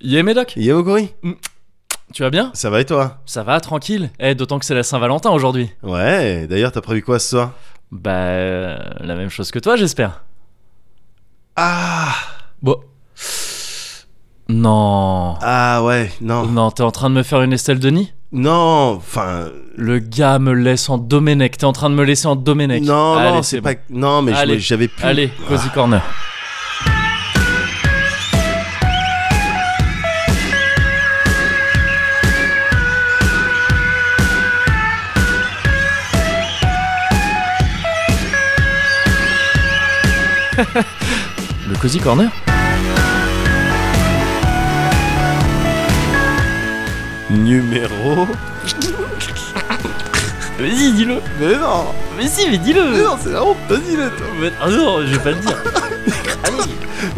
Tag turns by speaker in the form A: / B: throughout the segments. A: Yé Médoc,
B: Yo Cory,
A: tu vas bien
B: ça va et toi
A: Ça va, tranquille Eh, d'autant que c'est la Saint-Valentin aujourd'hui.
B: Ouais, d'ailleurs t'as prévu quoi ce soir
A: Bah, euh, la même chose que toi, j'espère.
B: Ah
A: Bon. Non.
B: Ah ouais, non.
A: Non, t'es en train de me faire une Estelle Denis
B: Non, enfin...
A: Le gars me laisse en Domenech, t'es en train de me laisser en Domenech.
B: Non,
A: Allez,
B: non, c'est
A: bon.
B: pas... Non, mais je-
A: Allez.
B: mais j'avais plus...
A: Allez, Cozy Corner. Le Cozy Corner
B: Numéro...
A: Vas-y, dis-le
B: Mais non
A: Mais si, mais
B: Mais
A: dis-le
B: non, c'est la honte, vas-y le toi
A: Mais- Ah non, je vais pas le dire Allez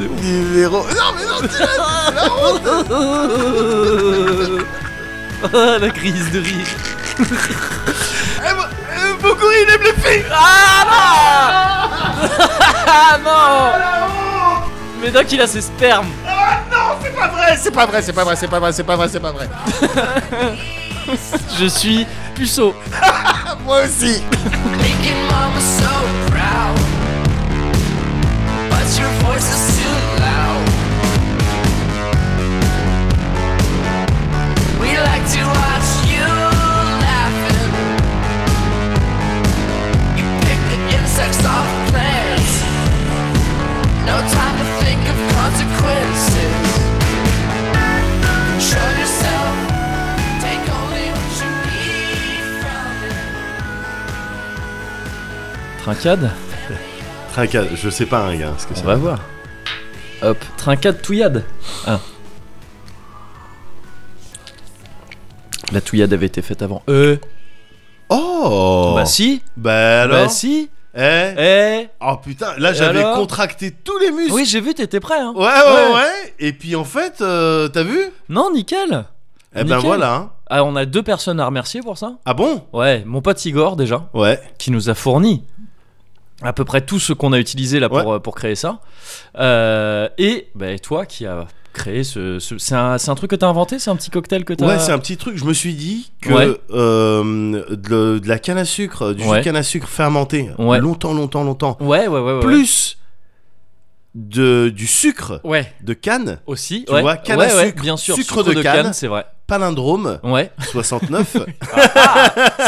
B: Numéro... Non, mais non, dis-le
A: Ah, la crise de rire
B: Eh, moi, euh, Bokori, il aime les filles
A: Ah non Ah non Mais donc il a ses spermes
B: Pas vrai, c'est pas vrai, c'est pas vrai, c'est pas vrai, c'est pas vrai, c'est pas vrai
A: Je suis puceau
B: Ah, Moi aussi
C: Making mama so proud. But your voice is too loud. We like to watch you laughing. You pick the insects off plants. No time to think of consequences. Control yourself. Take only what you need from it.
A: Trincade
B: Trincade, je sais pas, hein, gars, ce que
A: On
B: ça
A: va voir. Hop, trincade touillade Ah. La touillade avait été faite avant. Euh
B: Oh
A: Bah si
B: Bah alors
A: Bah si
B: Eh
A: Eh
B: Oh putain, là j'avais
A: alors
B: contracté tous les muscles
A: Oui j'ai vu t'étais prêt hein
B: Ouais, ouais,
A: Ouais.
B: ouais, Et puis en fait, euh, t'as vu
A: Non nickel
B: Eh ben
A: Nickel.
B: voilà. hein.
A: Ah on a deux personnes à remercier pour ça
B: Ah bon
A: Ouais, mon pote Igor déjà,
B: Ouais.
A: qui nous a fourni à peu près tout ce qu'on a utilisé là pour,
B: Ouais.
A: euh, pour créer ça. Euh, et bah, toi qui as créé ce... ce- c'est, un, c'est un truc que t'as inventé C'est un petit cocktail que t'as...
B: Ouais, c'est un petit truc. Je me suis dit que
A: Ouais.
B: euh, de, le- de la canne à sucre, du jus
A: Ouais.
B: de canne à sucre fermenté,
A: Ouais.
B: longtemps, longtemps, longtemps,
A: Ouais, ouais, ouais, ouais.
B: plus de, du sucre
A: Ouais.
B: de canne,
A: Aussi,
B: Tu
A: ouais.
B: vois, canne à
A: ouais, ouais,
B: sucre,
A: bien sûr,
B: sucre de canne.
A: c'est vrai.
B: palindrome
A: Ouais,
B: 69,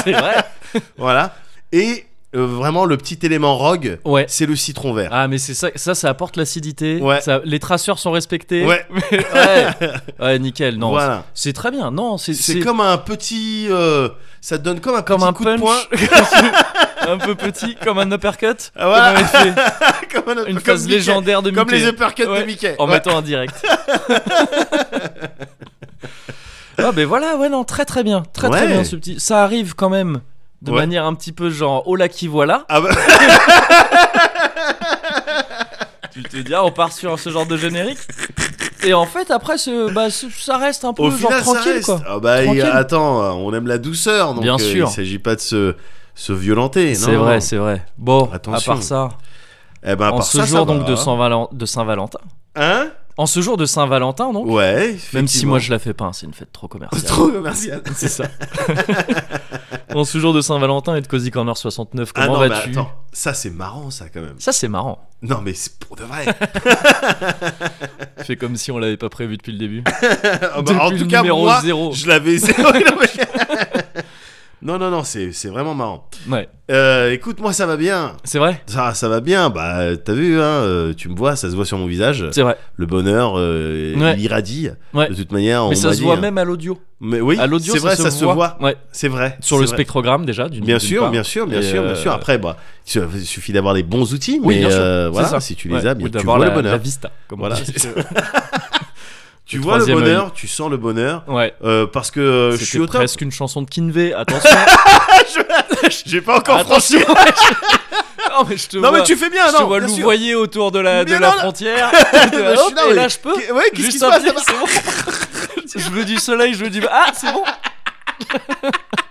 A: c'est vrai.
B: voilà. Et euh, vraiment, le petit élément rogue,
A: Ouais.
B: c'est le citron vert.
A: Ah, mais c'est ça, ça, ça apporte l'acidité.
B: Ouais.
A: ça- les traceurs sont respectés.
B: Ouais,
A: ouais. Ouais, nickel. Non,
B: voilà.
A: c'est c'est très bien. Non, c'est
B: C'est comme un petit. euh, ça te donne comme un
A: comme
B: petit
A: un
B: coup
A: punch,
B: de poing.
A: un peu petit, comme un uppercut.
B: Ah, voilà.
A: Comme avait fait
B: comme un-
A: une
B: comme
A: phase
B: Mickey.
A: légendaire de
B: Comme
A: Mickey.
B: les uppercuts
A: Ouais.
B: de Mickey.
A: en
B: Ouais.
A: mettant un direct. ah ben voilà, ouais non, très très bien, très très
B: Ouais.
A: bien ce petit. Ça arrive quand même de
B: Ouais.
A: manière un petit peu genre oh là qui voilà.
B: Ah bah-
A: tu te dis ah, on part sur ce genre de générique. Et en fait après ce, bah, ce- ça reste un peu
B: Au
A: genre
B: final, ça
A: tranquille
B: reste.
A: quoi.
B: Ah bah,
A: Tranquille.
B: il- attends, on aime la douceur, donc
A: Bien
B: euh,
A: sûr.
B: il s'agit pas de se, se violenter. Eh, non,
A: C'est
B: non.
A: vrai, c'est vrai. Bon,
B: Attention.
A: à part ça,
B: Eh ben, à
A: en
B: part
A: ce
B: ça, ça
A: jour
B: va.
A: donc de Saint-Valen- de Saint-Valentin,
B: Hein
A: en ce jour de Saint-Valentin donc,
B: Ouais.
A: même si moi
B: Oh, effectivement.
A: je la fais pas, hein, c'est une fête trop commerciale.
B: C'est trop commercial.
A: C'est ça. en ce jour de Saint-Valentin et de Cozy Corner 69, comment
B: ah non, mais
A: vas-tu
B: attends, ça c'est marrant, ça quand même.
A: Ça, c'est marrant.
B: Non, mais c'est pour de vrai.
A: C'est comme si on l'avait pas prévu depuis le début.
B: Ah bah, en
A: Depuis
B: tout
A: le
B: cas,
A: numéro
B: moi,
A: zéro.
B: je l'avais. zéro, non, mais- Non, non, non, c'est c'est vraiment marrant.
A: Ouais.
B: Euh, écoute, moi ça va bien.
A: C'est vrai
B: Ça, ça va bien, bah t'as vu, hein, euh, tu me vois, ça se voit sur mon visage.
A: C'est vrai.
B: Le bonheur, euh,
A: Ouais.
B: il irradie.
A: Ouais.
B: De toute manière, on
A: Mais ça
B: m'a
A: se
B: dit,
A: voit
B: hein.
A: même à l'audio.
B: Mais oui,
A: à l'audio,
B: c'est vrai, ça se voit.
A: Ouais.
B: C'est vrai.
A: Sur
B: c'est
A: le
B: vrai.
A: spectrogramme déjà, d'une
B: Bien
A: d'une
B: sûr,
A: part.
B: bien sûr, bien
A: Et,
B: sûr, bien sûr.
A: euh,
B: Après, bah, il suffit d'avoir les bons outils,
A: Oui,
B: mais
A: bien sûr.
B: euh,
A: C'est
B: voilà,
A: ça.
B: si tu
A: Ouais.
B: les as, bien,
A: Ou
B: tu
A: d'avoir
B: vois le
A: la- La
B: bonheur.
A: vista. Comme on
B: Voilà. Euh,
A: dit.
B: Tu
A: Le
B: vois le
A: troisième
B: bonheur, tu sens le bonheur,
A: Ouais.
B: euh, parce que euh, je
A: C'était
B: suis au top.
A: presque une chanson de Kinvey. Attention.
B: J'ai pas encore franchi.
A: Attention. non mais je te
B: Non,
A: vois.
B: mais tu fais bien,
A: je
B: non
A: te vois
B: bien sûr.
A: louvoyer autour de la, de
B: Mais
A: la
B: non, là-
A: frontière.
B: Bah, je suis
A: Hop,
B: là,
A: et
B: oui.
A: là, je peux.
B: Qu'est- Ouais, qu'est-ce qui
A: Juste
B: se
A: un
B: passe
A: pied,
B: là-bas
A: c'est bon. je veux du soleil, je veux du. Ah, c'est bon.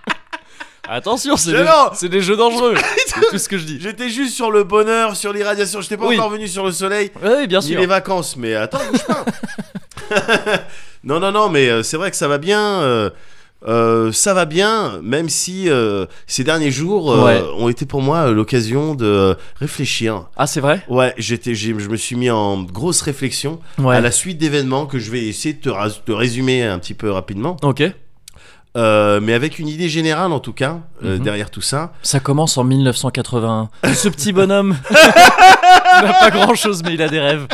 A: Attention, c'est des,
B: Gênant.
A: c'est des jeux dangereux. c'est tout ce que je dis.
B: J'étais juste sur le bonheur, sur l'irradiation, j'étais pas
A: Oui.
B: encore venu sur le soleil.
A: Oui, bien
B: ni les
A: sûr.
B: vacances, mais attends, bouge euh, pas. Non, non, non, mais euh, c'est vrai que ça va bien. euh, euh, ça va bien, même si euh, ces derniers jours euh,
A: Ouais.
B: ont été pour moi euh, l'occasion de réfléchir.
A: Ah, c'est vrai
B: Ouais, j'étais, j'ai- je me suis mis en grosse réflexion
A: Ouais.
B: à la suite d'événements que je vais essayer de te, ras- de résumer un petit peu rapidement,
A: Ok.
B: Euh, mais avec une idée générale en tout cas euh,
A: Mhm.
B: derrière tout ça.
A: Ça commence en 1981. Ce petit bonhomme n'a pas grand chose, mais il a des rêves.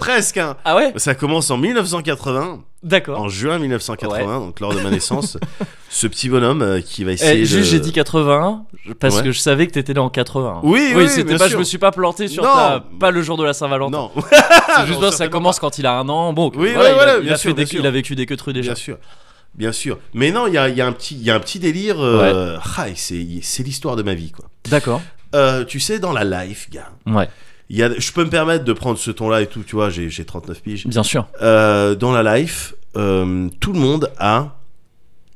B: Presque. hein.
A: Ah ouais
B: Ça commence en 1980,
A: D'accord.
B: en juin 1980, donc lors de ma naissance. ce petit bonhomme euh, qui va essayer.
A: Eh, juste,
B: de...
A: J'ai dit 81 parce
B: Ouais.
A: que je savais que t'étais né en 81.
B: Oui, oui,
A: c'était
B: bien
A: pas,
B: sûr.
A: je me suis pas planté sur
B: Non.
A: ta. Pas le jour de la Saint-Valentin.
B: Non. Ah,
A: C'est juste
B: Non,
A: toi, ça
B: certainement
A: commence quand il a un an. Bon,
B: Oui,
A: voilà,
B: ouais,
A: il,
B: voilà,
A: a, il
B: bien
A: a
B: sûr,
A: fait des-
B: bien sûr.
A: il a vécu des que trucs déjà.
B: Bien sûr, bien sûr. Mais non, il y a, il y a un petit, il y a un petit délire. euh, ah, et c'est c'est l'histoire de ma vie, quoi.
A: D'accord.
B: Euh, tu sais, dans la life, gars.
A: Ouais,
B: il Y a, je peux me permettre de prendre ce ton-là et tout, tu vois, j'ai j'ai 39 piges.
A: bien sûr.
B: Euh, dans la life, euh, tout le monde a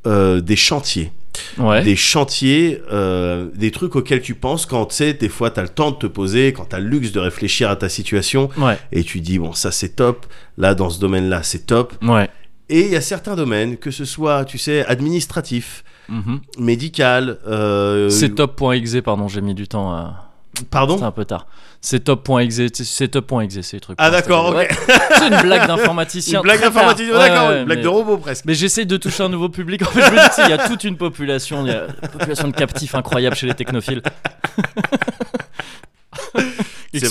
B: euh, des chantiers.
A: Ouais.
B: Des chantiers, euh, des trucs auxquels tu penses quand, tu sais, des fois, t'as le temps de te poser, quand t'as le luxe de réfléchir à ta situation,
A: Ouais.
B: et tu dis, bon, ça c'est top, là, dans ce domaine-là, c'est top.
A: Ouais.
B: Et il y a certains domaines, que ce soit, tu sais, administratif,
A: Mhm.
B: médical. euh,
A: C'est top.exe, pardon, j'ai mis du temps à.
B: Pardon
A: C'est un peu tard. C'est top.exe, c'est top.exe, c'est le truc.
B: Ah d'accord, ok.
A: Ouais. C'est une blague d'informaticien.
B: Une blague
A: très tard.
B: d'informatique,
A: Ouais,
B: d'accord,
A: ouais,
B: une blague
A: mais-
B: de robot presque.
A: Mais j'essaye de toucher un nouveau public. En fait, je me dis, tu sais, il y a toute une population, il y a une population de captifs incroyable chez les technophiles.
B: C'est vrai.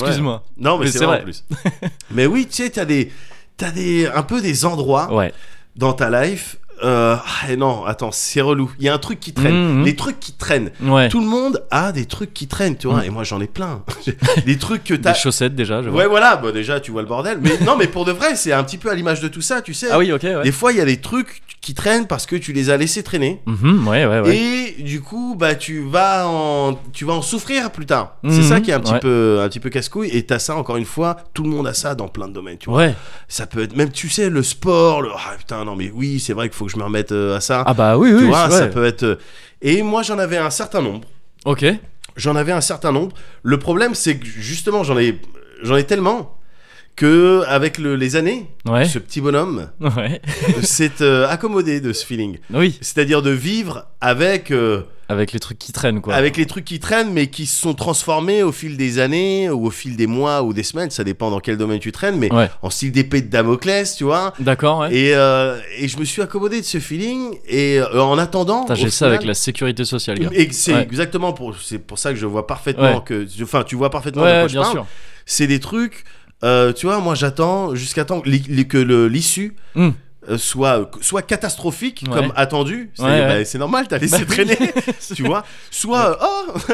A: Excuse-moi.
B: Non, mais,
A: Mais
B: c'est
A: c'est
B: vrai
A: vrai.
B: en plus. mais oui, tu sais, t'as des, t'as des, un peu des endroits
A: Ouais.
B: dans ta life. Euh, ah, et non, attends, c'est relou. Il y a un truc qui traîne.
A: Mhm.
B: Les trucs qui traînent.
A: Ouais.
B: Tout le monde a des trucs qui traînent, tu vois.
A: Mhm.
B: Et moi, j'en ai plein. des trucs que
A: Des
B: t'as.
A: chaussettes déjà, je vois.
B: Ouais, voilà. Bah, déjà, tu vois le bordel. Mais non, mais pour de vrai, c'est un petit peu à l'image de tout ça, tu sais.
A: Ah oui, ok, ouais.
B: Des fois, il y a des trucs qui traînent parce que tu les as laissés traîner.
A: Mhm, ouais, ouais, ouais.
B: Et du coup, bah tu vas en, tu vas en souffrir plus tard.
A: Mhm,
B: C'est ça qui est un petit
A: ouais.
B: peu, un petit peu casse-couille. Et t'as ça encore une fois. Tout le monde a ça dans plein de domaines. Tu vois.
A: Ouais.
B: Ça peut être même, tu sais, le sport. Le ah, putain, non mais oui, c'est vrai qu'il faut que je me remette euh, à ça.
A: Ah bah oui,
B: tu
A: oui.
B: vois,
A: c'est-
B: ça
A: ouais.
B: peut être. euh, Et moi, j'en avais un certain nombre.
A: Ok.
B: J'en avais un certain nombre. Le problème, c'est que justement, j'en ai, j'en ai tellement que avec le- les années,
A: Ouais.
B: ce petit bonhomme
A: Ouais.
B: s'est euh, accommodé de ce feeling.
A: Oui.
B: C'est-à-dire de vivre avec. euh,
A: Avec les trucs qui traînent, quoi.
B: Avec les trucs qui traînent, mais qui se sont transformés au fil des années, ou au fil des mois, ou des semaines, ça dépend dans quel domaine tu traînes, mais
A: Ouais.
B: en style d'épée de Damoclès, tu vois.
A: D'accord, ouais.
B: Et, euh, et je me suis accommodé de ce feeling, et euh, en attendant.
A: Putain,
B: au
A: J'ai ça
B: final-
A: avec la sécurité sociale, gars.
B: Et c'est
A: Ouais.
B: exactement pour, c'est pour ça que je vois parfaitement
A: Ouais.
B: que. Enfin, tu vois parfaitement de
A: Ouais,
B: quoi je
A: bien
B: parle.
A: sûr.
B: C'est des trucs. euh, tu vois, moi j'attends jusqu'à temps que l'hi- que le- l'issue.
A: Mm.
B: euh, soit soit catastrophique
A: Ouais.
B: comme attendu c'est
A: Ouais, ouais.
B: bah, c'est normal t'as
A: Bah
B: laissé
A: oui.
B: traîner tu vois soit euh, oh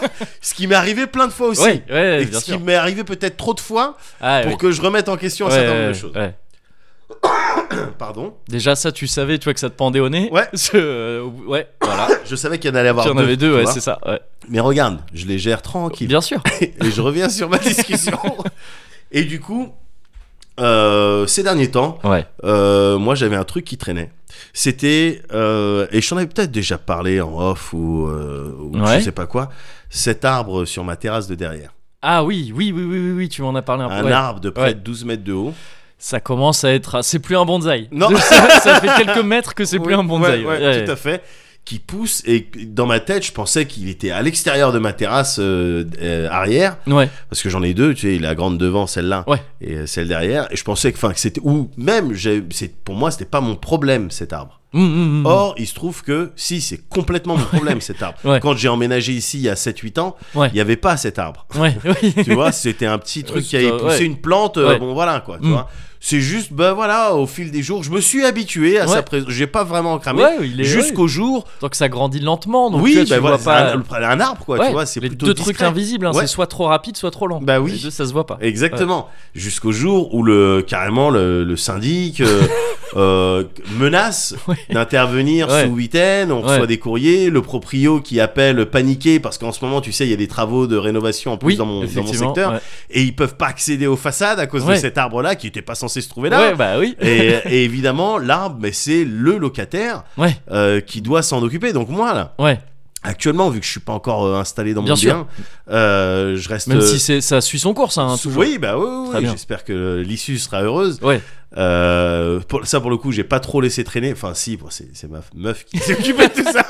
B: ce qui m'est arrivé plein de fois aussi
A: Ouais, ouais,
B: et
A: bien
B: ce qui
A: sûr.
B: m'est arrivé peut-être trop de fois
A: Ah,
B: pour
A: oui.
B: que je remette en question un
A: Ouais,
B: certain nombre de
A: ouais,
B: choses
A: ouais.
B: pardon
A: Déjà, ça, tu savais, tu vois, que ça te pendait au nez.
B: Ouais.
A: Ce- euh, ouais, voilà.
B: je savais qu'il y en allait avoir
A: Tu en
B: deux,
A: avais deux,
B: tu
A: ouais,
B: vois.
A: c'est ça. ouais.
B: mais regarde je les gère tranquille
A: Bien sûr.
B: et je reviens sur ma discussion et du coup euh, ces derniers temps
A: Ouais.
B: euh, moi j'avais un truc qui traînait c'était euh, et j'en avais peut-être déjà parlé en off ou, euh, ou
A: Ouais.
B: je sais pas quoi cet arbre sur ma terrasse de derrière
A: Ah oui, oui, oui, oui, oui, oui, tu m'en as parlé un,
B: un
A: peu. Ah, ouais.
B: arbre de près
A: Ouais.
B: de 12 mètres de haut
A: Ça commence à être. C'est plus un bonsaï.
B: Non.
A: ça, ça fait quelques mètres que c'est plus un bonsaï.
B: Ouais, ouais, tout à fait. Qui pousse et dans ma tête, je pensais qu'il était à l'extérieur de ma terrasse euh, euh, arrière
A: Ouais.
B: parce que j'en ai deux, tu sais, la grande devant, celle-là
A: Ouais.
B: et euh, celle derrière. Et je pensais que, enfin, que c'était ou même, j'ai- c'est pour moi, c'était pas mon problème cet arbre.
A: Mm, mm, mm.
B: Or, il se trouve que si, c'est complètement mon problème cet arbre.
A: Ouais.
B: Quand j'ai emménagé ici il y a 7-8 ans,
A: Ouais.
B: il n'y avait pas cet arbre.
A: Ouais, oui.
B: Oh. tu vois c'était un petit truc qui
A: Euh,
B: avait poussé
A: ouais.
B: une plante euh,
A: Ouais.
B: bon voilà quoi tu
A: Mm.
B: vois c'est juste ben voilà au fil des jours je me suis habitué à
A: Ouais.
B: sa présence j'ai pas vraiment cramé
A: Ouais, il est.
B: jusqu'au jour
A: ouais. Tant que ça grandit lentement, donc
B: oui
A: tu, vois,
B: ben
A: tu
B: voilà,
A: vois pas.
B: c'est un, un arbre quoi
A: Ouais,
B: tu vois c'est
A: les
B: plutôt
A: deux
B: discret.
A: trucs invisibles, hein,
B: Ouais.
A: c'est soit trop rapide, soit trop lent.
B: Bah oui.
A: Les deux, ça se voit pas.
B: Exactement. Jusqu'au jour où le carrément le, le syndic euh, euh, menace
A: Ouais.
B: d'intervenir
A: Ouais.
B: sous huitaine. On
A: Ouais.
B: reçoit des courriers, le proprio qui appelle paniqué parce qu'en ce moment, tu sais, il y a des travaux de rénovation en plus
A: Oui,
B: dans, mon, dans mon
A: effectivement,
B: secteur
A: ouais.
B: et ils peuvent pas accéder aux façades à cause
A: Ouais.
B: de cet arbre-là qui était pas censé se trouver là.
A: Ouais, bah oui.
B: et, et évidemment, l'arbre, mais c'est le locataire
A: Ouais,
B: euh, qui doit s'en occuper. Donc moi, là,
A: ouais.
B: actuellement, vu que je suis pas encore euh, installé dans
A: Bien
B: mon
A: sûr.
B: bien, euh, je reste.
A: Même
B: euh,
A: si c'est, ça suit son course, hein,
B: sous-
A: toujours.
B: oui, bah oui, oui,
A: Très
B: oui,
A: bien.
B: j'espère que l'issue sera heureuse.
A: Ouais.
B: Euh, pour- ça pour le coup j'ai pas trop laissé traîner enfin si bon, c'est c'est ma meuf qui s'occupait de tout ça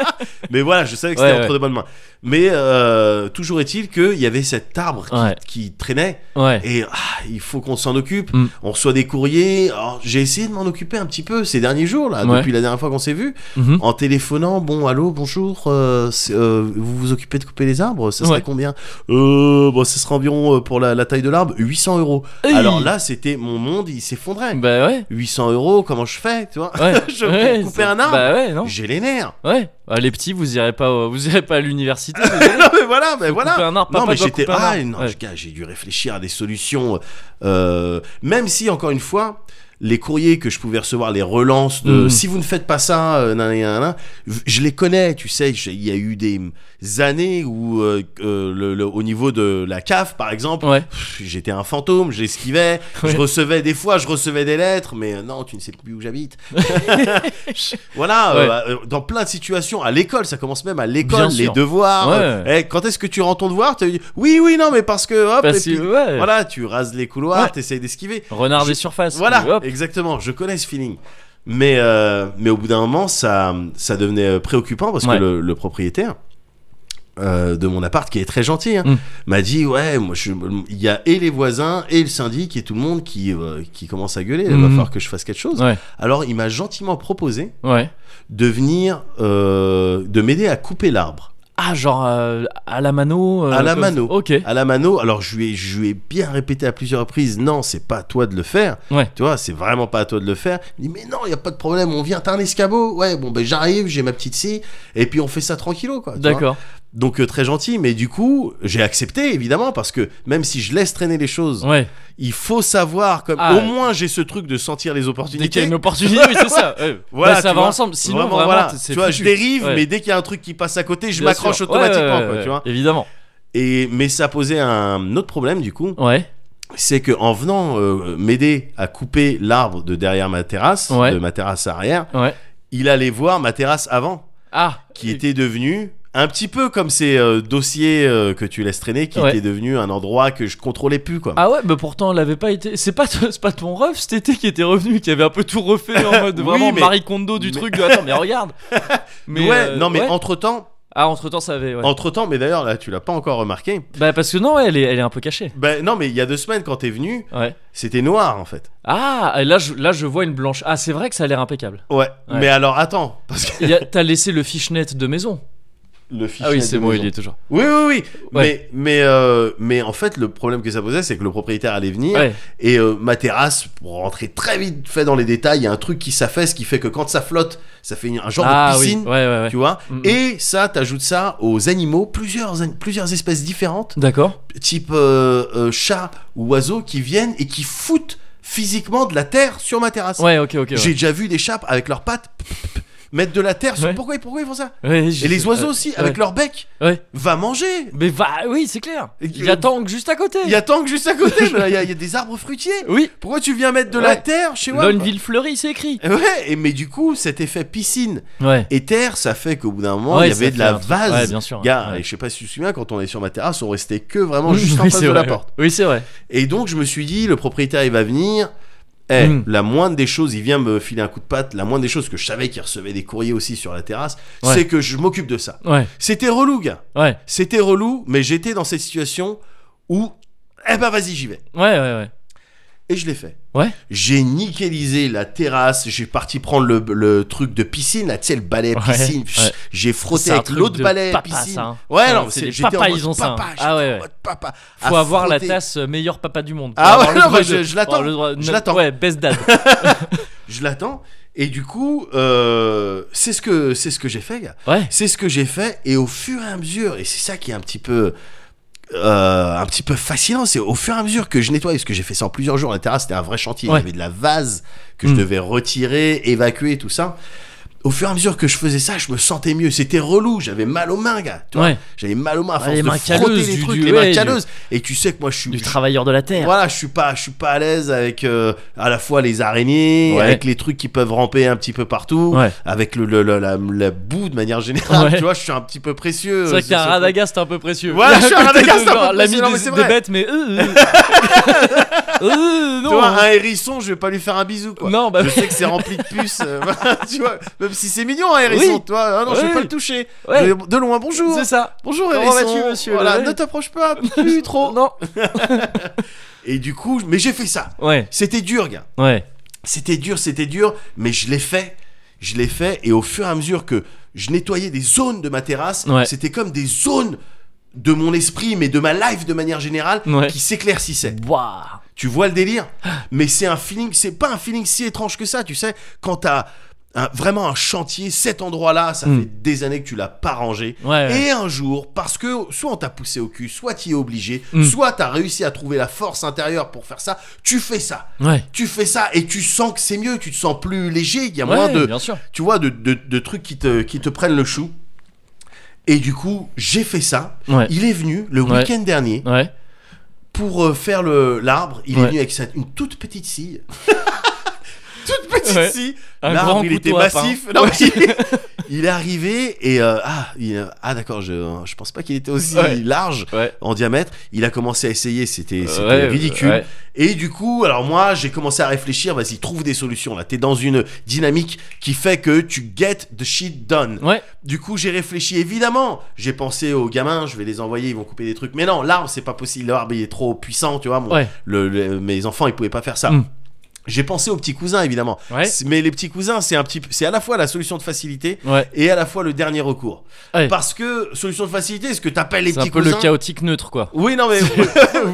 B: mais voilà je savais que c'était
A: Ouais,
B: entre
A: ouais.
B: de bonnes mains mais euh, toujours est-il qu'il y avait cet arbre qui,
A: Ouais.
B: qui traînait
A: Ouais.
B: et ah, il faut qu'on s'en occupe
A: Mm.
B: on reçoit des courriers Alors, j'ai essayé de m'en occuper un petit peu ces derniers jours là
A: Ouais.
B: depuis la dernière fois qu'on s'est vu
A: Mhm.
B: en téléphonant, bon, allô, bonjour, euh, c'est, euh, vous vous occupez de couper les arbres Ça serait
A: Ouais.
B: combien euh, bon, Ce serait environ euh, pour la, la taille de l'arbre 800 euros.
A: Hey
B: Alors là, c'était mon monde, il s'effondrait.
A: Bah ouais.
B: 800 euros, comment je fais Tu vois
A: Ouais.
B: Je
A: ouais,
B: couper
A: c'est-
B: un arbre
A: Bah ouais, non.
B: J'ai les nerfs.
A: Ouais. Bah, les petits, vous irez pas, au- vous irez pas à l'université.
B: non, mais voilà, mais Ah, voilà.
A: Couper un arbre,
B: non,
A: papa
B: mais
A: doit
B: j'étais.
A: couper un
B: ah,
A: arbre.
B: non,
A: Ouais.
B: je- gars, j'ai dû réfléchir à des solutions. euh, même si, encore une fois, les courriers que je pouvais recevoir, les relances de
A: Mhm.
B: si vous ne faites pas ça, euh, nan, nan, nan, nan, je les connais, tu sais. j'ai- Il y a eu des années où, euh, euh, le- le- au niveau de la CAF, par exemple,
A: Ouais.
B: pff, j'étais un fantôme, j'esquivais, je
A: Ouais.
B: recevais des fois, je recevais des lettres, mais euh, non, tu ne sais plus où j'habite. voilà, euh, euh, dans plein de situations, à l'école, ça commence même à l'école,
A: Bien
B: les
A: sûr.
B: devoirs.
A: Ouais.
B: euh, eh, quand est-ce que tu rends ton devoir T'as dit, Oui, oui, non, mais parce que hop,
A: Parce
B: et puis,
A: que ouais.
B: voilà, tu rases les couloirs,
A: Ouais.
B: t'essayes d'esquiver.
A: Renard
B: Je-
A: des surfaces. Et
B: Voilà,
A: hop.
B: exactement. Je connais ce feeling. Mais, euh, mais au bout d'un moment, ça, ça devenait euh, préoccupant parce
A: Ouais.
B: que le, le propriétaire euh, de mon appart, qui est très gentil, hein,
A: Mm.
B: m'a dit Ouais, moi, je- il y a et les voisins, et le syndic, et tout le monde qui, euh, qui commence à gueuler. Il va
A: Mhm.
B: falloir que je fasse quelque chose.
A: Ouais.
B: Alors, il m'a gentiment proposé
A: Ouais.
B: de venir, euh, de m'aider à couper l'arbre.
A: Ah, genre euh, à la mano. euh,
B: À la
A: comme-
B: mano. Ah,
A: Ok.
B: à la mano, alors je lui ai, je lui ai bien répété à plusieurs reprises, non, c'est pas à toi de le faire.
A: Ouais.
B: Tu vois, c'est vraiment pas à toi de le faire. Il me dit, mais non, il y a pas de problème, on vient, t'as un escabeau. Ouais, bon, ben j'arrive, j'ai ma petite scie, et puis on fait ça tranquillo, quoi. tu vois.
A: D'accord.
B: Donc euh, très gentil, mais du coup, j'ai accepté, évidemment, parce que même si je laisse traîner les choses,
A: Ouais.
B: il faut savoir, comme
A: Ah.
B: au moins j'ai ce truc de sentir
A: Dès
B: les
A: qu'il y
B: opportunités.
A: a une opportunité, oui, c'est ça. Ouais.
B: Voilà,
A: Bah, ça
B: tu
A: va
B: vois.
A: ensemble. Sinon,
B: Vraiment,
A: vraiment,
B: voilà.
A: c'est
B: tu vois,
A: foutu.
B: je dérive,
A: Ouais.
B: mais dès qu'il y a un truc qui passe à côté, je
A: Bien
B: m'accroche
A: sûr.
B: automatiquement,
A: Ouais, ouais,
B: quoi,
A: ouais,
B: tu vois.
A: Évidemment.
B: Et mais ça posait un autre problème du coup,
A: Ouais.
B: c'est que en venant euh, m'aider à couper l'arbre de derrière ma terrasse,
A: Ouais.
B: de ma terrasse arrière,
A: Ouais.
B: il allait voir ma terrasse avant,
A: Ah.
B: qui était devenue un petit peu comme ces euh, dossiers euh, que tu laisses traîner, qui
A: Ouais.
B: était devenu un endroit que je contrôlais plus quoi.
A: Ah ouais, mais pourtant elle avait pas été. C'est pas, c'est pas ton ref cet été qui était revenu, qui avait un peu tout refait en mode
B: Oui,
A: vraiment
B: mais-
A: Marie Kondo du
B: mais-
A: truc. de, Attends, mais regarde.
B: ouais,
A: euh,
B: non mais
A: ouais.
B: entre temps,
A: ah entre temps ça avait. Ouais.
B: entre temps, mais d'ailleurs là tu l'as pas encore remarqué.
A: Bah parce que non, ouais, elle est, elle est un peu cachée.
B: Ben non mais il y a deux semaines quand t'es venu,
A: Ouais.
B: c'était noir en fait.
A: Ah et là je, là je vois une blanche. Ah c'est vrai que ça a l'air impeccable.
B: Ouais. Mais alors attends parce que
A: Il y a- T'as laissé le fishnet de maison.
B: le fichier.
A: ah oui c'est
B: de
A: bon,
B: maison.
A: il y est toujours.
B: Oui oui oui.
A: Ouais.
B: Mais mais euh, mais en fait le problème que ça posait c'est que le propriétaire allait venir.
A: Ouais.
B: Et euh, ma terrasse, pour rentrer très vite fait dans les détails, il y a un truc qui s'affaisse qui fait que quand ça flotte, ça fait une- un genre
A: ah
B: de piscine,
A: oui. Ouais ouais ouais.
B: tu vois.
A: Mm, mm.
B: Et ça, t'ajoutes ça aux animaux, plusieurs, an- plusieurs espèces différentes,
A: D'accord.
B: type euh, euh, chat ou oiseau, qui viennent et qui foutent physiquement de la terre sur ma terrasse.
A: Ouais ok ok. ouais.
B: J'ai déjà vu des chats avec leurs pattes mettre de la terre sur.
A: Ouais.
B: Pourquoi, pourquoi ils font ça
A: Ouais, j'ai-
B: Et les oiseaux
A: ouais.
B: aussi, avec leur bec,
A: Ouais.
B: va manger
A: Mais va, oui c'est clair.
B: Et que-
A: Il y a Tang juste à côté.
B: Il y a tant que juste à côté, mais là, il y, a- il y a des arbres fruitiers
A: Oui.
B: pourquoi tu viens mettre de la
A: Ouais.
B: terre chez moi Eh
A: Loneville fleurie c'est écrit.
B: Ouais, et mais du coup, cet effet piscine
A: Ouais.
B: et terre, ça fait qu'au bout d'un moment,
A: Ouais,
B: il y
A: ça
B: avait de
A: fait
B: la
A: un truc.
B: vase.
A: Ouais, bien sûr.
B: Gars,
A: Ouais.
B: et je sais pas si tu te souviens, quand on est sur ma terrasse, on restait que vraiment juste en
A: Oui,
B: face
A: c'est
B: de la
A: vrai.
B: porte.
A: Oui, c'est vrai.
B: Et donc, je me suis dit, le propriétaire, il va venir. Eh,
A: Mm.
B: La moindre des choses, il vient me filer un coup de patte. La moindre des choses que je savais qu'il recevait des courriers aussi sur la terrasse,
A: Ouais.
B: c'est que je m'occupe de ça.
A: Ouais,
B: C'était relou, gars.
A: ouais,
B: C'était relou, mais j'étais dans cette situation où, eh ben, vas-y, j'y vais.
A: ouais, ouais, ouais.
B: Et je l'ai fait.
A: Ouais.
B: J'ai nickelisé la terrasse, j'ai parti prendre le, le truc de piscine, là, tu sais, le balai à
A: Ouais,
B: piscine.
A: ouais.
B: pff, J'ai frotté
A: C'est un
B: avec
A: truc
B: l'autre
A: de
B: balai à
A: papa,
B: piscine.
A: ça, hein.
B: Ouais,
A: Ouais,
B: non,
A: c'est
B: c'est-
A: les
B: j'étais en
A: papas,
B: mode
A: ils ont ça, hein.
B: papa,
A: Ah
B: j'étais
A: ouais,
B: en
A: ouais.
B: mode papa.
A: Faut
B: à
A: avoir la
B: frotter.
A: tasse euh, meilleur papa du monde. Faut
B: Ah
A: avoir
B: ouais,
A: le
B: non,
A: droit
B: mais je-
A: de-
B: je l'attends.
A: avoir le droit-
B: Je
A: no-
B: l'attends.
A: Ouais, best dad.
B: Je l'attends. Et du coup, euh, c'est ce que c'est ce que j'ai fait, gars.
A: Ouais,
B: C'est ce que j'ai fait. Et au fur et à mesure, et c'est ça qui est un petit peu. euh, un petit peu fascinant, c'est au fur et à mesure que je nettoyais, parce que j'ai fait ça en plusieurs jours, la terrasse c'était un vrai chantier, il
A: Ouais.
B: y avait de la vase que je
A: Mm.
B: devais retirer, évacuer, tout ça. au fur et à mesure que je faisais ça, je me sentais mieux. C'était relou, j'avais mal aux mains, gars. Tu vois
A: Ouais.
B: J'avais mal aux mains à
A: Ouais,
B: force
A: les
B: de
A: mains
B: frotter
A: calleuses,
B: les
A: du-
B: trucs,
A: du-
B: les
A: ouais,
B: mains
A: du-
B: calleuses. Et tu sais que moi, je suis
A: Du travailleur de la terre.
B: voilà, je suis pas, je suis pas à l'aise avec euh, à la fois les araignées,
A: Ouais.
B: avec les trucs qui peuvent ramper un petit peu partout,
A: Ouais.
B: avec le, le- le- la, la boue de manière générale.
A: Ouais.
B: Tu vois, je suis un petit peu précieux.
A: C'est vrai
B: euh,
A: que t'es
B: sur
A: un
B: ce
A: radagast un peu précieux.
B: Voilà, je suis un
A: Côté de
B: radagast un peu
A: genre,
B: précieux, non, mais
A: L'ami
B: c'est
A: des,
B: vrai.
A: des bêtes, mais. euh, euh. Euh,
B: point. Tu vois,
A: non.
B: un hérisson, je vais pas lui faire un bisou, quoi.
A: Non, bah
B: Je sais que c'est rempli de puces, euh, tu vois. Même si c'est mignon, un hérisson,
A: Oui.
B: tu vois. Ah non, je vais
A: Oui.
B: pas le toucher.
A: ouais,
B: De, de loin, bonjour.
A: c'est ça.
B: Bonjour,
A: Comment
B: hérisson.
A: vas-tu, monsieur
B: Voilà,
A: Lorel
B: ne t'approche pas plus trop.
A: Non.
B: Et du coup, mais j'ai fait ça.
A: Ouais,
B: C'était dur, gars.
A: ouais.
B: C'était dur, c'était dur, mais je l'ai fait. Je l'ai fait et au fur et à mesure que je nettoyais des zones de ma terrasse,
A: Ouais.
B: c'était comme des zones de mon esprit, mais de ma life de manière générale,
A: Ouais.
B: qui s'éclaircissaient.
A: Waouh.
B: Tu vois le délire Mais c'est un feeling, c'est pas un feeling si étrange que ça, tu sais. Quand t'as un- vraiment un chantier, cet endroit-là, ça
A: Mm.
B: fait des années que tu l'as pas rangé.
A: Ouais, ouais.
B: Et un jour, parce que soit on t'a poussé au cul, soit t'y es obligé,
A: Mm.
B: soit t'as réussi à trouver la force intérieure pour faire ça, tu fais ça
A: Ouais.
B: tu fais ça et tu sens que c'est mieux, tu te sens plus léger, il y a moins
A: Ouais,
B: de,
A: bien sûr.
B: tu vois, de, de- de trucs qui te, qui te prennent le chou. Et du coup, j'ai fait ça.
A: Ouais.
B: Il est venu le
A: Ouais.
B: week-end dernier
A: Ouais.
B: pour euh, faire le l'arbre. Il est
A: Ouais.
B: venu avec sa- une toute petite scie. toute petite
A: Ouais.
B: scie.
A: Un
B: L'arbre,
A: grand
B: il était
A: couteau à pain.
B: massif. Non, mais il, il est arrivé et euh, ah, il, euh, ah d'accord, je, je pense pas qu'il était aussi
A: Ouais.
B: large
A: Ouais.
B: en diamètre. Il a commencé à essayer, c'était c'était
A: Euh, Ouais,
B: ridicule.
A: ouais.
B: Et du coup, alors moi, j'ai commencé à réfléchir, vas-y, trouve des solutions là. T'es dans une dynamique qui fait que tu get the shit done.
A: Ouais.
B: Du coup, j'ai réfléchi, évidemment. J'ai pensé aux gamins, je vais les envoyer, ils vont couper des trucs. Mais non, l'arbre, c'est pas possible. L'arbre, il est trop puissant, tu vois. Mon-
A: Ouais.
B: le- le- mes enfants, ils pouvaient pas faire ça.
A: Mm.
B: J'ai pensé aux petits cousins, évidemment.
A: Ouais.
B: C'est- Mais les petits cousins, c'est un petit, p- c'est à la fois la solution de facilité
A: Ouais.
B: et à la fois le dernier recours.
A: Ouais.
B: Parce que solution de facilité, ce que t'appelles les
A: C'est un
B: petits
A: peu
B: cousins.
A: le chaotique neutre, quoi.
B: Oui, non mais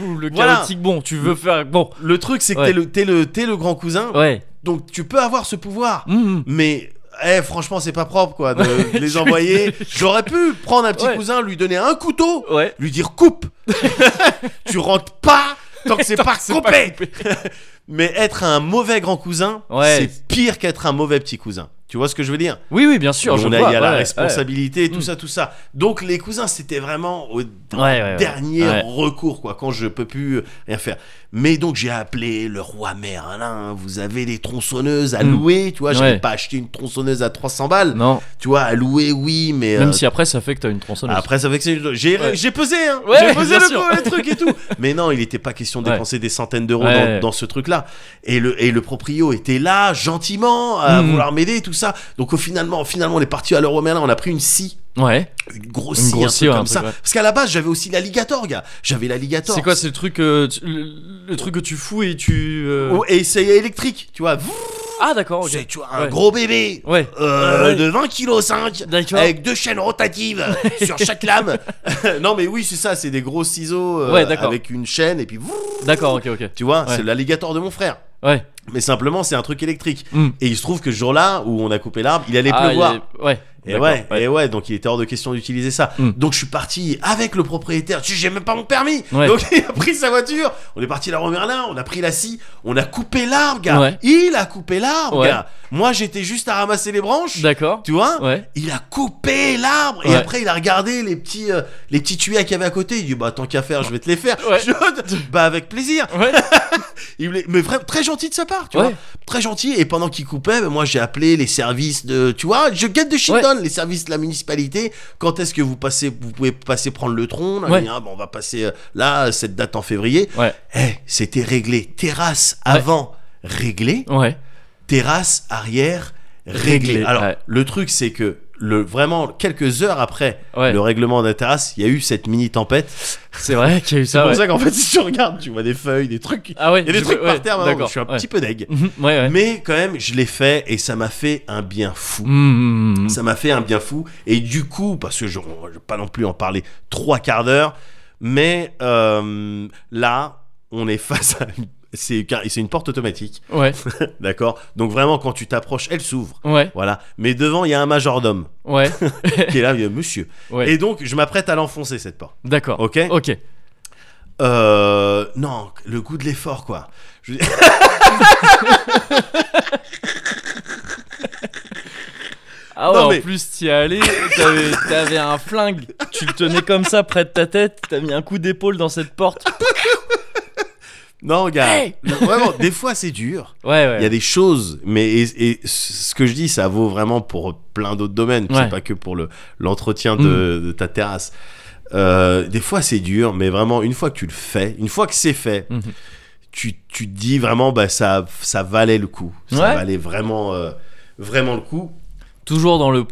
A: Ou le
B: Voilà.
A: chaotique bon. Tu veux faire bon.
B: le truc, c'est que
A: Ouais.
B: t'es le, t'es le, t'es le grand cousin.
A: Ouais.
B: Donc tu peux avoir ce pouvoir,
A: Mhm.
B: mais eh, franchement, c'est pas propre quoi de de les envoyer. J'aurais pu prendre un petit
A: Ouais.
B: cousin, lui donner un couteau,
A: Ouais.
B: lui dire coupe. tu rentres pas tant que c'est pas
A: C'est pas
B: coupé.
A: coupé.
B: Mais être un mauvais grand cousin,
A: Ouais.
B: c'est pire qu'être un mauvais petit cousin. Tu vois ce que je veux dire
A: Oui, oui, bien sûr.
B: Et
A: je
B: on a,
A: vois,
B: il y a la
A: ouais,
B: responsabilité, tout
A: Mm.
B: ça, tout ça. Donc les cousins, c'était vraiment au
A: Ouais, ouais, ouais.
B: dernier
A: Ouais.
B: recours, quoi, quand je peux plus rien faire. Mais donc j'ai appelé le roi Merlin. Vous avez des tronçonneuses à
A: Mm.
B: louer, tu vois. Je
A: Ouais.
B: n'ai pas acheté une tronçonneuse à 300 balles.
A: Non.
B: Tu vois, à louer, oui, mais euh,
A: Même si après, ça fait que t'as une tronçonneuse.
B: après ça fait que c'est- j'ai
A: Ouais.
B: j'ai pesé, hein.
A: Ouais,
B: j'ai pesé
A: bien
B: le,
A: sûr.
B: coup, le truc et tout. mais non, il n'était pas question de
A: Ouais.
B: dépenser des centaines d'euros
A: Ouais,
B: dans,
A: ouais.
B: dans ce truc-là. Et le et le proprio était là, gentiment, à
A: Mm.
B: vouloir m'aider, tout ça. Donc au finalement, finalement, on est parti à l'euro Merlin. On a pris une scie
A: Ouais.
B: une grosse
A: Une
B: scie,
A: grosse
B: un
A: scie,
B: truc
A: ouais,
B: comme
A: un truc,
B: ça.
A: ouais.
B: Parce qu'à la base, j'avais aussi l'alligator, gars. J'avais l'alligator.
A: C'est quoi, c'est le truc, euh, tu- le, le truc que tu fous et tu. euh,
B: Oh, Et c'est électrique, tu vois.
A: Ah d'accord. ok.
B: C'est tu vois, un
A: Ouais.
B: gros bébé
A: Ouais.
B: euh,
A: Ouais.
B: de 20 kg 5
A: D'accord.
B: avec deux chaînes rotatives sur chaque lame. non mais oui, c'est ça, c'est des gros ciseaux euh,
A: Ouais, d'accord.
B: avec une chaîne et puis
A: D'accord. Ok. Ok.
B: tu vois,
A: Ouais.
B: c'est l'alligator de mon frère.
A: Ouais.
B: Mais simplement, c'est un truc électrique.
A: Mm.
B: Et il se trouve que ce jour-là où on a coupé l'arbre, il allait
A: Ah,
B: pleuvoir.
A: il est- Ouais.
B: Et
A: D'accord,
B: Eh ouais, et ouais, donc il était hors de question d'utiliser ça.
A: Mm.
B: Donc je suis parti avec le propriétaire. Tu sais, J'ai même pas mon permis.
A: Ouais.
B: Donc il a pris sa voiture. On est parti à la rue Merlin. On a pris la scie. On a coupé l'arbre, gars.
A: Ouais.
B: Il a coupé l'arbre,
A: Ouais.
B: gars. Moi j'étais juste à ramasser les branches.
A: D'accord.
B: Tu vois
A: Ouais.
B: Il a coupé l'arbre et
A: Ouais.
B: après il a regardé les petits euh, les petits tuyaux qu'il y avait à côté. Il dit bah tant qu'à faire, je vais te les faire.
A: Ouais.
B: Je- bah avec plaisir.
A: Ouais.
B: Il voulait- mais vra- très gentil de sa part, tu
A: Ouais.
B: vois. Très gentil. Et pendant qu'il coupait, ben, moi j'ai appelé les services de, tu vois, je get de shit
A: Ouais.
B: done, les services de la municipalité. Quand est-ce que vous passez, vous pouvez passer prendre le tronc là,
A: Ouais.
B: et, ah, ben, on va passer euh, là cette date en février.
A: Ouais.
B: Eh, c'était réglé. Terrasse avant réglé,
A: Ouais.
B: terrasse arrière réglé.
A: Réglé,
B: Alors
A: ouais.
B: le truc c'est que le vraiment quelques heures après
A: Ouais.
B: le règlement de la terrasse, il y a eu cette mini tempête.
A: C'est vrai qu'il y a eu
B: C'est
A: ça.
B: pour
A: Ah ouais.
B: ça qu'en fait si tu regardes, tu vois des feuilles, des trucs.
A: Ah ouais.
B: Il y a des
A: je-
B: trucs
A: ouais,
B: par terre, maintenant,
A: D'accord.
B: je suis un
A: ouais.
B: petit peu deg.
A: Mhm, Ouais. Ouais.
B: Mais quand même, je l'ai fait et ça m'a fait un bien fou.
A: Mhm.
B: Ça m'a fait un bien fou. Et du coup, parce que je ne vais pas non plus en parler trois quarts d'heure, mais euh, là, on est face à... une- C'est car- c'est une porte automatique,
A: Ouais.
B: d'accord Donc vraiment, quand tu t'approches, elle s'ouvre.
A: Ouais.
B: Voilà. Mais devant, il y a un majordome
A: Ouais.
B: qui est là, il y a monsieur.
A: Ouais. Oh.
B: Et donc, je m'apprête à l'enfoncer, cette porte.
A: D'accord.
B: Ok
A: Ok.
B: Euh, non, le goût de l'effort, quoi. Je...
A: Ah ouais,
B: Non,
A: en
B: mais-
A: plus t'y es allé, t'avais, t'avais un flingue, tu le tenais comme ça près de ta tête, t'as mis un coup d'épaule dans cette porte.
B: Non, gars, vraiment, des fois c'est dur.
A: Ouais,
B: Il y a
A: ouais.
B: des choses, mais et, et ce que je dis, ça vaut vraiment pour plein d'autres domaines.
A: Ouais. Mm.
B: C'est pas que pour le l'entretien de, de ta terrasse. Euh, des fois, c'est dur, mais vraiment, une fois que tu le fais, une fois que c'est fait,
A: Mhm.
B: tu, tu te dis vraiment, bah ça, ça valait le coup. Ça
A: Ouais.
B: valait vraiment, euh, vraiment le coup.
A: Toujours dans le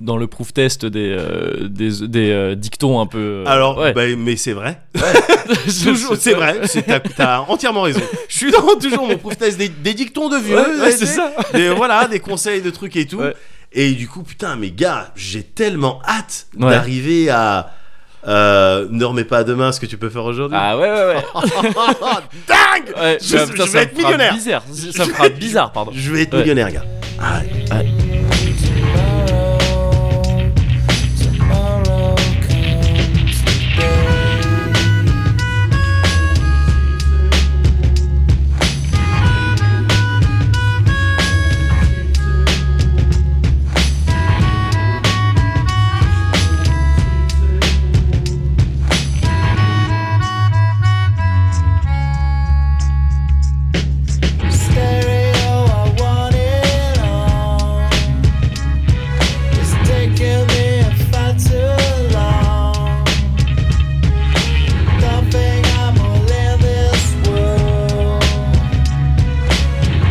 A: dans le proof test des euh, des, des, euh, dictons un peu. euh,
B: Alors,
A: ouais.
B: bah, mais c'est vrai.
A: Je-
B: Toujours,
A: je-
B: c'est vrai. c'est- T'as t'as entièrement raison. Je suis dans toujours mon proof test des, des dictons de
A: Ouais,
B: vieux.
A: ouais,
B: des-
A: c'est ça.
B: des, voilà, des conseils de trucs et tout.
A: Ouais.
B: Et du coup, putain, mais gars, j'ai tellement hâte
A: Ouais.
B: d'arriver à. Euh, ne remets pas à demain ce que tu peux faire aujourd'hui. Oh,
A: Ah ouais ouais ouais.
B: Dingue
A: Ouais,
B: Je-
A: bah,
B: je
A: putain,
B: vais
A: ça
B: être
A: me fera
B: millionnaire.
A: Bizarre. Ça me fera bizarre, pardon.
B: Je vais être
A: Ouais.
B: millionnaire, gars. Ah,
D: Stereo, I want it all. It's taking me a far too long. Don't think I'm all in this world.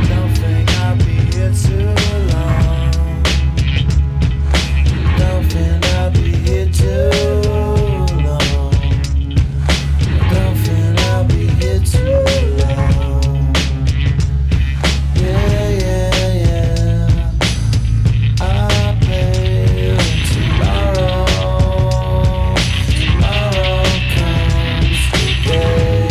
D: Don't think I'll be here too long. Don't think I'll be here too long. Don't think I'll be here too long. Yeah, yeah, yeah. I pay tomorrow. Tomorrow comes today.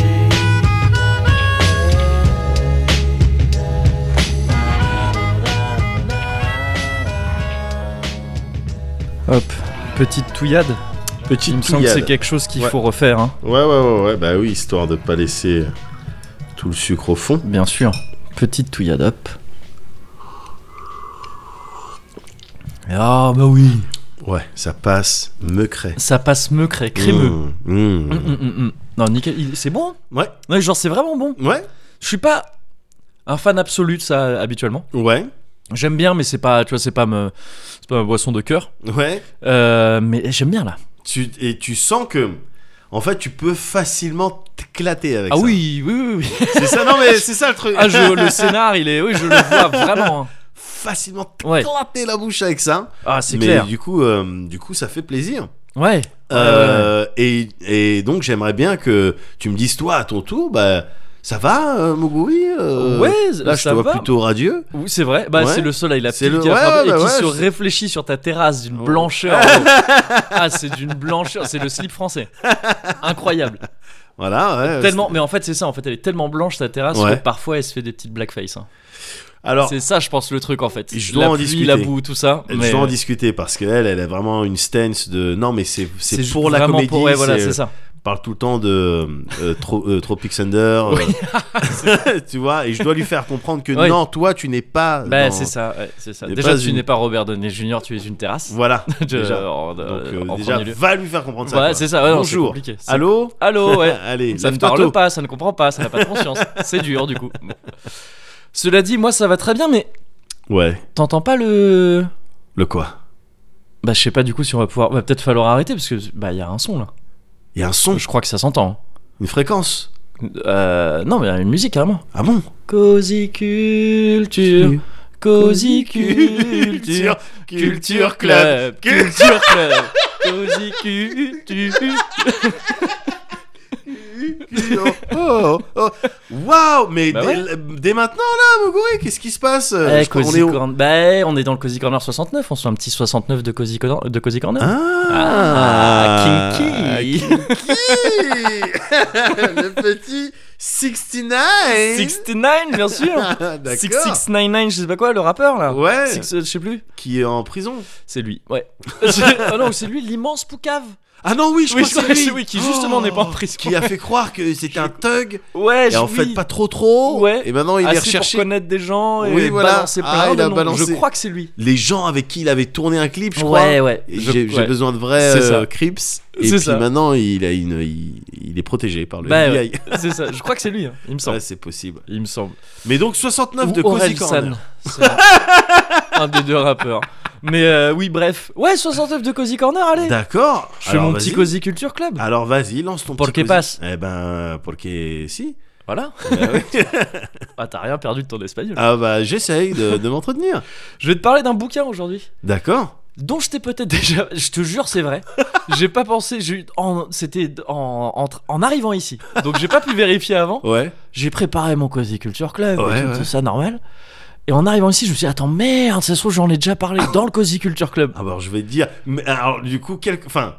A: Hop, petite touillade.
B: petite
A: Il me semble que
B: touillade.
A: c'est quelque chose qu'il
B: Ouais.
A: faut refaire, hein.
B: Ouais, ouais, ouais, ouais, bah oui, histoire de pas laisser tout le sucre au fond.
A: bien sûr. Petite touillade, hop. Ah bah oui.
B: Ouais, ça passe meurcré.
A: Ça passe meucré, crémeux.
B: Mmh, mmh.
A: Mm, mm, mm, mm. Non, nickel. Il- C'est bon. hein
B: Ouais,
A: Ouais, genre c'est vraiment bon.
B: ouais,
A: Je suis pas un fan absolu de ça habituellement.
B: ouais,
A: J'aime bien, mais c'est pas, tu vois, c'est pas me, c'est pas ma boisson de cœur.
B: ouais.
A: Euh, mais j'aime bien là.
B: Tu, et tu sens que, en fait, tu peux facilement t'éclater avec
A: Ah
B: ça.
A: oui, oui, oui, oui.
B: C'est ça, non mais c'est ça le truc.
A: Ah, je- le scénar, il est, oui, je le vois vraiment. hein.
B: Facilement
A: Ouais.
B: t'éclater la bouche avec ça.
A: Ah, c'est
B: mais
A: clair.
B: du coup, euh, du coup, ça fait plaisir.
A: Ouais.
B: Euh, Et, et donc, j'aimerais bien que tu me dises toi à ton tour, bah. Ça va, euh, Moguri Euh,
A: ouais,
B: Là, je te
A: ça
B: vois
A: va.
B: plutôt radieux.
A: Oui, c'est vrai. Bah,
B: Ouais.
A: c'est le soleil, la
B: C'est
A: petite
B: le-
A: qui a
B: ouais,
A: frappé
B: ouais,
A: et qui
B: bah ouais,
A: se
B: je-
A: réfléchit sur ta terrasse d'une
B: Oh.
A: blancheur. ah, c'est d'une blancheur. C'est le slip français. Incroyable.
B: Voilà. ouais,
A: tellement. Mais en fait, c'est ça. En fait, elle est tellement blanche ta terrasse
B: Ouais.
A: que parfois elle se fait des petites blackface. hein.
B: c'est- Alors,
A: C'est ça, je pense, le truc en fait.
B: Je
A: la
B: dois en
A: pluie,
B: discuter.
A: La boue, tout ça.
B: Je
A: mais-
B: dois en discuter parce qu'elle, elle a vraiment une stance de non, mais c'est c'est
A: ju-
B: pour la
A: vraiment
B: comédie.
A: pour- ouais, voilà,
B: c'est-
A: c'est ça.
B: parle tout le temps de euh, Tro- euh, Tropic Thunder. euh, tu vois, et je dois lui faire comprendre que
A: Oui.
B: non, toi, tu n'es pas.
A: Bah,
B: dans-
A: c'est ça, ouais, c'est ça.
B: n'est
A: Déjà,
B: pas
A: tu
B: une-
A: n'es pas Robert Downey Jr., tu es une terrasse.
B: Voilà.
A: Je-
B: déjà.
A: en-
B: Donc,
A: euh,
B: euh,
A: en
B: déjà,
A: premier lieu.
B: va lui faire comprendre ça.
A: Ouais,
B: quoi.
A: c'est ça. ouais, non, c'est
B: Bonjour.
A: compliqué. C'est-
B: Allô
A: Allô, ouais.
B: Allez,
A: ça ne
B: lève-toi
A: parle
B: tôt.
A: pas, ça ne comprend pas, ça n'a pas de conscience. C'est dur, du coup. Bon. Cela dit, moi, ça va très bien, mais
B: Ouais.
A: t'entends pas le.
B: Le quoi
A: Bah, je sais pas du coup si on va pouvoir. Va peut-être falloir arrêter parce que bah, il y a un son là.
B: Il y a un son,
A: Je crois que ça s'entend.
B: une fréquence.
A: Euh, non, mais il y a une musique carrément.
B: Ah bon
A: Cozy culture, cozy culture, culture club, culture club, cozy culture.
B: Oh, oh, oh. Waouh Mais
A: Bah
B: dès,
A: ouais.
B: dès maintenant, là, Moguri, qu'est-ce qui se passe euh,
A: Eh,
B: Je crois-
A: Cozy
B: on est au-
A: Corner- bah, on est dans le Cozy Corner 69, on se fait un petit 69 de Cozy Corner. De Cozy Corner.
B: Ah,
A: Ah, kinky.
B: Le petit
A: Eh.
B: 69
A: 69, bien sûr.
B: Ah, D'accord.
A: 6699, je sais pas quoi, le rappeur là.
B: Ouais,
A: Six- euh, je sais plus. Ah
B: qui est en prison.
A: C'est lui, ouais. oh non, c'est lui, l'immense Poucave.
B: Ah non, oui, je
A: Oui,
B: crois que
A: c'est-
B: c'est
A: c'est
B: lui.
A: lui qui, justement, n'est pas en
B: Oh,
A: prison.
B: Qui a fait croire que c'était un thug.
A: Ouais,
B: Et en fait, pas trop trop.
A: Ouais.
B: Et maintenant, il est
A: assez
B: recherché.
A: pour connaître des gens et
B: Oui, voilà.
A: balancer plein
B: Ah,
A: de
B: il a
A: noms.
B: balancé.
A: Je crois que c'est lui.
B: Les gens avec qui il avait tourné un clip, je crois.
A: ouais.
B: Et J'ai j'ai
A: ouais.
B: besoin de vrais
A: C'est ça.
B: euh, Crips. Et
A: C'est
B: puis
A: ça.
B: maintenant, il, a une, il, il est protégé par le
A: Bah,
B: FBI.
A: C'est ça. Je crois que c'est lui. hein. Il me semble.
B: Ouais, c'est possible.
A: Il me semble.
B: Mais donc 69 de
A: Ou
B: Cozy
A: Orelsan.
B: Corner.
A: C'est un des deux rappeurs. Mais euh, oui, bref. Ouais, 69 de Cozy Corner, allez.
B: D'accord.
A: Je fais
B: Alors,
A: mon petit
B: vas-y. Ah.
A: Cozy Culture Club.
B: Alors vas-y, lance ton
A: Por
B: petit
A: qué
B: Cozy-
A: passe
B: Eh ben, porque si.
A: Voilà. Ah, t'as rien perdu de ton espagnol.
B: Ah bah j'essaye de, de m'entretenir.
A: Je vais te parler d'un bouquin aujourd'hui.
B: D'accord.
A: dont je t'ai peut-être déjà. Je te jure, c'est vrai. J'ai pas pensé. j'ai eu- en- C'était en, entre- en arrivant ici. Donc j'ai pas pu vérifier avant.
B: Ouais.
A: J'ai préparé mon Cozy Culture Club, et
B: Ouais,
A: tout,
B: ouais.
A: tout ça normal. Et en arrivant ici, je me suis dit, attends, merde, ça se trouve, j'en ai déjà parlé dans le Cozy Culture Club.
B: Alors je vais te dire, mais alors du coup, quel... enfin,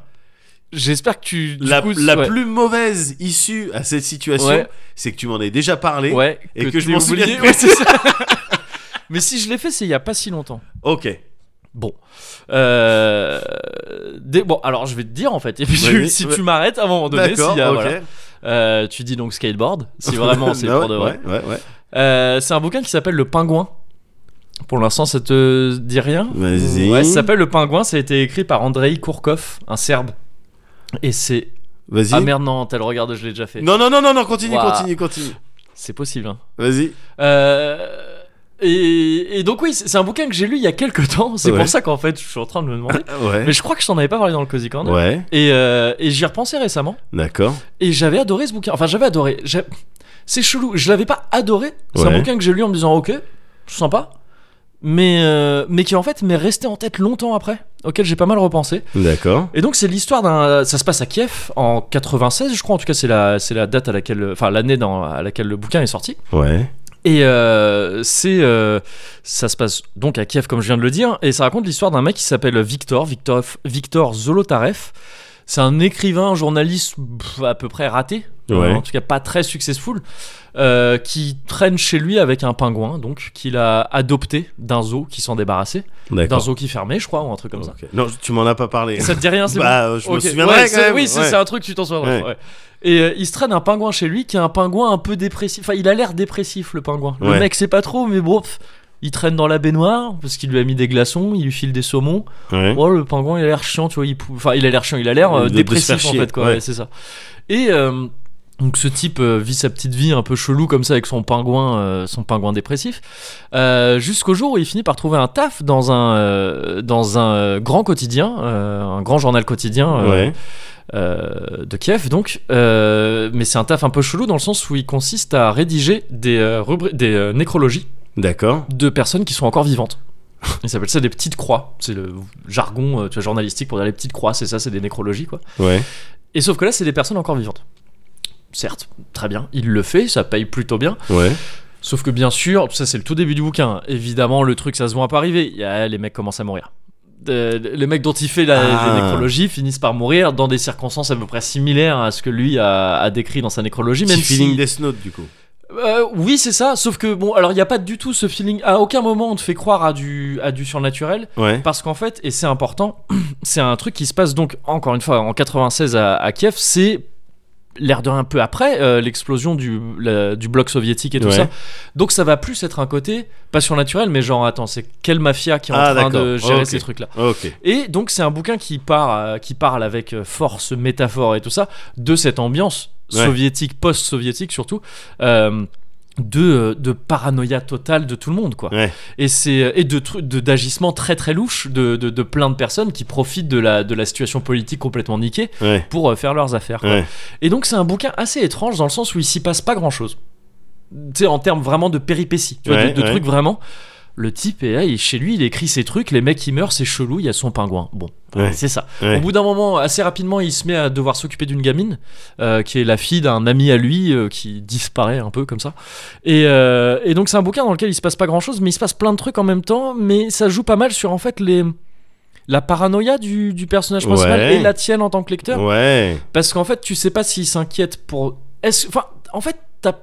A: J'espère que tu. du
B: la,
A: coup,
B: la
A: ouais.
B: plus mauvaise issue à cette situation,
A: Ouais.
B: c'est que tu m'en as déjà parlé.
A: Ouais,
B: et que je
A: t'aies
B: m'en
A: oublié.
B: souviens.
A: Ouais, c'est ça. Mais si je l'ai fait, c'est il y a pas si longtemps.
B: Ok.
A: Bon. Euh, des- Bon, alors je vais te dire en fait. Et puis
B: Oui,
A: tu-
B: oui,
A: si
B: ouais.
A: tu m'arrêtes à un moment donné,
B: D'accord.
A: s'il y a,
B: ok.
A: voilà. Euh, tu dis donc skateboard, si vraiment c'est
B: Ah ouais,
A: pour de vrai.
B: Ouais, ouais, ouais.
A: Euh, c'est un bouquin qui s'appelle Le Pingouin. Pour l'instant, ça te dit rien
B: Vas-y.
A: Ouais, ça s'appelle Le Pingouin, ça a été écrit par Andrei Kourkov, un serbe. Et c'est.
B: Vas-y.
A: Ah merde, non, t'as le regard de je l'ai déjà fait.
B: non, non, non, non, non, continue,
A: Ouah.
B: continue, continue.
A: C'est possible, hein.
B: Vas-y.
A: Euh, Et, et donc, oui, c'est c'est un bouquin que j'ai lu il y a quelques temps. C'est
B: Ouais.
A: pour ça qu'en fait, je suis en train de me demander.
B: Ah, Ouais.
A: Mais je crois que je t'en avais pas parlé dans le Cozy Corner.
B: Ouais.
A: Et, euh, et j'y repensais récemment.
B: D'accord.
A: Et j'avais adoré ce bouquin. Enfin, j'avais adoré. J'ai- C'est chelou. Je l'avais pas adoré. C'est
B: Ouais.
A: un bouquin que j'ai lu en me disant, ok, sympa. Mais, euh, mais qui en fait m'est resté en tête longtemps après, auquel j'ai pas mal repensé.
B: D'accord.
A: Et donc c'est l'histoire d'un. Ça se passe à Kiev en 96, je crois. En tout cas, c'est la, c'est la date à laquelle. Enfin, l'année dans, à laquelle le bouquin est sorti.
B: Ouais.
A: Et euh, c'est. euh, ça se passe donc à Kiev, comme je viens de le dire. Et ça raconte l'histoire d'un mec qui s'appelle Victor, Victor, Victor Zolotarev. C'est un écrivain, journaliste pff, à peu près raté, euh,
B: Ouais.
A: en tout cas pas très successful, euh, qui traîne chez lui avec un pingouin, donc qu'il a adopté d'un zoo qui s'en débarrassait, d'un
B: D'accord.
A: zoo qui fermait, je crois, ou un truc comme ça.
B: Ok. Non, tu m'en as pas parlé.
A: Ça te dit rien, c'est bon
B: bah, euh, je me
A: Ok,
B: souviendrai
A: ouais,
B: quand
A: c'est-
B: même.
A: Oui, c'est
B: Ouais.
A: c'est un truc, tu t'en souviendras.
B: Ouais.
A: ouais. Et euh, il se traîne un pingouin chez lui qui est un pingouin un peu dépressif. Enfin, il a l'air dépressif, le pingouin. Le
B: Ouais.
A: mec, c'est pas trop, mais bon. pff, il traîne dans la baignoire parce qu'il lui a mis des glaçons, il lui file des saumons.
B: Ouais.
A: Oh, le pingouin, il a l'air chiant, tu vois. Il pou- Enfin, il a l'air chiant, il a l'air
B: De-
A: euh,
B: de se faire
A: dépressif en
B: chier,
A: fait, quoi.
B: ouais.
A: ouais, c'est ça. Et. euh, donc ce type euh, vit sa petite vie un peu chelou comme ça avec son pingouin, euh, son pingouin dépressif, euh, jusqu'au jour où il finit par trouver un taf dans un euh, dans un euh, grand quotidien, euh, un grand journal quotidien euh,
B: Ouais.
A: euh, de Kiev, donc. Euh, mais c'est un taf un peu chelou dans le sens où il consiste à rédiger des, euh, rubri- des euh, nécrologies
B: D'accord.
A: de personnes qui sont encore vivantes. Ils s'appellent ça des petites croix. C'est le jargon euh, tu vois, journalistique pour dire les petites croix, c'est ça, c'est des nécrologies, quoi.
B: Ouais.
A: Et sauf que là, c'est des personnes encore vivantes. Certes, très bien, il le fait, ça paye plutôt bien.
B: Ouais.
A: Sauf que bien sûr, ça c'est le tout début du bouquin. Évidemment, le truc ça se voit pas arriver. Il y a- les mecs commencent à mourir. Euh, les mecs dont il fait la,
B: Ah.
A: les nécrologies finissent par mourir dans des circonstances à peu près similaires à ce que lui a, a décrit dans sa nécrologie. Même
B: Petit
A: si-
B: feeling Death Note, du coup.
A: Euh, oui, c'est ça. Sauf que bon, alors il n'y a pas du tout ce feeling. À aucun moment on te fait croire à du, à du surnaturel.
B: Ouais.
A: Parce qu'en fait, et c'est important, c'est un truc qui se passe donc, encore une fois, en 96 à, à Kiev, c'est l'air de rien un peu après euh, l'explosion du, la- du bloc soviétique et tout
B: Ouais.
A: ça. Donc ça va plus être un côté, pas surnaturel, mais genre, attends, c'est quelle mafia qui est en
B: Ah,
A: train
B: d'accord.
A: de gérer
B: Ok.
A: ces trucs-là
B: Ok.
A: et donc c'est un bouquin qui, part, euh, qui parle avec euh, force, métaphore et tout ça, de cette ambiance
B: Ouais.
A: soviétique, post-soviétique surtout, euh, de, de paranoïa totale de tout le monde. quoi.
B: Ouais.
A: Et, c'est, euh, et de tru- de, d'agissements très très louches de, de, de plein de personnes qui profitent de la, de la situation politique complètement niquée
B: Ouais.
A: pour euh, faire leurs affaires. quoi.
B: Ouais.
A: Et donc c'est un bouquin assez étrange dans le sens où il s'y passe pas grand chose. Tu sais, en termes vraiment de péripéties, tu vois,
B: Ouais,
A: de, de
B: ouais.
A: trucs vraiment. Le type est là, il- chez lui, il écrit ses trucs, les mecs qui meurent, c'est chelou, il y a son pingouin. Bon,
B: Ouais.
A: c'est ça.
B: Ouais.
A: Au bout d'un moment, assez rapidement, il se met à devoir s'occuper d'une gamine, euh, qui est la fille d'un ami à lui, euh, qui disparaît un peu comme ça. Et, euh, et donc c'est un bouquin dans lequel il se passe pas grand chose, mais il se passe plein de trucs en même temps, mais ça joue pas mal sur en fait les... La paranoïa du, du personnage principal
B: Ouais.
A: et la tienne en tant que lecteur.
B: Ouais.
A: Parce qu'en fait, tu sais pas s'il s'inquiète pour. Est-ce... Enfin, en fait, t'as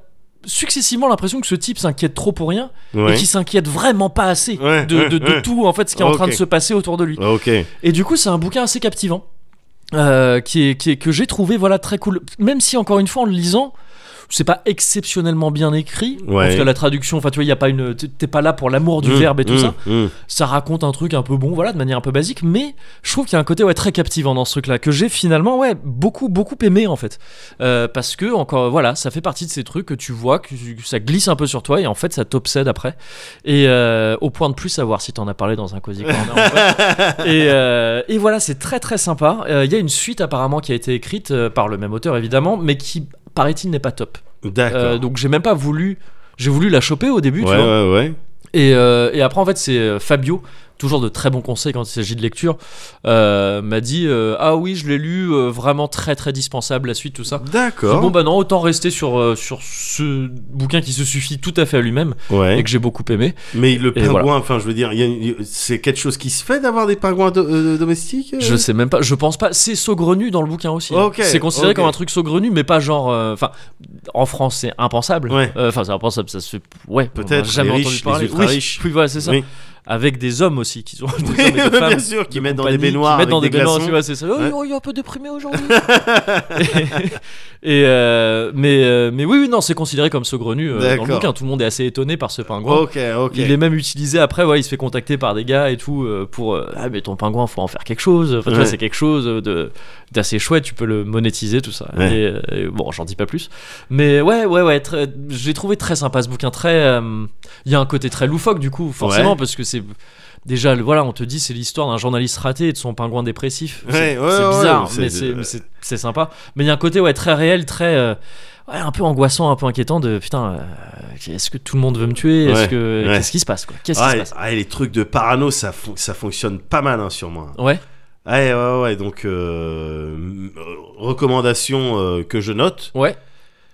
A: successivement l'impression que ce type s'inquiète trop pour rien et
B: Ouais.
A: qu'il s'inquiète vraiment pas assez
B: Ouais,
A: de,
B: ouais,
A: de- de
B: ouais.
A: tout en fait ce qui est en train
B: Ah, Ok.
A: de se passer autour de lui.
B: Ok.
A: Et du coup, c'est un bouquin assez captivant. euh, qui est, qui est- que j'ai trouvé voilà très cool. Même si encore une fois en le lisant, c'est pas exceptionnellement bien écrit
B: Ouais.
A: parce que la traduction, enfin tu vois, il y a pas une, t'es- t'es pas là pour l'amour du
B: Mmh,
A: verbe et tout
B: mmh,
A: ça.
B: mmh.
A: Ça raconte un truc un peu bon, voilà, de manière un peu basique, mais je trouve qu'il y a un côté ouais très captivant dans ce truc-là que j'ai finalement ouais beaucoup beaucoup aimé en fait Euh, parce que encore voilà, ça fait partie de ces trucs que tu vois que, que ça glisse un peu sur toi et en fait ça t'obsède après et euh, au point de plus savoir si t'en as parlé dans un cosy corner. ou pas et, euh, et voilà, c'est très très sympa. Euh, Il y a une suite apparemment qui a été écrite euh, par le même auteur évidemment, mais qui paraît-il n'est pas top.
B: D'accord.
A: Euh, donc j'ai même pas voulu, j'ai voulu la choper au début,
B: ouais,
A: tu vois.
B: ouais, ouais.
A: Et, euh, et après en fait c'est euh, Fabio. Toujours de très bons conseils quand il s'agit de lecture. euh, m'a dit euh, ah oui je l'ai lu euh, vraiment très très dispensable la suite tout ça. Je dis,
B: D'accord.
A: Bon bah non autant rester sur euh, sur ce bouquin qui se suffit tout à fait à lui-même
B: ouais.
A: et que j'ai beaucoup aimé.
B: Mais le
A: Et voilà.
B: pingouin, enfin, je veux dire, il y a une- c'est quelque chose qui se fait d'avoir des pingouins do- euh, domestiques euh
A: Je sais même pas, je pense pas. C'est saugrenu dans le bouquin aussi.
B: Ok,
A: c'est considéré
B: ok.
A: comme un truc saugrenu, mais pas genre. euh, Enfin, en France, c'est impensable.
B: Ouais.
A: Euh, Enfin, c'est impensable, ça se fait. Ouais, on
B: Peut-être,
A: n'a jamais
B: les
A: entendu
B: riches, les
A: parler.
B: ultra
A: oui,
B: riches.
A: oui, voilà, c'est ça.
B: Oui.
A: Avec des hommes aussi qui sont. Des hommes et des
B: Oui,
A: femmes
B: bien sûr, qui mettent dans des
A: compagnie,
B: baignoires.
A: qui mettent dans
B: avec
A: des baignoires,
B: glaçons.
A: tu vois, c'est ça. Oh,
B: Ouais.
A: oh, il est un peu déprimé aujourd'hui. et et, euh, mais euh, mais oui, oui, non, c'est considéré comme saugrenu euh, dans
B: D'accord.
A: le bouquin. Tout le monde est assez étonné par ce pingouin.
B: Ok, Ah, ok.
A: Il est même utilisé après, ouais, il se fait contacter par des gars et tout euh, pour euh, ah mais ton pingouin faut en faire quelque chose. Enfin, tu vois,
B: Ouais.
A: c'est quelque chose de d'assez chouette, tu peux le monétiser tout ça.
B: Ouais.
A: Et, euh, et bon, j'en dis pas plus. Mais ouais, ouais, ouais, très- j'ai trouvé très sympa ce bouquin. Très, euh, il y a un côté très loufoque du coup, forcément,
B: Ouais.
A: parce que c'est déjà le- voilà, on te dit c'est l'histoire d'un journaliste raté et de son pingouin dépressif.
B: Ouais,
A: c'est
B: ouais,
A: c'est
B: ouais,
A: bizarre,
B: ouais, c'est-
A: mais c'est- mais c'est c'est sympa. Mais il y a un côté ouais très réel, très euh, ouais, un peu angoissant, un peu inquiétant de putain. euh, est-ce que tout le monde veut me tuer Est-ce
B: Ouais,
A: que
B: ouais.
A: qu'est-ce qui se passe quoi Qu'est-ce
B: Ah,
A: qui se
B: et-
A: passe
B: ah, et les trucs de parano, ça, fon- ça fonctionne pas mal hein, sur moi.
A: Ouais,
B: Ouais, ouais, ouais. Donc, euh, m- euh, recommandation euh, que je note.
A: ouais.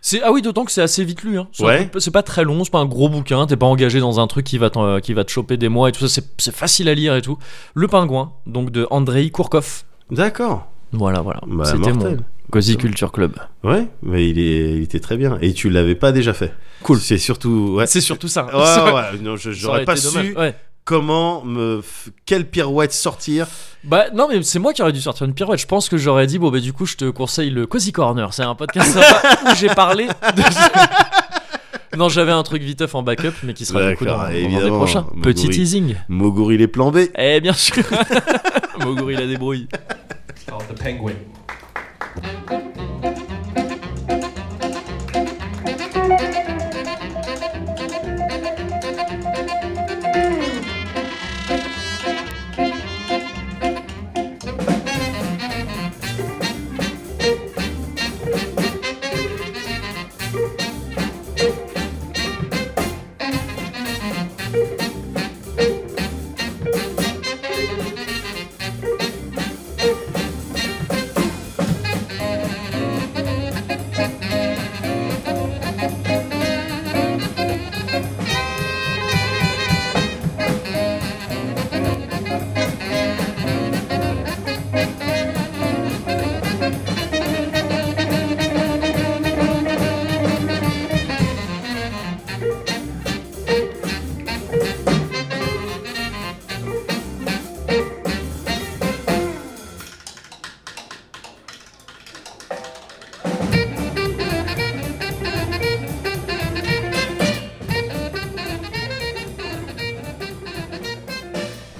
A: C'est ah oui, d'autant que c'est assez vite lu. hein. C'est un
B: Ouais.
A: truc- C'est pas très long, c'est pas un gros bouquin. T'es pas engagé dans un truc qui va t'en- qui va te choper des mois et tout ça. C'est- C'est facile à lire et tout. Le pingouin, donc de Andrei Kourkov.
B: D'accord.
A: Voilà, voilà.
B: Bah,
A: C'était mon
B: mortel.
A: Cozy Culture Club.
B: Ouais, mais il, est, il était très bien. Et tu l'avais pas déjà fait.
A: Cool.
B: C'est surtout. Ouais.
A: C'est surtout ça.
B: Ouais, ouais, ouais. Non, je-
A: Ça aurait
B: j'aurais pas
A: été
B: su
A: dommage. Ouais.
B: comment me. f- Quelle pirouette sortir.
A: Bah non mais c'est moi qui aurais dû sortir une pirouette. Je pense que j'aurais dit bon bah du coup je te conseille le Cozy Corner. C'est un podcast sympa où j'ai parlé. de- non j'avais un truc viteuf en backup mais qui sera du coup dans,
B: D'accord,
A: dans un des
B: évidemment,
A: prochains.
B: Moguri.
A: Petit teasing.
B: Moguri les plans B.
A: Eh bien sûr. Moguri la débrouille.
E: called the penguin.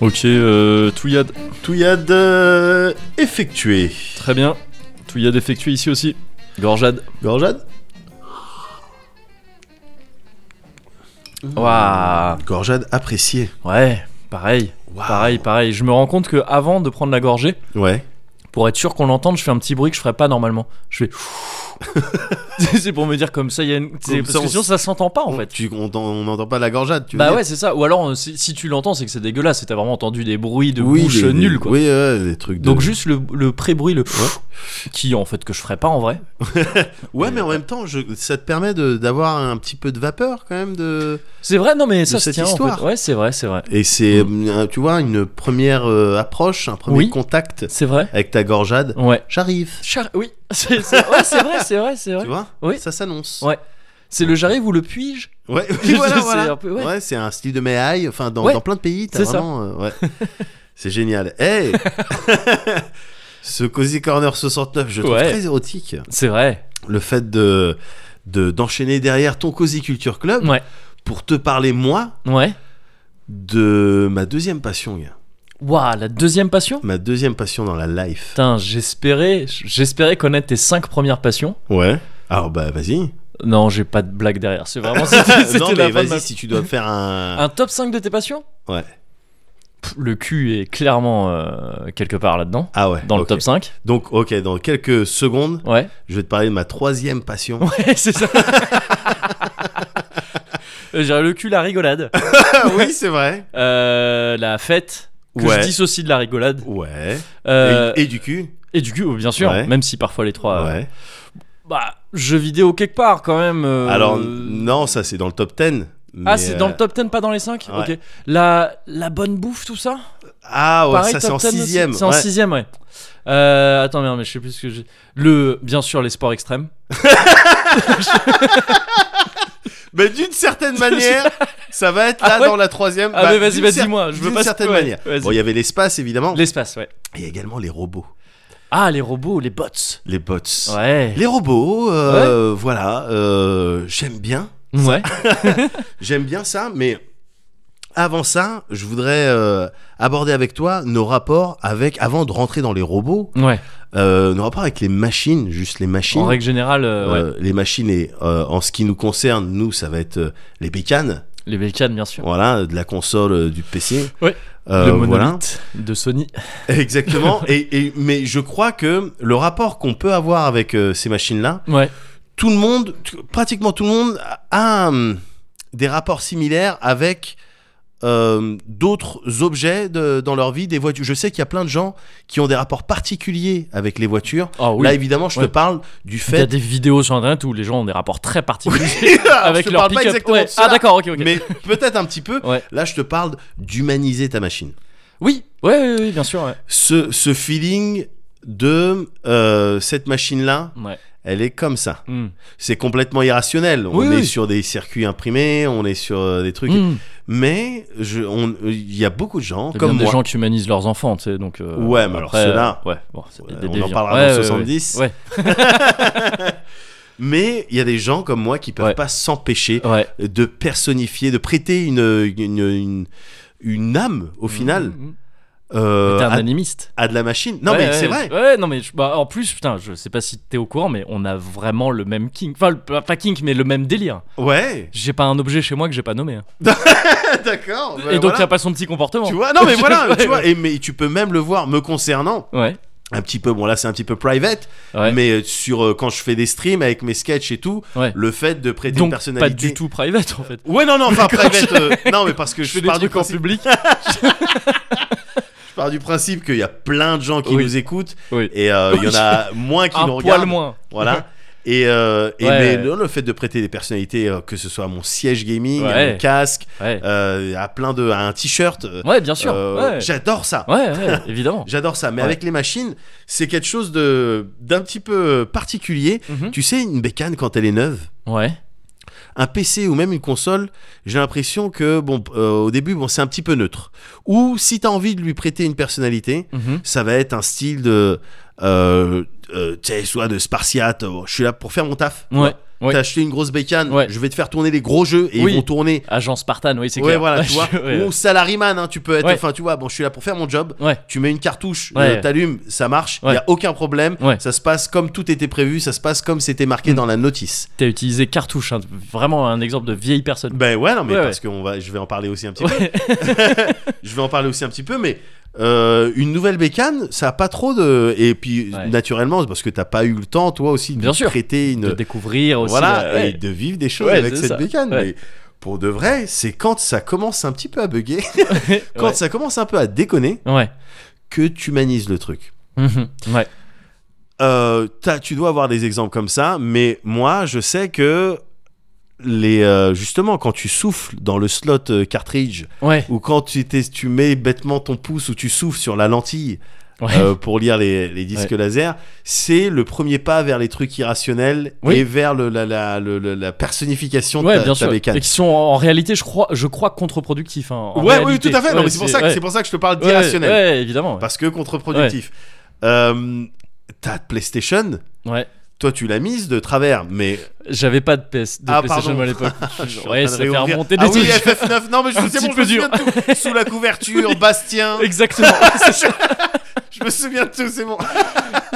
A: Ok euh, Touyad.
B: Touillade euh, effectuée.
A: Très bien. Touyad effectué ici aussi. Gorjade.
B: Gorjade
A: Waouh.
B: Gorjade appréciée.
A: Ouais. Pareil.
B: Waouh.
A: Pareil. Pareil. Je me rends compte que avant de prendre la gorgée.
B: Ouais.
A: Pour être sûr qu'on l'entende, je fais un petit bruit que je ferais pas normalement. Je fais. c'est pour me dire comme ça, il y a une. c'est- Parce
B: ça,
A: que
B: on
A: sinon,
B: s-
A: ça s'entend pas en
B: On-
A: fait.
B: tu- on t'en- on n'entend pas la gorjade, tu veux
A: Bah
B: dire
A: ouais, c'est ça. Ou alors, euh, si, si tu l'entends, c'est que c'est dégueulasse. C'est t'as vraiment entendu des bruits de bouche
B: des- des-
A: nuls quoi.
B: Oui, ouais, des trucs de...
A: Donc juste le, le pré-bruit, le qui en fait que je ferais pas en vrai.
B: Ouais, mais en même temps, je- ça te permet de- d'avoir un petit peu de vapeur quand même de...
A: C'est vrai, non mais ça se
B: cette
A: tient en
B: histoire.
A: fait. Ouais, c'est vrai, c'est vrai.
B: Et c'est, euh, tu vois, une première euh, approche, un premier
A: Oui.
B: contact
A: C'est vrai.
B: avec ta gorjade.
A: Ouais.
B: J'arrive,
A: Char- oui, c'est c'est- ouais, c'est vrai, c'est vrai, c'est vrai.
B: tu vois
A: Oui.
B: Ça s'annonce.
A: Ouais. C'est le j'arrive ou le puis-je
B: Ouais, oui,
A: C'est
B: voilà,
A: un
B: voilà.
A: peu- ouais.
B: Ouais, c'est un style de méhaille, enfin, dans,
A: Ouais.
B: euh, dans plein de pays, t'as
A: C'est ça.
B: vraiment... euh, ouais. c'est génial. Hey Ce Cozy Corner 69, je trouve
A: Ouais.
B: très érotique.
A: C'est vrai.
B: Le fait de de- d'enchaîner derrière ton Cozy Culture Club
A: Ouais.
B: pour te parler, moi,
A: Ouais.
B: de ma deuxième passion, gars.
A: Waouh, la deuxième passion
B: Ma deuxième passion dans la life.
A: Putain, j'espérais, j'espérais connaître tes cinq premières passions.
B: Ouais. Alors, bah, vas-y.
A: Non, j'ai pas de blague derrière. C'est vraiment c'était c'était
B: non,
A: la
B: mais
A: fin de
B: vas-y,
A: ma-
B: si tu dois faire un.
A: Un top 5 de tes passions
B: Ouais.
A: Pff, Le cul est clairement euh, quelque part là-dedans,
B: Ah ouais.
A: dans le
B: ok.
A: top 5.
B: Donc, ok, dans quelques secondes,
A: Ouais.
B: je vais te parler de ma troisième passion.
A: Ouais, c'est ça. J'ai le cul, la rigolade.
B: Ah oui, c'est vrai.
A: Euh, la fête, que
B: Ouais.
A: je dissocie de la rigolade.
B: Ouais.
A: Euh,
B: Et,
A: et,
B: et du cul.
A: du cul, oh, bien sûr,
B: Ouais.
A: même si parfois les trois. euh,
B: ouais.
A: bah, jeux vidéo quelque part quand même. euh,
B: Alors,
A: euh,
B: non, ça, c'est dans le top 10.
A: Ah,
B: mais,
A: c'est
B: euh,
A: dans le top 10, pas dans les 5
B: ouais.
A: Ok. La, la bonne bouffe, tout ça
B: Ah ouais,
A: Pareil,
B: ça, c'est
A: top
B: en
A: 10 aussi.
B: sixième.
A: C'est en
B: ouais.
A: sixième, ouais. Euh, attends, merde, mais je sais plus ce que j'ai. Le, bien sûr, les sports extrêmes.
B: Mais d'une certaine manière, ça va être là
A: Ah ouais
B: dans la troisième. Bah,
A: Ah mais vas-y,
B: d'une
A: vas-y,
B: cer-
A: moi, je veux
B: d'une
A: pas-
B: certaine
A: ouais,
B: manière.
A: vas-y.
B: Bon, il y avait l'espace évidemment.
A: L'espace, ouais.
B: Et également les robots,
A: Ah, les robots, les bots.
B: les bots.
A: Ouais.
B: Les robots, euh, voilà. euh, j'aime bien,
A: Ouais.
B: j'aime bien ça, mais avant ça, je voudrais euh, aborder avec toi nos rapports avec, avant de rentrer dans les robots,
A: Ouais.
B: euh, nos rapports avec les machines, juste les machines.
A: En règle générale, euh, ouais.
B: Euh, les machines et euh, en ce qui nous concerne, nous, ça va être euh, les bécanes.
A: les Belcanes, bien sûr.
B: voilà, de la console, euh, du PC.
A: Ouais.
B: Euh,
A: le
B: voilà.
A: monolithe de Sony.
B: Exactement. et, et- mais je crois que le rapport qu'on peut avoir avec euh, ces machines-là,
A: Ouais.
B: tout le monde, t- pratiquement tout le monde, a hum, des rapports similaires avec euh, d'autres objets de- dans leur vie, des voitures. Je sais qu'il y a plein de gens qui ont des rapports particuliers avec les voitures.
A: Ah oui.
B: Là, évidemment, je
A: Ouais.
B: te parle du
A: Il y a
B: fait.
A: des vidéos sur internet où les gens ont des rapports très particuliers avec
B: avec Ah, je te
A: leur
B: parle pas
A: pick-up.
B: exactement
A: Ouais.
B: de
A: Ah
B: cela,
A: d'accord, ok, ok.
B: mais peut-être un petit peu.
A: Ouais.
B: Là, je te parle d'humaniser ta machine.
A: Oui. Ouais, ouais, ouais, bien sûr. Ouais.
B: ce, ce feeling de euh, cette machine là
A: Ouais.
B: elle est comme ça
A: Mm.
B: c'est complètement irrationnel on
A: Oui,
B: est
A: oui.
B: sur des circuits imprimés on est sur euh, des trucs
A: Mm.
B: mais je- on- il y a beaucoup de gens
A: T'as
B: comme
A: bien
B: moi
A: des gens qui humanisent leurs enfants, tu sais, donc. euh,
B: Ouais, mais alors
A: après,
B: ceux-là,
A: euh, ouais, bon, c'est des-
B: euh,
A: des
B: on en
A: déviants.
B: parlera
A: Ouais,
B: dans
A: ouais,
B: 70.
A: Ouais,
B: mais il y a des gens comme moi qui peuvent
A: Ouais.
B: pas s'empêcher
A: ouais. ouais.
B: de personnifier de prêter une une, une- une âme au
A: Mm,
B: final
A: mm, mm.
B: euh,
A: T'es un
B: à,
A: animiste.
B: à de la machine non
A: Ouais,
B: mais
A: ouais,
B: c'est vrai
A: Ouais, non mais je- bah, en plus, putain, je sais pas si t'es au courant, mais on a vraiment le même kink. Enfin, le- pas kink, mais le même délire.
B: ouais
A: J'ai pas un objet chez moi que j'ai pas nommé. hein.
B: d'accord bah
A: Et donc
B: voilà.
A: t'as pas son petit comportement.
B: tu vois non mais voilà
A: Ouais,
B: tu vois et mais tu peux même le voir me concernant
A: Ouais.
B: un petit peu bon là c'est un petit peu private
A: Ouais.
B: mais euh, sur euh, quand je fais des streams avec mes sketchs et tout
A: Ouais.
B: le fait de prêter une
A: Donc
B: personnalité
A: pas du tout private en fait.
B: ouais non non enfin
A: Quand
B: private euh, non mais parce que je,
A: Je fais des
B: pars du
A: trucs en
B: principe,
A: public.
B: je pars du principe qu'il y a plein de gens qui
A: Oui.
B: nous écoutent
A: Oui.
B: et euh, il y en a moins qui
A: Un
B: nous
A: poil
B: regardent
A: moins.
B: voilà et, euh, et
A: Ouais.
B: mais non, le fait de prêter des personnalités euh, que ce soit à mon siège gaming à
A: Ouais.
B: mon casque
A: Ouais.
B: euh, à plein de à un t-shirt euh,
A: Ouais, bien sûr.
B: euh,
A: ouais.
B: j'adore ça
A: Ouais, ouais, évidemment.
B: J'adore ça, mais
A: Ouais.
B: avec les machines, c'est quelque chose de d'un petit peu particulier.
A: Mhm.
B: Tu sais, une bécane quand elle est neuve,
A: Ouais.
B: un PC ou même une console, j'ai l'impression que bon, euh, au début, bon, c'est un petit peu neutre. Ou si t'as envie de lui prêter une personnalité,
A: Mhm.
B: ça va être un style de, euh, euh, tu sais, soit de Spartiate. oh, je suis là pour faire mon taf.
A: Ouais. Ouais.
B: T'as acheté une grosse bécane,
A: Ouais.
B: je vais te faire tourner les gros jeux et
A: Oui.
B: ils vont tourner.
A: Agent Spartan, oui, c'est
B: Ouais,
A: clair.
B: voilà, tu vois.
A: je- ouais.
B: Ou salaryman, hein, tu peux être.
A: Ouais.
B: Enfin, tu vois, bon, je suis là pour faire mon job
A: Ouais.
B: tu mets une cartouche,
A: Ouais.
B: euh, t'allumes, ça marche, il
A: Ouais.
B: n'y a aucun problème,
A: Ouais.
B: ça se passe comme tout était prévu, ça se passe comme c'était marqué
A: Mm.
B: dans la notice.
A: T'as utilisé cartouche, hein, vraiment un exemple de vieille personne.
B: Ben ouais, non, mais
A: Ouais,
B: parce que on va, je vais en parler aussi un petit
A: Ouais.
B: peu. Je vais en parler aussi un petit peu, mais euh, une nouvelle bécane, ça a pas trop de. Et puis
A: Ouais.
B: naturellement, c'est parce que t'as pas eu le temps, toi aussi, de
A: Bien sûr.
B: traiter une.
A: de découvrir aussi.
B: voilà,
A: euh, ouais.
B: et de vivre des choses
A: Ouais,
B: avec
A: c'est
B: cette
A: ça.
B: bécane.
A: Ouais.
B: Mais pour de vrai, c'est quand ça commence un petit peu à bugger, quand
A: Ouais.
B: ça commence un peu à déconner,
A: Ouais.
B: que tu humanises le truc.
A: Mhm. Ouais.
B: Euh, t'as- tu dois avoir des exemples comme ça, mais moi, je sais que les, euh, justement, quand tu souffles dans le slot euh, cartridge
A: Ouais.
B: ou quand tu, t'es- tu mets bêtement ton pouce ou tu souffles sur la lentille
A: Ouais.
B: euh, pour lire les, les disques laser, c'est le premier pas vers les trucs irrationnels
A: Oui.
B: et vers le- la, la- le- le- la personnification de
A: Ouais,
B: ta,
A: bien
B: ta
A: sûr. Et
B: bécane.
A: qui sont en, en réalité, je crois, je crois contre-productifs. hein, en
B: Ouais, oui,
A: réalité.
B: tout à fait. Non,
A: Ouais,
B: mais c'est pour, ça que-
A: ouais.
B: c'est pour ça que je te parle
A: Ouais,
B: d'irrationnel.
A: Ouais, évidemment.
B: parce que contre-productif. Euh, ta PlayStation,
A: Ouais.
B: toi tu l'as mise de travers, mais
A: J'avais pas de, PS, de
B: Ah,
A: PlayStation
B: pardon.
A: à l'époque.
B: Je suis en
A: ouais,
B: train de
A: ça fait
B: réouvrir.
A: remonter des
B: ah oui,
A: trucs.
B: FF9. Non, mais je
A: Un
B: sais
A: petit
B: bon, je
A: peu
B: me souviens de tout. Sous la couverture, Bastien.
A: Exactement, c'est ça.
B: Je me souviens de tout, c'est bon.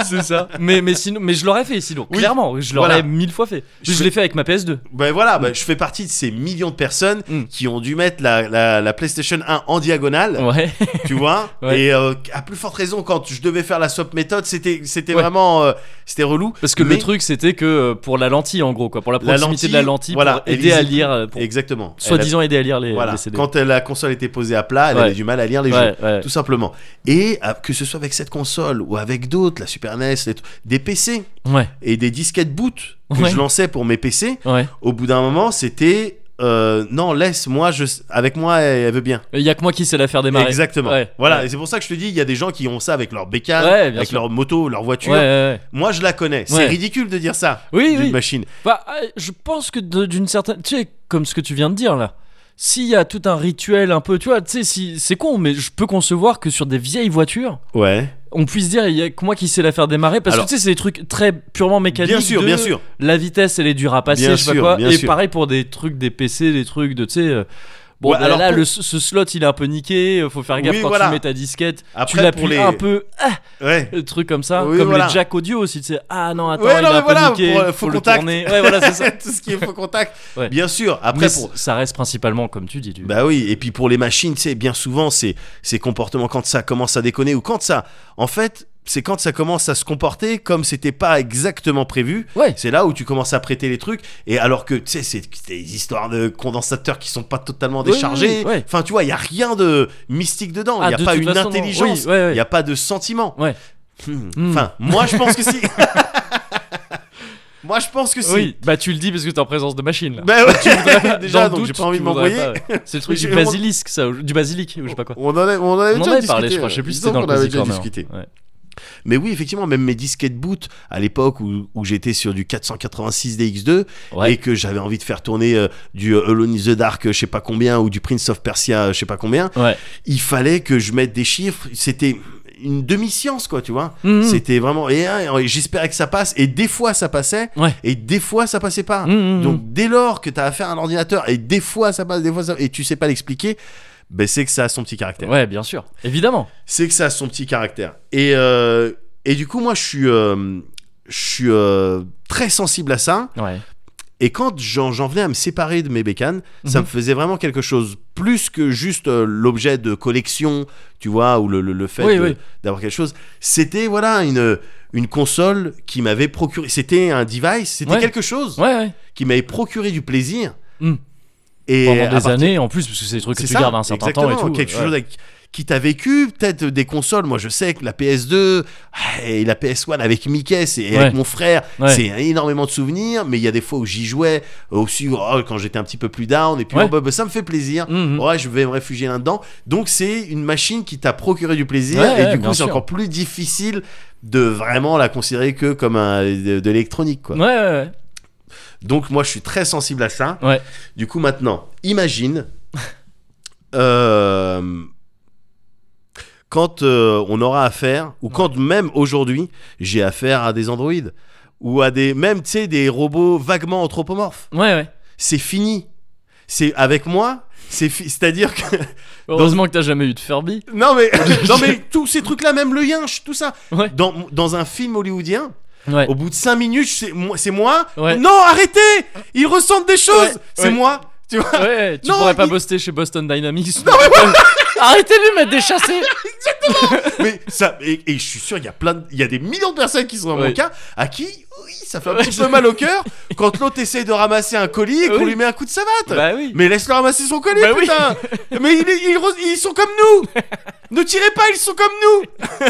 A: c'est ça. Mais, mais, sinon, mais je l'aurais fait sinon,
B: Oui.
A: clairement, je l'aurais
B: Voilà.
A: mille fois fait.
B: Je
A: Je,
B: fais-
A: l'ai fait avec ma PS2.
B: Ben voilà, ben, je fais partie de ces millions de personnes
A: Mm.
B: qui ont dû mettre la, la- la PlayStation 1 en diagonale,
A: Ouais.
B: tu vois.
A: Ouais.
B: Et euh, à plus forte raison, quand je devais faire la swap méthode, c'était c'était
A: Ouais.
B: vraiment euh, c'était relou.
A: Parce que
B: Mais-
A: le truc c'était que euh, pour la lentille en gros, quoi, pour la
B: La
A: proximité de la
B: lentille,
A: lentille,
B: voilà,
A: pour
B: elle
A: aider à
B: lisait-
A: lire, euh, pour
B: Exactement. Elle a-
A: soi-disant aider à lire les,
B: voilà.
A: les CD.
B: Quand elle- la console était posée à plat, elle
A: Ouais.
B: avait du mal à lire les jeux.
A: ouais, ouais.
B: tout simplement. Et euh, que ce soit avec cette console ou avec d'autres, la Super NES, les t- des PC
A: ouais,
B: et des disquettes boot que
A: Ouais.
B: je lançais pour mes PC,
A: ouais.
B: au bout d'un moment, c'était euh, non, laisse, moi, je, avec moi, elle, elle veut bien.
A: Il y a que moi qui sais la faire démarrer.
B: Exactement.
A: Ouais.
B: Voilà,
A: Ouais.
B: et c'est pour ça que je te dis, il y a des gens qui ont ça avec leur bécane,
A: Ouais, bien
B: avec
A: sûr.
B: leur moto, leur voiture.
A: Ouais, ouais, ouais.
B: Moi, je la connais. C'est
A: Ouais.
B: ridicule de dire ça
A: Oui,
B: d'une
A: oui.
B: machine.
A: Bah, euh, je pense que de- d'une certaine. Tu sais, comme ce que tu viens de dire là. S'il y a tout un rituel un peu, tu vois, tu sais, si, c'est con, mais je peux concevoir que sur des vieilles voitures,
B: Ouais.
A: on puisse dire il y a que moi qui sais la faire démarrer parce
B: Alors-
A: que tu sais c'est des trucs très purement mécaniques
B: Bien sûr,
A: de
B: bien sûr.
A: la vitesse elle est dure à passer
B: Bien
A: je sais pas
B: sûr,
A: quoi
B: bien
A: et
B: sûr.
A: pareil pour des trucs des PC des trucs de tu sais euh, bon
B: Ouais,
A: bah,
B: alors
A: là
B: pour-
A: le- ce slot il est un peu niqué euh, faut faire gaffe
B: Oui,
A: quand
B: voilà.
A: tu mets ta disquette
B: Après,
A: tu l'appuies
B: pour les-
A: un peu
B: Ouais.
A: euh, truc comme ça
B: Oui,
A: comme
B: voilà.
A: les jack audio aussi tu sais ah non attends
B: Ouais,
A: il
B: non,
A: est
B: mais
A: un peu
B: voilà,
A: niqué
B: pour, euh,
A: faut,
B: faux
A: le
B: contact.
A: tourner ouais voilà c'est ça
B: Tout ce qui est faux contact.
A: Ouais.
B: Bien sûr. Après,
A: mais c-
B: pour,
A: ça reste principalement comme tu dis du
B: Bah oui, et puis pour les machines, tu sais, bien souvent, c'est ces comportements, quand ça commence à déconner ou quand ça. En fait, c'est quand ça commence à se comporter comme c'était pas exactement prévu.
A: ouais
B: C'est là où tu commences à prêter les trucs. Et alors que, tu sais, c'est c'est des histoires de condensateurs qui sont pas totalement
A: Oui,
B: déchargés.
A: oui, oui, ouais.
B: Enfin, tu vois, il y a rien de mystique dedans. Il
A: Ah,
B: n'y a
A: de
B: pas
A: toute
B: une
A: façon, non.
B: intelligence. Il
A: Oui, ouais, ouais.
B: n'y a pas de sentiment.
A: Ouais.
B: Hmm.
A: Hmm.
B: Enfin, moi, je pense que si. moi, je pense que si.
A: oui bah tu le dis parce que t'es en présence de machine là
B: Ben ouais,
A: voudrais- dans
B: déjà,
A: le
B: donc
A: doute,
B: j'ai pas envie
A: tu
B: de
A: voudrais
B: m'embrouiller.
A: pas, ouais. C'est le truc
B: J'ai
A: du
B: vraiment-
A: basilic, ça, ou- du basilic, ou je sais pas quoi.
B: On en avait, on en
A: On en
B: avait déjà
A: avait
B: discuté,
A: parlé, je crois, je sais
B: euh,
A: plus si
B: disons
A: c'était dans le
B: qu'on avait
A: Cozy
B: déjà
A: Corner.
B: discuté.
A: Ouais.
B: Mais oui, effectivement, même mes disquettes boot à l'époque où, où j'étais sur du 486 DX2
A: Ouais.
B: et que j'avais envie de faire tourner euh, du euh, Alone in the Dark, euh, je sais pas combien, ou du Prince of Persia, euh, je sais pas combien,
A: Ouais.
B: il fallait que je mette des chiffres. C'était une demi-science, quoi, tu vois.
A: Mhm.
B: C'était vraiment. Et, hein, et j'espérais que ça passe, et des fois ça passait,
A: Ouais.
B: et des fois ça passait pas.
A: Mhm.
B: Donc dès lors que tu as affaire à un ordinateur, et des fois ça passe, des fois ça. et tu sais pas l'expliquer, ben c'est que ça a son petit caractère
A: Ouais, bien sûr, évidemment.
B: c'est que ça a son petit caractère. Et, euh, et du coup, moi, je suis, euh, je suis euh, très sensible à ça.
A: Ouais.
B: Et quand j'en j'en venais à me séparer de mes bécanes, ça
A: Mhm.
B: me faisait vraiment quelque chose plus que juste euh, l'objet de collection, tu vois, ou le, le- le fait
A: Oui,
B: de-
A: oui.
B: d'avoir quelque chose. C'était, voilà, une, une console qui m'avait procuré. C'était un device, c'était
A: Ouais.
B: quelque chose
A: Ouais, ouais.
B: qui m'avait procuré du plaisir.
A: Mhm.
B: Et à
A: Pendant des
B: partir-
A: années en plus, parce que c'est des trucs que
B: c'est
A: tu
B: ça,
A: gardes un certain
B: exactement,
A: temps et tout.
B: Quelque
A: ouais.
B: chose avec- qui t'a vécu, peut-être des consoles. Moi, je sais que la PS2 ah, et la PS1 avec Mickey c'est- et avec
A: Ouais.
B: mon frère,
A: Ouais.
B: c'est énormément de souvenirs. Mais il y a des fois où j'y jouais aussi oh, quand j'étais un petit peu plus down. Et puis,
A: Ouais.
B: oh, bah, bah, ça me fait plaisir.
A: Mhm.
B: Ouais, je vais me réfugier là-dedans. Donc, c'est une machine qui t'a procuré du plaisir.
A: Ouais,
B: et
A: ouais,
B: du
A: bien
B: coup, c'est
A: sûr.
B: encore plus difficile de vraiment la considérer que comme un, de, de l'électronique. quoi.
A: Ouais, ouais, ouais.
B: Donc moi je suis très sensible à ça.
A: Ouais.
B: Du coup maintenant, imagine euh, quand euh, on aura affaire, ou quand même aujourd'hui j'ai affaire à des androïdes, ou à des même tu sais des robots vaguement anthropomorphes.
A: Ouais, ouais.
B: C'est fini. C'est avec moi. C'est fi- c'est-à-dire que
A: Heureusement que t'as jamais eu de Furby.
B: non mais non mais tous ces trucs là, même le yinche, tout ça.
A: Ouais.
B: Dans dans un film hollywoodien,
A: Ouais.
B: au bout de 5 minutes, je sais- moi- c'est moi.
A: Eh. Ouais.
B: Non, arrêtez Ils ressentent des choses
A: Ouais,
B: C'est
A: ouais.
B: moi Tu vois
A: Ouais, ouais, tu
B: Non,
A: pourrais pas
B: il-
A: bosser chez Boston Dynamics. Non, mais Arrêtez de lui mettre des chassés.
B: Mais ça, et, et je suis sûr, il y a plein, de- il y a des millions de personnes qui sont dans mon
A: Ouais.
B: cas, à qui, oui, ça fait un
A: Ouais,
B: petit
A: je-
B: peu mal au cœur quand l'autre essaye de ramasser un colis et qu'on
A: Oui.
B: lui met un coup de savate.
A: Bah oui.
B: Mais laisse-le ramasser son colis,
A: Bah oui.
B: putain Mais il est- il re- ils sont comme nous Ne tirez pas, ils sont comme nous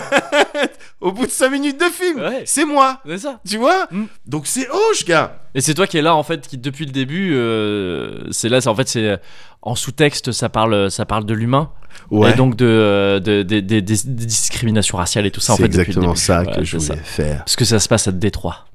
B: Au bout de 5 minutes de film,
A: Ouais.
B: c'est moi
A: C'est ça.
B: Tu vois
A: Mm.
B: Donc c'est hoche, gars
A: Et c'est toi qui est là en fait, qui depuis le début, euh, c'est là, c'est en fait, c'est en sous-texte, ça parle, ça parle de l'humain. Et donc de, euh, de- de- de- des- des discriminations raciales et tout ça en fait depuis le début. Voilà, c'est ça.
B: faire.
A: Parce que ça se passe à Détroit.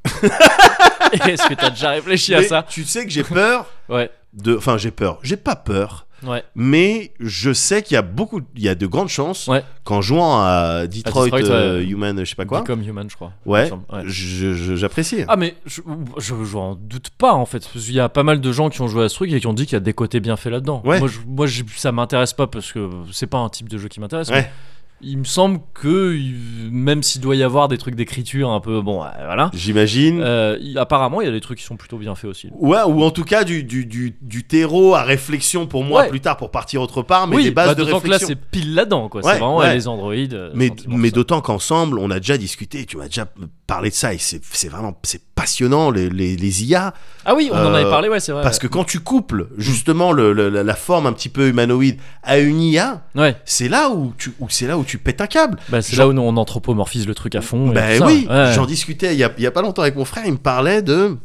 A: Est-ce que t'as déjà réfléchi à
B: Mais
A: ça
B: Tu sais que j'ai peur
A: Ouais.
B: de. Enfin, j'ai peur. J'ai pas peur.
A: Ouais.
B: mais je sais qu'il y a beaucoup, il y a de grandes chances
A: Ouais.
B: qu'en jouant à Detroit,
A: Detroit,
B: euh,
A: ouais.
B: Human, je sais pas quoi,
A: Become Human, je crois. il me
B: ouais,
A: semble.
B: je- je- j'apprécie.
A: Ah mais je, je, je en doute pas en fait. Parce qu'il y a pas mal de gens qui ont joué à ce truc et qui ont dit qu'il y a des côtés bien faits là-dedans.
B: Ouais.
A: Moi, je- moi je- ça m'intéresse pas parce que c'est pas un type de jeu qui m'intéresse.
B: Ouais.
A: mais Il me semble que il- même s'il doit y avoir des trucs d'écriture un peu bon, euh, voilà.
B: J'imagine.
A: euh, il- apparemment, il y a des trucs qui sont plutôt bien faits aussi.
B: Ouais, ou en tout cas du, du, du, du terreau à réflexion pour moi
A: Ouais.
B: plus tard pour partir autre part, Ah, mais
A: oui,
B: des bases
A: bah,
B: de
A: d'autant que là
B: réflexion.
A: c'est pile là-dedans quoi.
B: Ouais,
A: c'est vraiment
B: ouais.
A: ouais, les androïdes. euh,
B: mais
A: sentiment,
B: mais
A: tout ça.
B: d'autant qu'ensemble, on a déjà discuté, tu m'as déjà parlé de ça, et c'est c'est vraiment c'est passionnant, les, les, les IA,
A: Ah oui, on en avait
B: euh,
A: parlé, ouais, c'est vrai.
B: parce que quand tu couples justement le, le- la, la forme un petit peu humanoïde à une IA,
A: ouais.
B: c'est là où tu, où c'est là où tu pètes un câble.
A: Bah, c'est
B: Genre-
A: là où on anthropomorphise le truc à fond. et
B: Ben
A: tout ça.
B: oui,
A: Ouais.
B: j'en discutais il y, a, il y a pas longtemps avec mon frère, il me parlait de,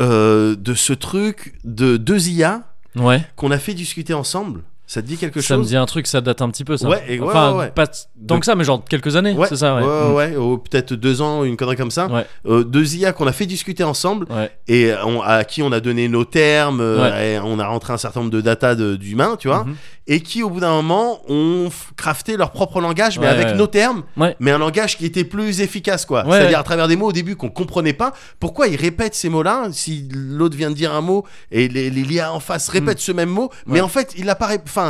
B: euh, de ce truc de deux IA
A: Ouais.
B: qu'on a fait discuter ensemble. Ça te dit quelque
A: ça me
B: chose
A: dit un truc, ça date un petit peu ça.
B: Ouais, et ouais,
A: enfin,
B: ouais, ouais.
A: pas t- tant que ça, mais genre quelques années,
B: Ouais,
A: c'est ça, ouais. Mm.
B: ouais, ou peut-être deux ans, une connerie comme ça.
A: Ouais.
B: Euh, deux IA qu'on a fait discuter ensemble
A: Ouais.
B: et on- à qui on a donné nos termes, euh, et on a rentré un certain nombre de data de- d'humains, tu vois,
A: Mhm.
B: et qui au bout d'un moment ont f- crafté leur propre langage, mais
A: Ouais,
B: avec
A: ouais.
B: nos termes,
A: Ouais.
B: mais un langage qui était plus efficace, quoi.
A: Ouais,
B: C'est-à-dire
A: ouais.
B: à travers des mots au début qu'on comprenait pas. Pourquoi ils répètent ces mots-là si l'autre vient de dire un mot et les, les IA en face répètent ce même mot, mais
A: Hmm. Ouais.
B: en fait il apparaît, enfin,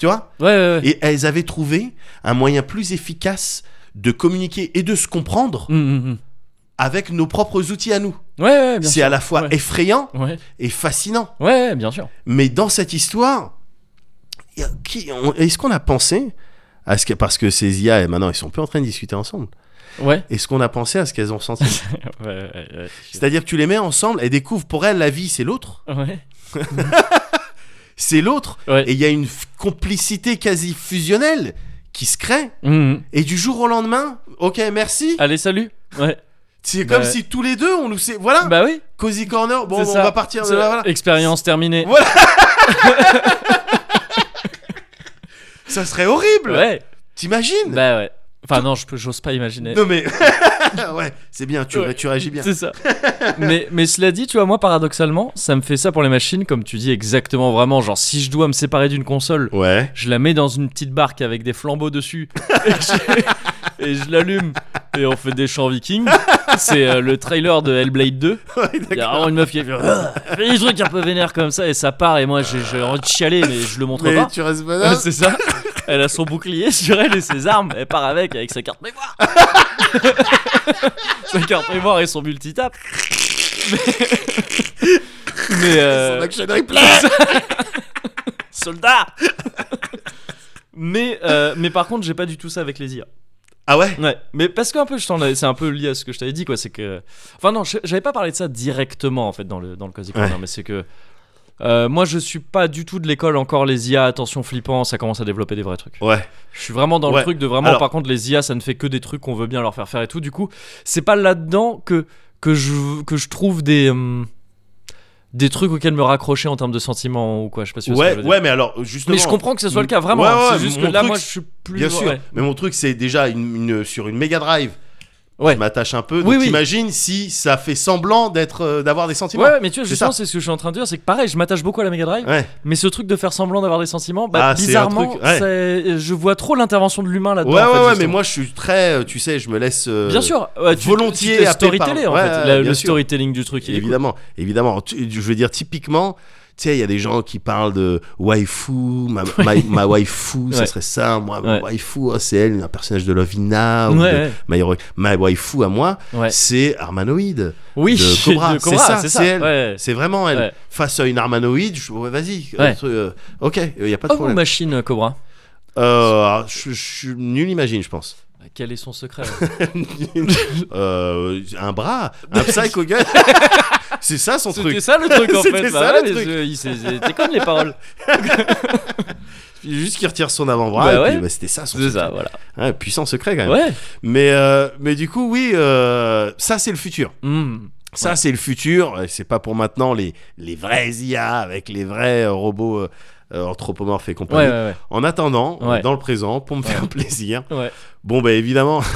B: tu vois.
A: Ouais, ouais, ouais.
B: Et elles avaient trouvé un moyen plus efficace de communiquer Hein et de se comprendre
A: Mm, mm, mm.
B: avec nos propres outils à nous.
A: Ouais, ouais, bien
B: C'est
A: sûr.
B: à la fois
A: ouais.
B: effrayant
A: Ouais,
B: et fascinant.
A: ouais, ouais, bien sûr.
B: Mais dans cette histoire, y a- qui- on- est-ce qu'on a pensé à ce que, parce que ces IA, et maintenant, ils sont plus en train de discuter ensemble.
A: Ouais.
B: Est-ce qu'on a pensé à ce qu'elles ont senti
A: Ouais, ouais, ouais.
B: C'est-à-dire que tu les mets ensemble, elles découvrent pour elles la vie, c'est l'autre,
A: Ouais.
B: c'est l'autre,
A: Ouais.
B: et il y a une f- complicité quasi fusionnelle qui se crée.
A: Mm, mm.
B: Et du jour au lendemain, ok, merci.
A: Allez, salut. Ouais.
B: C'est comme
A: Euh, Bah-
B: si tous les deux, on nous sait. Voilà,
A: Bah oui.
B: Cozy Corner, Ah bon,
A: c'est
B: bon, on
A: ça.
B: va partir de
A: C'est-
B: là. Voilà.
A: Expérience terminée.
B: Voilà. Ça serait horrible.
A: Ouais.
B: T'imagines
A: Bah ouais. Enfin non, je peux- j'ose pas imaginer.
B: Non, mais. ouais, c'est bien, tu,
A: Ouais.
B: tu réagis bien.
A: C'est ça. mais, mais cela dit, tu vois, moi paradoxalement, ça me fait ça pour les machines, comme tu dis exactement vraiment. Genre, si je dois me séparer d'une console,
B: Ouais.
A: je la mets dans une petite barque avec des flambeaux dessus et je, et je l'allume et on fait des chants vikings. C'est euh, le trailer de Hellblade 2. Il y a vraiment une meuf qui fait, fait des trucs un peu vénère comme ça et ça part et moi j'ai j'ai envie de chialer mais je le montre
B: Mais
A: pas.
B: tu restes
A: Euh,
B: malade.
A: C'est ça. Elle a son bouclier sur elle et ses armes. Elle part avec avec sa carte mémoire. sa carte mémoire et son multitap. Mais, mais, euh,
B: Son action replay.
A: soldat mais, euh, mais par contre, j'ai pas du tout ça avec les IA.
B: Ah ouais
A: Ouais, mais parce qu'un peu, je t'en avais- c'est un peu lié à ce que je t'avais dit, quoi. C'est que. Enfin, non, je- j'avais pas parlé de ça directement, en fait, dans le, dans le Cozy Corner,
B: Ouais.
A: mais c'est que. euh, moi, je suis pas du tout de l'école encore. Les IA, attention flippant, ça commence à développer des vrais trucs.
B: Ouais.
A: Je suis vraiment dans
B: Ouais.
A: le truc de vraiment.
B: Alors-
A: Par contre, les IA, ça ne fait que des trucs qu'on veut bien leur faire faire et tout. Du coup, c'est pas là-dedans que que je que je trouve des hum, des trucs auxquels me raccrocher en termes de sentiments ou quoi. Je sais pas si tu vois ce que
B: Ouais,
A: je veux dire.
B: ouais, mais alors, justement.
A: Mais je comprends que ce soit le cas, vraiment.
B: Ouais,
A: hein.
B: ouais,
A: c'est juste
B: mon
A: que là,
B: truc,
A: moi, je suis plus.
B: Bien sûr.
A: ouais.
B: Mais mon truc, c'est déjà une, une- sur une Mega Drive.
A: Ouais.
B: Je m'attache un peu. Donc
A: Oui, oui.
B: t'imagines si ça fait semblant d'être, euh, d'avoir des sentiments.
A: Ouais, ouais, mais tu vois,
B: C'est
A: justement,
B: ça.
A: c'est ce que je suis en train de dire, c'est que pareil, je m'attache beaucoup à la Mega Drive,
B: Ouais.
A: mais ce truc de faire semblant d'avoir des sentiments, bah,
B: Ah, c'est un
A: bizarrement,
B: truc, ouais.
A: c'est- je vois trop l'intervention de l'humain
B: Ouais,
A: là-dedans.
B: ouais,
A: en fait,
B: ouais, mais
A: justement.
B: moi, je suis très. euh, Tu sais, je me laisse. euh,
A: Bien sûr, ouais, tu- tu
B: volontiers
A: te
B: happé par-
A: storytellé, en
B: Ouais,
A: fait,
B: ouais,
A: la-
B: bien
A: le
B: sûr.
A: storytelling du truc. il est
B: évidemment, évidemment. Tu- Je veux dire, typiquement, tu sais, il y a des gens qui parlent de waifu, ma, ma- ma waifu, ça
A: Ouais.
B: serait ça, moi, ma
A: Ouais.
B: waifu, oh, c'est elle, un personnage de Lovina,
A: cool.
B: ou
A: Ouais,
B: de
A: ouais,
B: My Hero- ma waifu à moi,
A: ouais.
B: hein, c'est Armanoïde.
A: Oui,
B: de Cobra, c'est ça,
A: c'est
B: c'est elle.
A: ouais.
B: C'est vraiment elle.
A: Ouais.
B: Face à une Armanoïde, je- ouais, vas-y, euh,
A: Ouais.
B: truc, euh, ok, il n'y a pas de
A: Oh,
B: problème.
A: machine Cobra.
B: Euh, je, je suis nul, imagine, je pense.
A: Quel est son secret
B: Euh, un bras, un psycho gun. c'est ça son truc.
A: C'était ça le truc en
B: C'était
A: fait.
B: ça,
A: bah ouais,
B: le
A: mais
B: truc.
A: je- il s'est- T'es con les paroles.
B: Juste qu'il retire son avant-bras.
A: Bah
B: et puis,
A: ouais.
B: bah, c'était ça son
A: C'est
B: truc.
A: ça, voilà.
B: Ouais, puissant secret quand même.
A: Ouais.
B: Mais, euh, mais du coup, oui, euh, ça c'est le futur.
A: Hmm.
B: Ça c'est le futur. Euh, C'est pas pour maintenant les, les vrais IA avec les vrais euh, robots euh, euh, anthropomorphes et
A: Ouais,
B: compagnie.
A: ouais, ouais.
B: En attendant, euh,
A: Ouais.
B: dans le présent, pour me faire plaisir.
A: Ouais.
B: Bon, bah évidemment,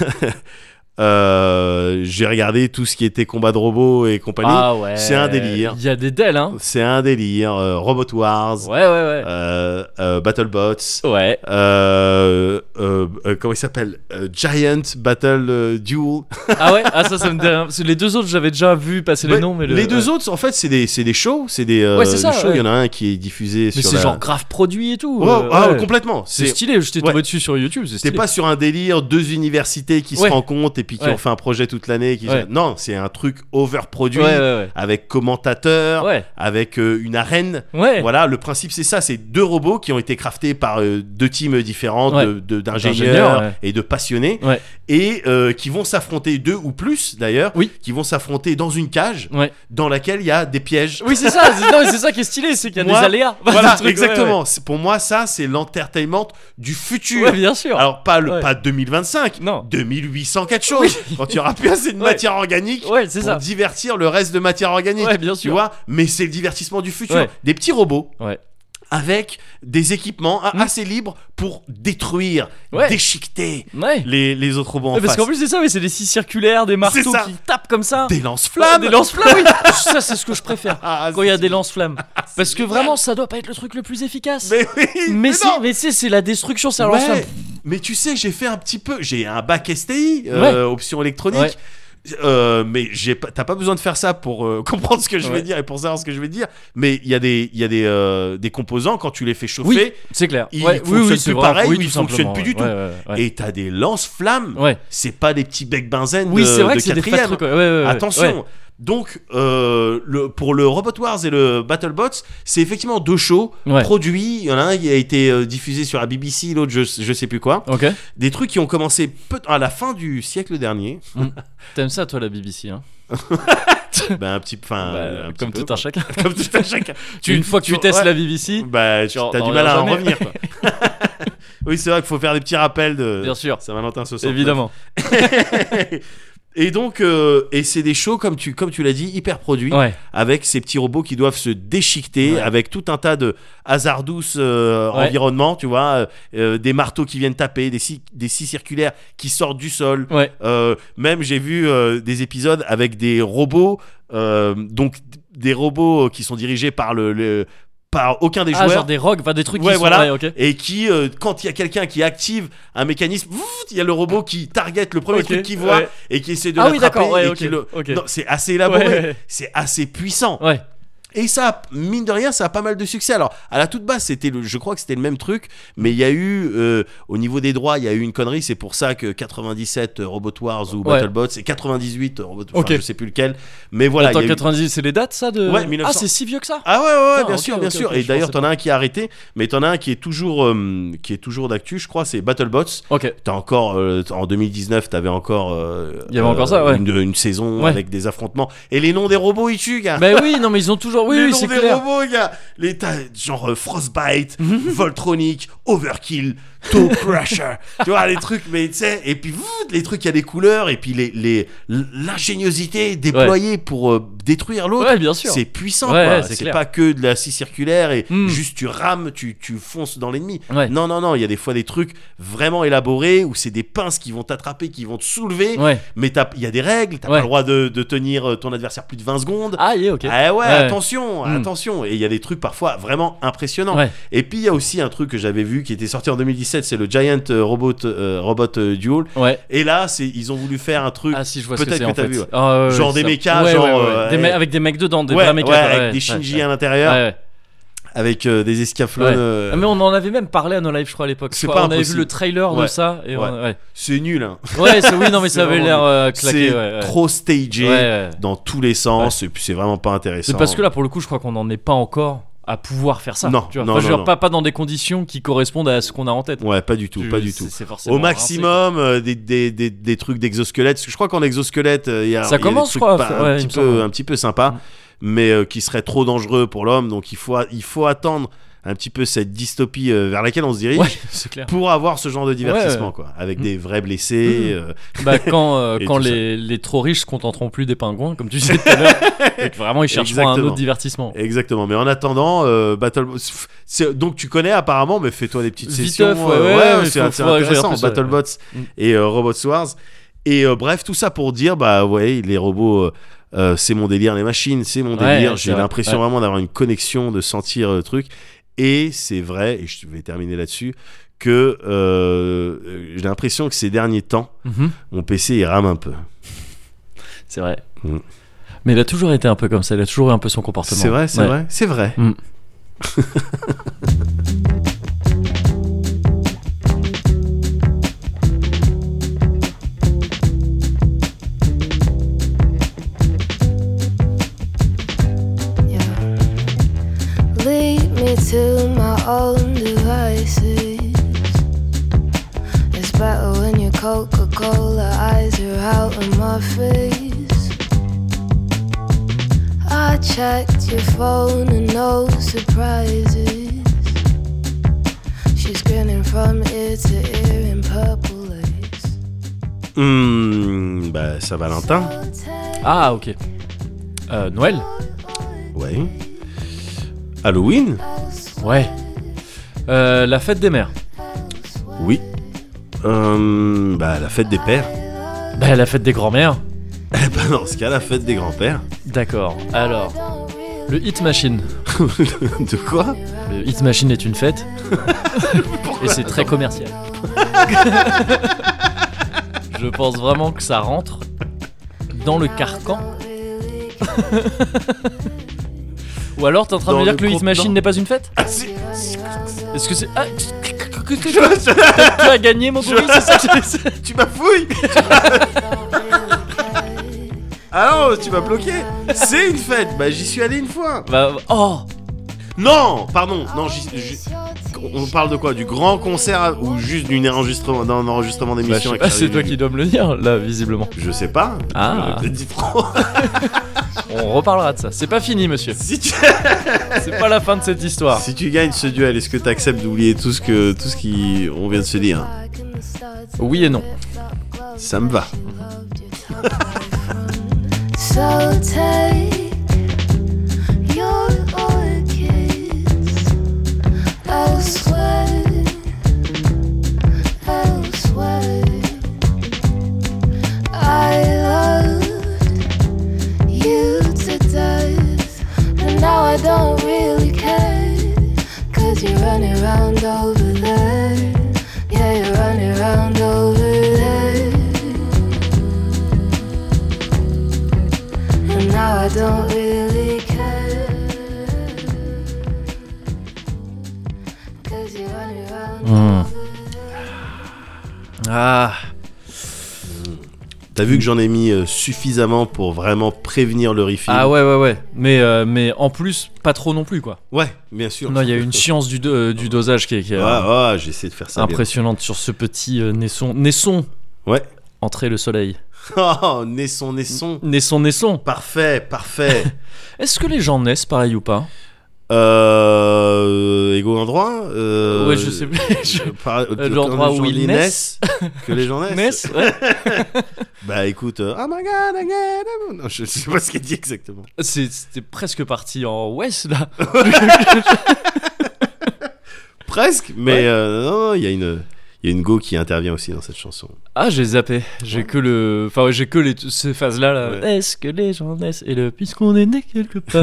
B: Euh, j'ai regardé tout ce qui était combat de robots et compagnie.
A: Ah ouais.
B: c'est un délire.
A: Il y a des DEL, hein.
B: C'est un délire. euh, Robot Wars,
A: Ouais, ouais,
B: euh, euh, BattleBots,
A: ouais. Ouais.
B: euh, euh, euh, comment il s'appelle Euh, Giant Battle euh, Duel.
A: Ah ouais, ah ça, ça me dit rien. Parce que Les deux autres, j'avais déjà vu passer les
B: Ouais,
A: noms, mais le-
B: les deux
A: ouais.
B: autres, en fait, c'est des, c'est des shows. C'est des, euh,
A: Ouais, c'est ça,
B: des shows.
A: ouais.
B: Il y en a un qui est diffusé
A: Mais
B: sur
A: c'est
B: la-
A: genre grave produit et tout.
B: Ouais,
A: euh,
B: ah,
A: ouais.
B: complètement.
A: C'est
B: C'est
A: stylé, je t'ai
B: Ouais.
A: tombé dessus sur YouTube, c'est
B: T'es
A: stylé.
B: pas sur un délire deux universités qui
A: Ouais.
B: se rencontrent et puis qui
A: Ouais.
B: ont fait un projet toute l'année. Qui...
A: Ouais.
B: Non, c'est un truc overproduit
A: Ouais, ouais,
B: avec commentateur,
A: ouais. Ouais,
B: avec euh, une arène.
A: ouais.
B: Voilà, le principe c'est ça, c'est deux robots qui ont été craftés par euh, deux teams différentes
A: Ouais.
B: de- de-
A: D'ingénieurs,
B: d'ingénieurs
A: ouais.
B: et de passionnés
A: Ouais.
B: et euh, qui vont s'affronter deux ou plus d'ailleurs,
A: Oui.
B: qui vont s'affronter dans une cage
A: Ouais.
B: dans laquelle il y a des pièges.
A: Oui, c'est ça, c'est non, mais c'est ça qui est stylé, c'est qu'il y a
B: Moi,
A: des aléas.
B: Voilà,
A: Des trucs, ouais,
B: exactement. C'est- Pour moi, ça c'est l'entertainment du
A: Ouais,
B: futur.
A: Ouais, bien sûr.
B: Alors pas le
A: Ouais.
B: pas 2025,
A: Non.
B: 2800 quelque chose. Quand tu auras plus assez de
A: Ouais.
B: matière organique
A: Ouais, c'est
B: pour
A: ça.
B: divertir le reste de matière organique.
A: Ouais, bien
B: tu
A: sûr.
B: vois, mais c'est le divertissement du futur.
A: Ouais.
B: Des petits robots.
A: Ouais.
B: Avec des équipements a-
A: Mm.
B: assez libres pour détruire,
A: Ouais.
B: déchiqueter
A: Ouais.
B: les, les autres robots en
A: Ouais, parce
B: face.
A: qu'en plus c'est ça, mais c'est des scies circulaires, des marteaux
B: ça.
A: qui tapent comme ça.
B: des lance-flammes.
A: Des lance-flammes, oui. ça c'est ce que je préfère.
B: Ah,
A: Quand il y a
B: c'est-
A: des lance-flammes. Parce que vraiment, ça doit pas être le truc le plus efficace.
B: Mais oui.
A: Mais, si,
B: non.
A: mais si, c'est la destruction, c'est un
B: Ouais,
A: lance-flamme.
B: mais tu sais, j'ai fait un petit peu. J'ai un bac STI, euh, option électronique.
A: Ouais.
B: Euh, mais j'ai pas- t'as pas besoin de faire ça pour euh, comprendre ce que je
A: Ouais.
B: vais dire et pour savoir ce que je vais dire. Mais il y a des, il y a des, euh, des composants quand tu les fais chauffer
A: Oui, c'est clair.
B: Ils
A: ouais, oui,
B: fonctionnent
A: oui, c'est
B: plus
A: vrai.
B: pareil
A: oui,
B: ou ils
A: tout
B: fonctionnent
A: simplement,
B: plus du tout.
A: ouais, ouais, ouais.
B: et t'as des lance-flammes.
A: Ouais.
B: C'est pas des petits becs benzène.
A: Oui,
B: de-
A: c'est vrai
B: de
A: que c'est des frais
B: quatrième.
A: trucs. ouais, ouais, ouais, ouais.
B: Attention.
A: Ouais.
B: Donc, euh, le, pour le Robot Wars et le BattleBots, c'est effectivement deux shows
A: Ouais.
B: produits. Il y en a un qui a été euh, diffusé sur la BBC, l'autre je, je sais plus quoi.
A: Ok.
B: Des trucs qui ont commencé peu- à la fin du siècle dernier.
A: T'aimes ça, toi, la BBC, hein
B: ben, un petit, enfin,
A: Bah,
B: un petit
A: Comme
B: peu,
A: tout un
B: quoi.
A: chacun.
B: Comme tout un chacun.
A: Tu, une fois que tu
B: ouais.
A: testes la BBC,
B: Bah, tu
A: Genre,
B: as
A: on
B: du
A: en
B: mal à en
A: revient
B: revenir. quoi. oui, c'est vrai qu'il faut faire des petits rappels de
A: bien sûr,
B: Saint-Valentin ce soir.
A: évidemment.
B: et donc, euh, et c'est des shows, comme tu, comme tu l'as dit, hyper produits,
A: Ouais.
B: avec ces petits robots qui doivent se déchiqueter,
A: Ouais.
B: avec tout un tas de hasards douces
A: Ouais.
B: environnement, tu vois, euh, des marteaux qui viennent taper, des scies, des scies circulaires qui sortent du sol.
A: Ouais.
B: Euh, même j'ai vu euh, des épisodes avec des robots, euh, donc des robots qui sont dirigés par le, le- par aucun des
A: Ah,
B: joueurs.
A: genre des rogues, enfin des trucs
B: Ouais,
A: qui sont...
B: voilà.
A: ouais, ok.
B: Et qui, euh, quand il y a quelqu'un qui active un mécanisme, vouf, il y a le robot qui target le premier
A: Ok,
B: truc qu'il voit
A: ouais.
B: et qui essaie de
A: Ah oui,
B: l'attraper.
A: d'accord, ouais,
B: et
A: ok,
B: qui le-
A: ok.
B: Non, C'est assez élaboré,
A: Ouais.
B: c'est assez puissant.
A: Ouais.
B: Et ça, mine de rien, ça a pas mal de succès. Alors, à la toute base, c'était le, je crois que c'était le même truc, mais il y a eu, euh, au niveau des droits, il y a eu une connerie. C'est pour ça que 97 Robot Wars ou
A: Ouais.
B: BattleBots et 98 Robot, enfin,
A: Ok.
B: je sais plus lequel, mais voilà.
A: Attends,
B: il y a eu-
A: 90, c'est les dates, ça de...
B: Ouais,
A: Ah,
B: 1900.
A: c'est si vieux que ça
B: Ah ouais, ouais, ouais,
A: Ah,
B: bien
A: ok,
B: sûr,
A: ok,
B: bien
A: ok,
B: sûr.
A: je
B: et d'ailleurs,
A: pensais
B: t'en as un qui est arrêté, mais t'en as un qui est toujours, euh, qui est toujours d'actu, je crois, c'est BattleBots.
A: Ok.
B: T'as encore, euh, en 2019, t'avais encore, euh,
A: Il y avait encore ça, ouais.
B: une, une saison
A: Ouais.
B: avec des affrontements. Et les noms des robots, ils tuent, gars.
A: Bah oui, non, mais ils ont toujours... Oui,
B: les
A: oui,
B: noms
A: c'est
B: des
A: clair. Mhm.
B: robots, gars. Les t'as- genre euh, Frostbite, Voltronic, Overkill, Toe Crusher. tu vois, les trucs, mais tu sais, et puis vous, les trucs, il y a des couleurs, et puis les- les, l'ingéniosité déployée pour euh, détruire l'autre.
A: Ouais, bien sûr.
B: C'est puissant,
A: Ouais,
B: quoi.
A: ouais, c'est
B: C'est
A: clair.
B: pas que de la scie circulaire et
A: Hmm.
B: juste tu rames, tu, tu fonces dans l'ennemi.
A: Ouais.
B: Non, non, non, il y a des fois des trucs vraiment élaborés où c'est des pinces qui vont t'attraper, qui vont te soulever,
A: Ouais.
B: mais t'as- il y a des règles, t'as
A: Ouais.
B: pas le droit de, de tenir euh, ton adversaire plus de 20 secondes.
A: Ah, yeah, ok.
B: Ah ouais,
A: Ouais.
B: attention,
A: Hmm.
B: attention. Et il y a des trucs parfois vraiment impressionnants.
A: Ouais.
B: Et puis il y a aussi un truc que j'avais vu qui était sorti en 2017, c'est le Giant euh, Robot, euh, Robot euh, Duel.
A: Ouais.
B: Et là, c'est- ils ont voulu faire un truc
A: Ah, si, je vois ce que
B: Euh, Peut-être
A: c'est,
B: que
A: en
B: t'as
A: fait.
B: vu, ouais.
A: Ah, ouais,
B: Genre
A: c'est
B: des
A: ça.
B: mechas,
A: Ouais,
B: genre,
A: ouais, ouais.
B: euh,
A: Des me-
B: ouais.
A: Avec des mecs dedans, des
B: ouais,
A: vrais mechas.
B: ouais,
A: ouais,
B: avec
A: ouais,
B: des Shinji à l'intérieur,
A: Ouais, ouais.
B: avec euh, des escaflowns.
A: Ouais.
B: euh,
A: Ah, Mais on en avait même parlé à nos lives, je crois, à l'époque. Je
B: C'est
A: crois,
B: pas
A: On avait vu
B: impossible.
A: le trailer de
B: Ouais.
A: ça. et on-
B: Ouais.
A: Ouais,
B: C'est nul, hein.
A: Ouais, c'est- oui, non, mais
B: C'est
A: ça avait
B: vraiment
A: l'air euh, claqué.
B: C'est
A: ouais, ouais.
B: trop stagé
A: Ouais, ouais.
B: dans tous les sens, et puis c'est vraiment pas intéressant.
A: C'est parce que là, pour le coup, je crois qu'on n'en est pas encore à pouvoir faire ça.
B: Non,
A: tu vois.
B: non,
A: Enfin, je veux
B: non,
A: dire,
B: non.
A: Pas, pas dans des conditions qui correspondent à ce qu'on a en tête.
B: Ouais, pas du tout,
A: Tu-
B: pas du
A: c'est-
B: tout.
A: c'est forcément
B: Au
A: rincé, quoi.
B: maximum, euh, des, des, des, des trucs d'exosquelette. Parce que je crois qu'en exosquelette, euh, il y a,
A: Ça
B: il y a des
A: commence,
B: trucs
A: je crois,
B: pas-
A: ouais,
B: un,
A: il
B: petit
A: me semble.
B: peu, un petit peu sympa,
A: Mm.
B: mais euh, qui serait trop dangereux pour l'homme. Donc il faut, il faut attendre un petit peu cette dystopie euh, vers laquelle on se dirige.
A: Ouais, c'est clair.
B: Pour avoir ce genre de divertissement,
A: ouais.
B: quoi, avec
A: Mm.
B: des vrais blessés. euh,
A: Bah, quand euh,
B: Et
A: quand
B: tout ça.
A: les, les trop riches se contenteront plus des pingouins, comme tu disais tout à l'heure, et que vraiment ils chercheront un
B: Exactement.
A: autre divertissement.
B: Exactement, mais en attendant, euh, Battle. c'est- Donc tu connais apparemment, mais fais-toi des petites
A: Viteuf,
B: sessions.
A: ouais, ouais,
B: euh, ouais,
A: mais
B: c'est
A: faut-
B: c'est
A: faut- ouais, je vais
B: intéressant.
A: regarder ça, ouais.
B: Battlebots
A: Mm.
B: et euh, Robots Wars. Et euh, bref, tout ça pour dire, bah ouais, les robots, euh, euh, c'est mon délire, les machines, c'est mon
A: Ouais,
B: délire.
A: ouais, c'est
B: J'ai
A: vrai.
B: l'impression
A: Ouais.
B: vraiment d'avoir une connexion, de sentir euh, le truc. Et c'est vrai, et je vais terminer là-dessus, que euh, j'ai l'impression que ces derniers temps,
A: Mhm.
B: mon PC il rame un peu.
A: C'est vrai.
B: Mm.
A: Mais il a toujours été un peu comme ça, il a toujours eu un peu son comportement.
B: C'est vrai, c'est
A: Ouais.
B: vrai, c'est vrai.
A: Mm.
F: Yeah. Lead me to my own devices. It's better when your Coca Cola eyes are out of my face. I checked your phone and no surprises. She's grinning from ear to ear in purple lace.
B: Hmm, bah, Saint-Valentin,
A: Ah, ok. Euh, Noël
B: ouais. Halloween,
A: Ouais. Euh, la fête des mères.
B: oui. Euh, bah, la fête des pères.
A: Bah, la fête des grands-mères.
B: Eh ben, dans ce cas, la fête des grands-pères.
A: D'accord. Alors, le Hit Machine.
B: de quoi
A: Le Hit Euh, Machine est une fête. Et c'est très commercial. Je pense vraiment que ça rentre dans le carcan. Ou alors t'es en train de
B: Dans
A: me dire
B: le
A: que le Hit
B: contenant.
A: Machine n'est pas une fête
B: Ah, c'est-
A: Est-ce que c'est. Ah, tu as gagné mon coucou, c'est ça que c'est-
B: Tu m'as fouillé Ah non, tu m'as bloqué C'est une fête Bah j'y suis allé une fois
A: Bah, Oh
B: Non Pardon Non, j'y- j'y- on parle de quoi Du grand concert à- ou juste d'un enregistrement, d'un enregistrement
A: Bah, je
B: d'émission
A: sais
B: avec
A: pas,
B: Charlie
A: C'est toi qui
B: Hunnam
A: dois me le dire, là, visiblement.
B: Je sais pas
A: Ah.
B: J'aurais peut-être dit trop
A: On reparlera de ça. C'est pas fini, monsieur.
B: si, tu...
A: C'est pas la fin de cette histoire.
B: si tu gagnes ce duel, est-ce que tu acceptes d'oublier tout ce que tout ce qui on vient de se dire
A: Oui et non.
B: Ça me va.
F: So take your orchids elsewhere, elsewhere. I loved you to death, and now I don't really care. Cause you're running around over there. Yeah, you're running around over there. And now I don't really care. Cause you're running around
A: Ah.
B: T'as vu que j'en ai mis euh, suffisamment pour vraiment prévenir le refill
A: Ah ouais, ouais, ouais. Mais, euh, mais en plus, pas trop non plus, quoi.
B: Ouais, bien sûr.
A: Non, il y a une science du, do- euh, du dosage qui est, qui est,
B: Ouais,
A: euh,
B: ouais, j'essaie de faire ça. bien.
A: impressionnante sur ce petit euh, naisson. Naisson
B: Ouais.
A: Entrée le soleil.
B: Oh, naisson, naisson.
A: Naisson, naisson.
B: Parfait, parfait.
A: Est-ce que les gens naissent pareil ou pas
B: euh, égaux en droit euh,
A: Ouais, je sais plus. Je-
B: euh, par-
A: Euh,
B: de-
A: L'endroit
B: quand les
A: où
B: gens
A: ils naissent.
B: Que les gens naissent.
A: Naissent ouais.
B: Bah écoute, euh, oh my god, again. I'm- Non, je, je sais pas ce qu'il dit exactement.
A: C'est- C'était presque parti en ouest, là.
B: Presque, mais
A: Ouais.
B: euh, non, non, il y a une. Il y a une go qui intervient aussi dans cette chanson.
A: Ah, j'ai zappé. J'ai que le. Enfin, ouais, j'ai que les... ces phases-là. Là.
B: Ouais.
A: Est-ce que les gens naissent Et le. Puisqu'on est né quelque part.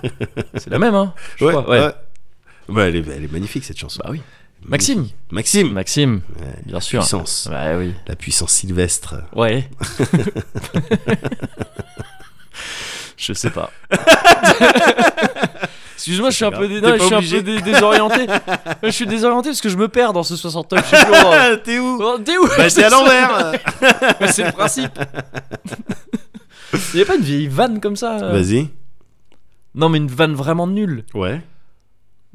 A: C'est la même, hein je crois, ouais.
B: Bah, elle, est, elle est magnifique cette chanson.
A: Bah oui. Maxime Mmh.
B: Maxime
A: Maxime,
B: Ouais,
A: bien sûr.
B: Puissance.
A: Ouais, oui.
B: La puissance sylvestre.
A: Ouais. je sais pas. Excuse-moi, je suis un
B: pas
A: peu,
B: grave.
A: dé- non,
B: T'es
A: je
B: pas
A: suis un
B: obligé.
A: peu dé- désorienté. je suis désorienté parce que je me perds dans ce 69. Je suis toujours, euh,
B: Ah, T'es où
A: oh, T'es où
B: Bah, t'es à l'envers
A: Mais C'est le principe. Il y a pas une vieille vanne comme ça euh
B: Vas-y.
A: Non, mais une vanne vraiment nulle.
B: Ouais.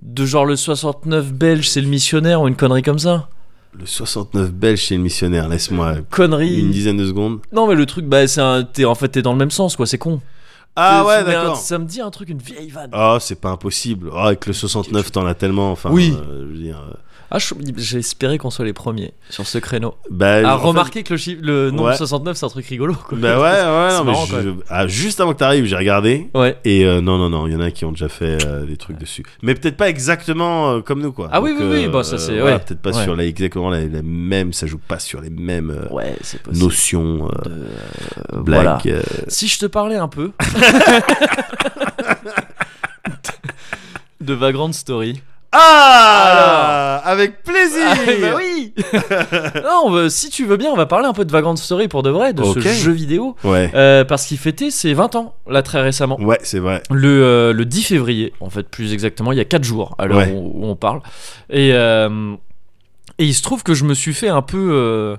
A: De genre le 69 belge, c'est le missionnaire ou une connerie comme ça.
B: Le 69 belge chez le missionnaire, laisse-moi
A: Connerie.
B: une dizaine de secondes.
A: Non, mais le truc, bah, c'est un. t'es- en fait, t'es dans le même sens, quoi. C'est con. C'est-
B: Ah ouais,
A: mais un-
B: d'accord.
A: Ça me dit un truc, une vieille vanne.
B: Ah, c'est pas impossible. Ah, avec le 69, t'en as tellement. Enfin,
A: Oui.
B: euh, je veux dire, euh,
A: Ah, je- j'ai espéré qu'on soit les premiers sur ce créneau.
B: Bah,
A: À
B: en fait-
A: remarquer que le, chiffre, le nombre
B: Ouais.
A: 69, c'est un truc rigolo. Quoi.
B: Bah ouais, ouais,
A: C'est
B: non, mais
A: marrant,
B: je-
A: quand même.
B: je- ah, juste avant que t'arrives, j'ai regardé.
A: Ouais.
B: Et euh, non, non, non, il y en a qui ont déjà fait euh, des trucs dessus. Mais peut-être pas exactement euh, comme nous, quoi.
A: Ah oui, oui, oui, bah, ça, c'est-
B: voilà,
A: ouais.
B: Peut-être pas
A: Ouais.
B: sur la, exactement la- les mêmes, ça joue pas sur les mêmes euh,
A: Ouais, c'est possible.
B: notions, euh,
A: Euh, voilà.
B: blagues. euh,
A: Si je te parlais un peu de Vagrant Story.
B: Ah Avec plaisir
A: bah oui non, on veut- Si tu veux bien, on va parler un peu de Vagrant Story pour de vrai, de
B: Ok.
A: ce jeu vidéo.
B: Ouais,
A: Euh, parce qu'il fêtait ses 20 ans, là très récemment.
B: ouais, c'est vrai.
A: Le, euh, le 10 février, en fait, plus exactement, il y a 4 jours à l'heure
B: Ouais.
A: où, où on parle. Et, euh, et il se trouve que je me suis fait un peu euh,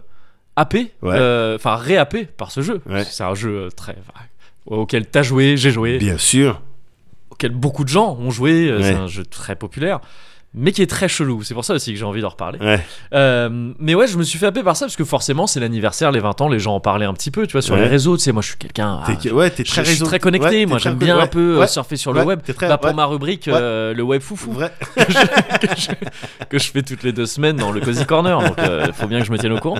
A: happer,
B: Ouais.
A: euh, enfin réhapper par ce jeu.
B: Ouais.
A: C'est un jeu euh, très. enfin, auquel t'as joué, j'ai joué,
B: Bien sûr.
A: auquel beaucoup de gens ont joué. euh, C'est
B: Ouais.
A: un jeu très populaire. Mais qui est très chelou, c'est pour ça aussi que j'ai envie d'en reparler.
B: Ouais.
A: Euh, mais ouais, je me suis fait happer par ça parce que forcément, c'est l'anniversaire, les 20 ans, les gens en parlaient un petit peu, tu vois, sur
B: Ouais.
A: les réseaux. Tu sais, moi, je suis quelqu'un. ah,
B: T'es- ouais, t'es
A: je,
B: très
A: je suis
B: réseau-
A: très connecté,
B: ouais,
A: moi
B: t'es très
A: j'aime
B: co-
A: bien
B: ouais,
A: un peu euh,
B: ouais,
A: surfer sur
B: ouais,
A: le web.
B: t'es très-
A: Bah, pour
B: ouais.
A: ma rubrique, euh, le web foufou,
B: Vrai.
A: que je fais toutes les deux semaines dans le Cozy Corner, donc il faut bien que je me tienne au courant.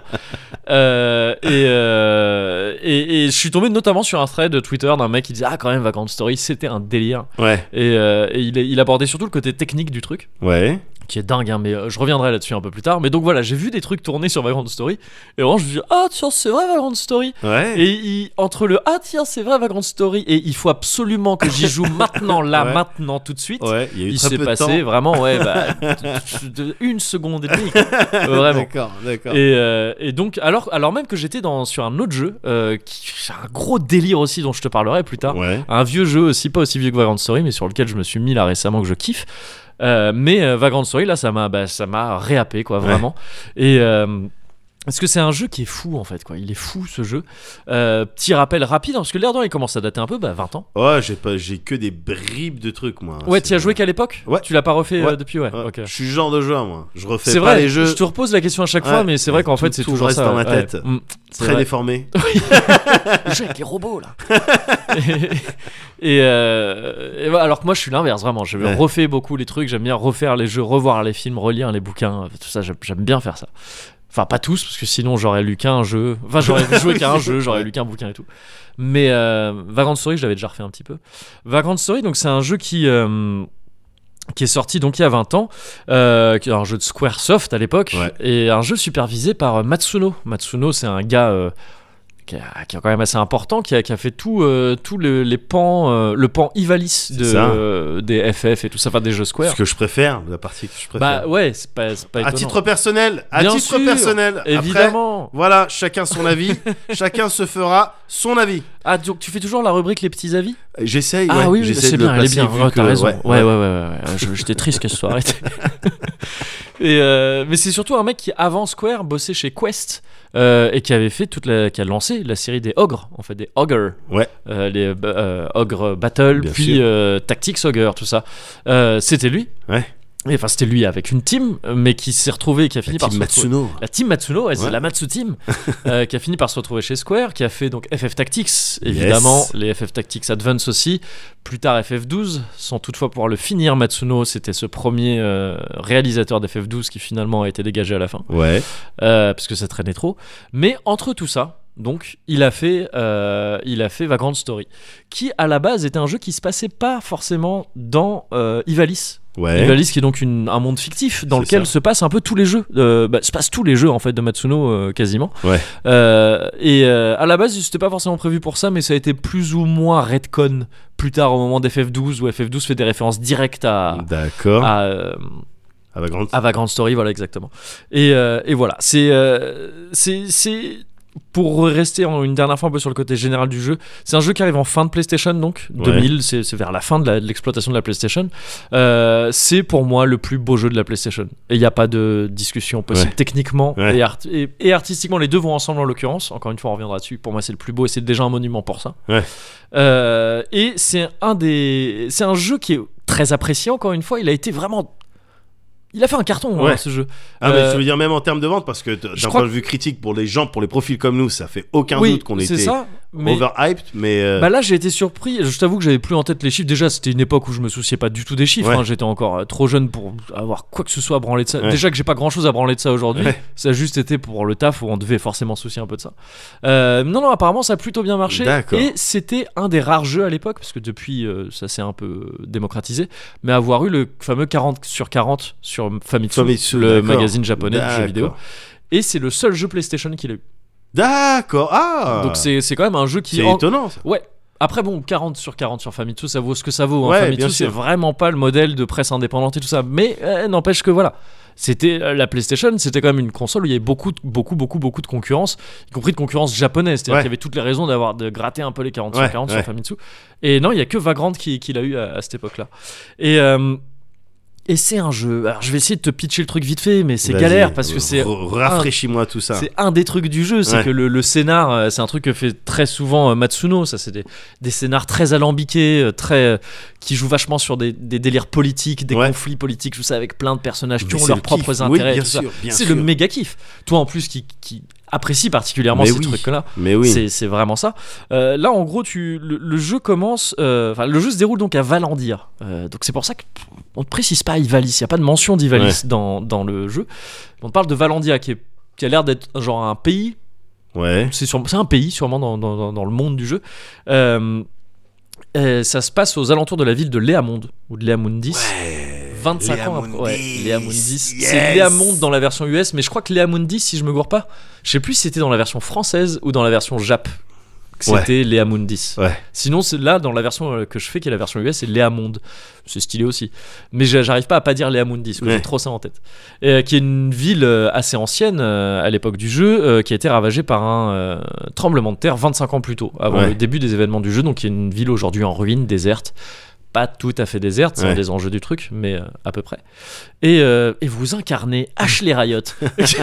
A: Euh, et, euh, et, et je suis tombé notamment sur un thread de Twitter d'un mec qui disait Ah, quand même, Vagrant Story, c'était un délire.
B: Ouais,
A: Et, euh, et il, il abordait surtout le côté technique du truc,
B: ouais.
A: qui est dingue, hein, mais euh, je reviendrai là-dessus un peu plus tard. Mais donc voilà, j'ai vu des trucs tourner sur Vagrant Story, et vraiment je me dis Ah, tiens, c'est vrai, Vagrant Story
B: Ouais.
A: et il- entre le Ah tiens c'est vrai Vagrant Story et il faut absolument que j'y joue maintenant là
B: Ouais.
A: maintenant tout de suite
B: Ouais, il y a eu
A: il
B: très
A: s'est
B: peu de
A: passé
B: temps.
A: vraiment ouais bah, de- de- une seconde et demie quoi. Euh, vraiment
B: D'accord, d'accord.
A: et, euh, et donc alors, alors même que j'étais dans, sur un autre jeu euh, qui c'est un gros délire aussi dont je te parlerai plus tard
B: Ouais.
A: un vieux jeu aussi pas aussi vieux que Vagrant Story mais sur lequel je me suis mis là récemment que je kiffe Euh, mais euh, Vagrant Story là ça m'a bah, ça m'a réhappé quoi vraiment et euh, parce que c'est un jeu qui est fou en fait quoi il est fou ce jeu Euh, petit rappel rapide hein, parce que l'air de rien, il commence à dater un peu bah 20 ans
B: Oh, j'ai pas, j'ai que des bribes de trucs moi.
A: ouais
B: C'est-
A: tu as joué qu'à l'époque
B: Ouais.
A: tu l'as pas refait
B: Ouais.
A: euh, depuis ouais,
B: Ouais.
A: ok
B: Je suis le genre de joueur moi. Je refais
A: c'est
B: pas
A: vrai
B: les jeux
A: je te repose la question à chaque
B: Ouais.
A: fois mais c'est vrai qu'en
B: Tout-
A: fait c'est
B: tout
A: toujours
B: reste
A: ça
B: dans ma
A: ouais. Ouais.
B: tête.
A: Mm. C'est
B: très
A: vrai.
B: déformés.
A: Le jeu avec les robots là. et, et, euh, et voilà, alors que moi je suis l'inverse vraiment. Je
B: Ouais.
A: refais beaucoup les trucs. J'aime bien refaire les jeux, revoir les films, relire les bouquins, euh, tout ça. J'aime j'aime bien faire ça. Enfin pas tous parce que sinon j'aurais lu qu'un jeu. Enfin j'aurais joué qu'à un jeu, j'aurais lu qu'un bouquin et tout. Mais euh, Vagrant Story, je l'avais déjà refait un petit peu. Vagrant Story, donc c'est un jeu qui euh, qui est sorti donc il y a 20 ans, euh, qui est un jeu de Squaresoft à l'époque,
B: Ouais.
A: et un jeu supervisé par euh, Matsuno. Matsuno, c'est un gars euh, qui, a- qui est quand même assez important, qui a, qui a fait tout, euh, tout le, les pans, euh, le pan Ivalice de,
B: ça.
A: euh, des FF et tout ça, enfin des jeux
B: Ce
A: Square.
B: que je préfère, la partie que je préfère.
A: Bah ouais, c'est pas, c'est pas
B: à
A: étonnant.
B: titre personnel, à
A: Bien
B: titre
A: sûr,
B: personnel. Après,
A: Évidemment.
B: voilà, chacun son avis. chacun se fera son avis.
A: Ah donc tu fais toujours la rubrique les petits avis
B: J'essaye. ouais,
A: Ah oui, oui,
B: j'essaie
A: c'est
B: de le
A: bien, elle est
B: placer
A: bien.
B: vu
A: ouais, t'as
B: que-
A: raison. Ouais,
B: ouais,
A: ouais, ouais. ouais, ouais. Je- J'étais triste qu'elle soit arrêtée. et euh, mais c'est surtout un mec qui, avant Square, bossait chez Quest euh, et qui avait fait toute la, qui a lancé la série des ogres, en fait, des ogres.
B: Ouais.
A: Euh, les bah, euh, ogres battle,
B: Bien
A: puis
B: sûr.
A: euh, tactics ogre, tout ça. Euh, c'était lui.
B: Ouais.
A: Et enfin, c'était lui avec une team, mais qui s'est retrouvé, qui a fini par
B: La team
A: se retrouver-
B: Matsuno.
A: la team Matsuno, ouais, c'est
B: Ouais.
A: la Matsu Team, euh, qui a fini par se retrouver chez Square, qui a fait donc FF Tactics, évidemment,
B: Yes.
A: les FF Tactics Advance aussi, plus tard FF12, sans toutefois pouvoir le finir. Matsuno, c'était ce premier euh, réalisateur d'FF12 qui finalement a été dégagé à la fin,
B: Ouais.
A: euh, parce que ça traînait trop. Mais entre tout ça, donc, il a fait, euh, il a fait Vagrant Story, qui à la base était un jeu qui se passait pas forcément dans euh, Ivalice.
B: Ouais.
A: Ivalice qui est donc une- un monde fictif dans
B: C'est
A: lequel
B: ça.
A: se passent un peu tous les jeux, euh, bah, se passent tous les jeux en fait de Matsuno euh, quasiment.
B: Ouais.
A: Euh, et euh, à la base, c'était pas forcément prévu pour ça, mais ça a été plus ou moins retcon plus tard au moment d'FF12 où FF12 fait des références directes à,
B: D'accord.
A: à, euh,
B: Ah bah, grande-
A: à Vagrant Story, voilà exactement. Et, euh, et voilà, c'est euh, c'est c'est- pour rester en- une dernière fois un peu sur le côté général du jeu, c'est un jeu qui arrive en fin de PlayStation donc
B: Ouais.
A: 2000, c'est c'est vers la fin de la- de l'exploitation de, la PlayStation. Euh, c'est pour moi le plus beau jeu de la PlayStation. Et il n'y a pas de discussion possible
B: Ouais.
A: techniquement
B: Ouais.
A: et, art- et- et artistiquement, les deux vont ensemble en l'occurrence. Encore une fois, on reviendra dessus. Pour moi, c'est le plus beau et c'est déjà un monument pour ça.
B: Ouais.
A: Euh, et c'est un des, c'est un jeu qui est très apprécié. Encore une fois, il a été vraiment il a fait un carton hein,
B: Ouais.
A: ce jeu.
B: Ah, mais
A: euh,
B: je veux dire, même en termes de vente, parce que t- d'un
A: crois
B: point de vue critique, pour les gens, pour les profils comme nous, ça fait aucun
A: oui,
B: doute qu'on
A: c'est
B: était
A: ça. mais-
B: overhyped, mais euh,
A: Bah là j'ai été surpris, je t'avoue que j'avais plus en tête les chiffres, déjà c'était une époque où je me souciais pas du tout des chiffres,
B: Ouais.
A: hein. j'étais encore euh, trop jeune pour avoir quoi que ce soit à branler de ça,
B: Ouais.
A: déjà que j'ai pas grand chose à branler de ça aujourd'hui,
B: Ouais.
A: ça a juste été pour le taf où on devait forcément se soucier un peu de ça. Euh, non non apparemment ça a plutôt bien marché,
B: D'accord.
A: et c'était un des rares jeux à l'époque, parce que depuis euh, ça s'est un peu démocratisé, mais avoir eu le fameux 40 sur 40 sur Famitsu,
B: Famitsu,
A: le
B: d'accord.
A: magazine japonais de jeux
B: D'accord.
A: vidéo, et c'est le seul jeu PlayStation qu'il a eu.
B: D'accord. Ah.
A: Donc c'est c'est quand même un jeu qui...
B: C'est
A: en-
B: étonnant. ça.
A: Ouais. Après, bon, 40 sur 40 sur Famitsu, ça vaut ce que ça vaut. hein.
B: Ouais, bien
A: Famitsu, c'est
B: sûr.
A: vraiment pas le modèle de presse indépendante et tout ça. Mais euh, n'empêche que voilà. C'était euh, la PlayStation, c'était quand même une console où il y avait beaucoup, de- beaucoup, beaucoup, beaucoup de concurrence, y compris de concurrence japonaise. C'est-à-dire
B: Ouais.
A: qu'il y avait toutes les raisons d'avoir de gratter un peu les 40
B: Ouais,
A: sur 40
B: ouais.
A: sur Famitsu. Et non, il y a que Vagrant qui, qui l'a eu à, à cette époque-là. Et euh, et c'est un jeu. Alors, je vais essayer de te pitcher le truc vite fait, mais c'est
B: Vas-y,
A: galère parce que
B: r-
A: c'est
B: r- Rafraîchis-moi tout ça.
A: c'est un des trucs du jeu, c'est
B: Ouais.
A: que le, le scénar, euh, c'est un truc que fait très souvent euh, Matsuno. Ça, c'est des, des scénars très alambiqués, euh, très euh, qui jouent vachement sur des, des délires politiques, des
B: Ouais.
A: conflits politiques, tout ça avec plein de personnages qui
B: Mais
A: ont
B: c'est
A: leurs
B: le
A: propres
B: kiff. Oui,
A: intérêts. et
B: bien
A: tout ça.
B: sûr, bien
A: C'est le
B: sûr.
A: méga kiff. Toi, en plus, qui, qui apprécie particulièrement
B: Mais
A: ces
B: oui.
A: trucs-là.
B: Mais oui.
A: C'est, c'est vraiment ça. Euh, là, en gros, tu, le, le jeu commence. euh, Enfin, le jeu se déroule donc à Valandia. Euh, donc, c'est pour ça qu'on ne précise pas Ivalice. Il n'y a pas de mention d'Ivalice dans, dans le jeu. On parle de Valandia qui, est- qui a l'air d'être genre un pays.
B: Ouais.
A: C'est, sûrement- c'est un pays, sûrement, dans, dans- dans- dans le monde du jeu. Euh, euh, ça se passe aux alentours de la ville de Léamonde ou de Léamundis. 25 ans après. Ouais,
B: Léamundis,
A: Léamundis. C'est
B: yes.
A: Léamonde dans la version US, mais je crois que Léamundis, si je me gourre pas, je sais plus si c'était dans la version française ou dans la version Jap. que
B: Ouais.
A: C'était Léamundis.
B: Ouais.
A: Sinon, c'est là, dans la version euh, que je fais, qui est la version US, c'est Léamonde. C'est stylé aussi. Mais j'a- j'arrive pas à pas dire Léamundis, parce que
B: Ouais.
A: j'ai trop ça en tête. Et, euh, qui est une ville euh, assez ancienne euh, à l'époque du jeu, euh, qui a été ravagée par un euh, tremblement de terre 25 ans plus tôt, avant
B: Ouais.
A: le début des événements du jeu. Donc, il y a une ville aujourd'hui en ruine, déserte. Pas tout à fait déserte, c'est un
B: Ouais.
A: des enjeux du truc, mais euh, à peu près. Et, euh, et vous incarnez Ashley Riot, qui,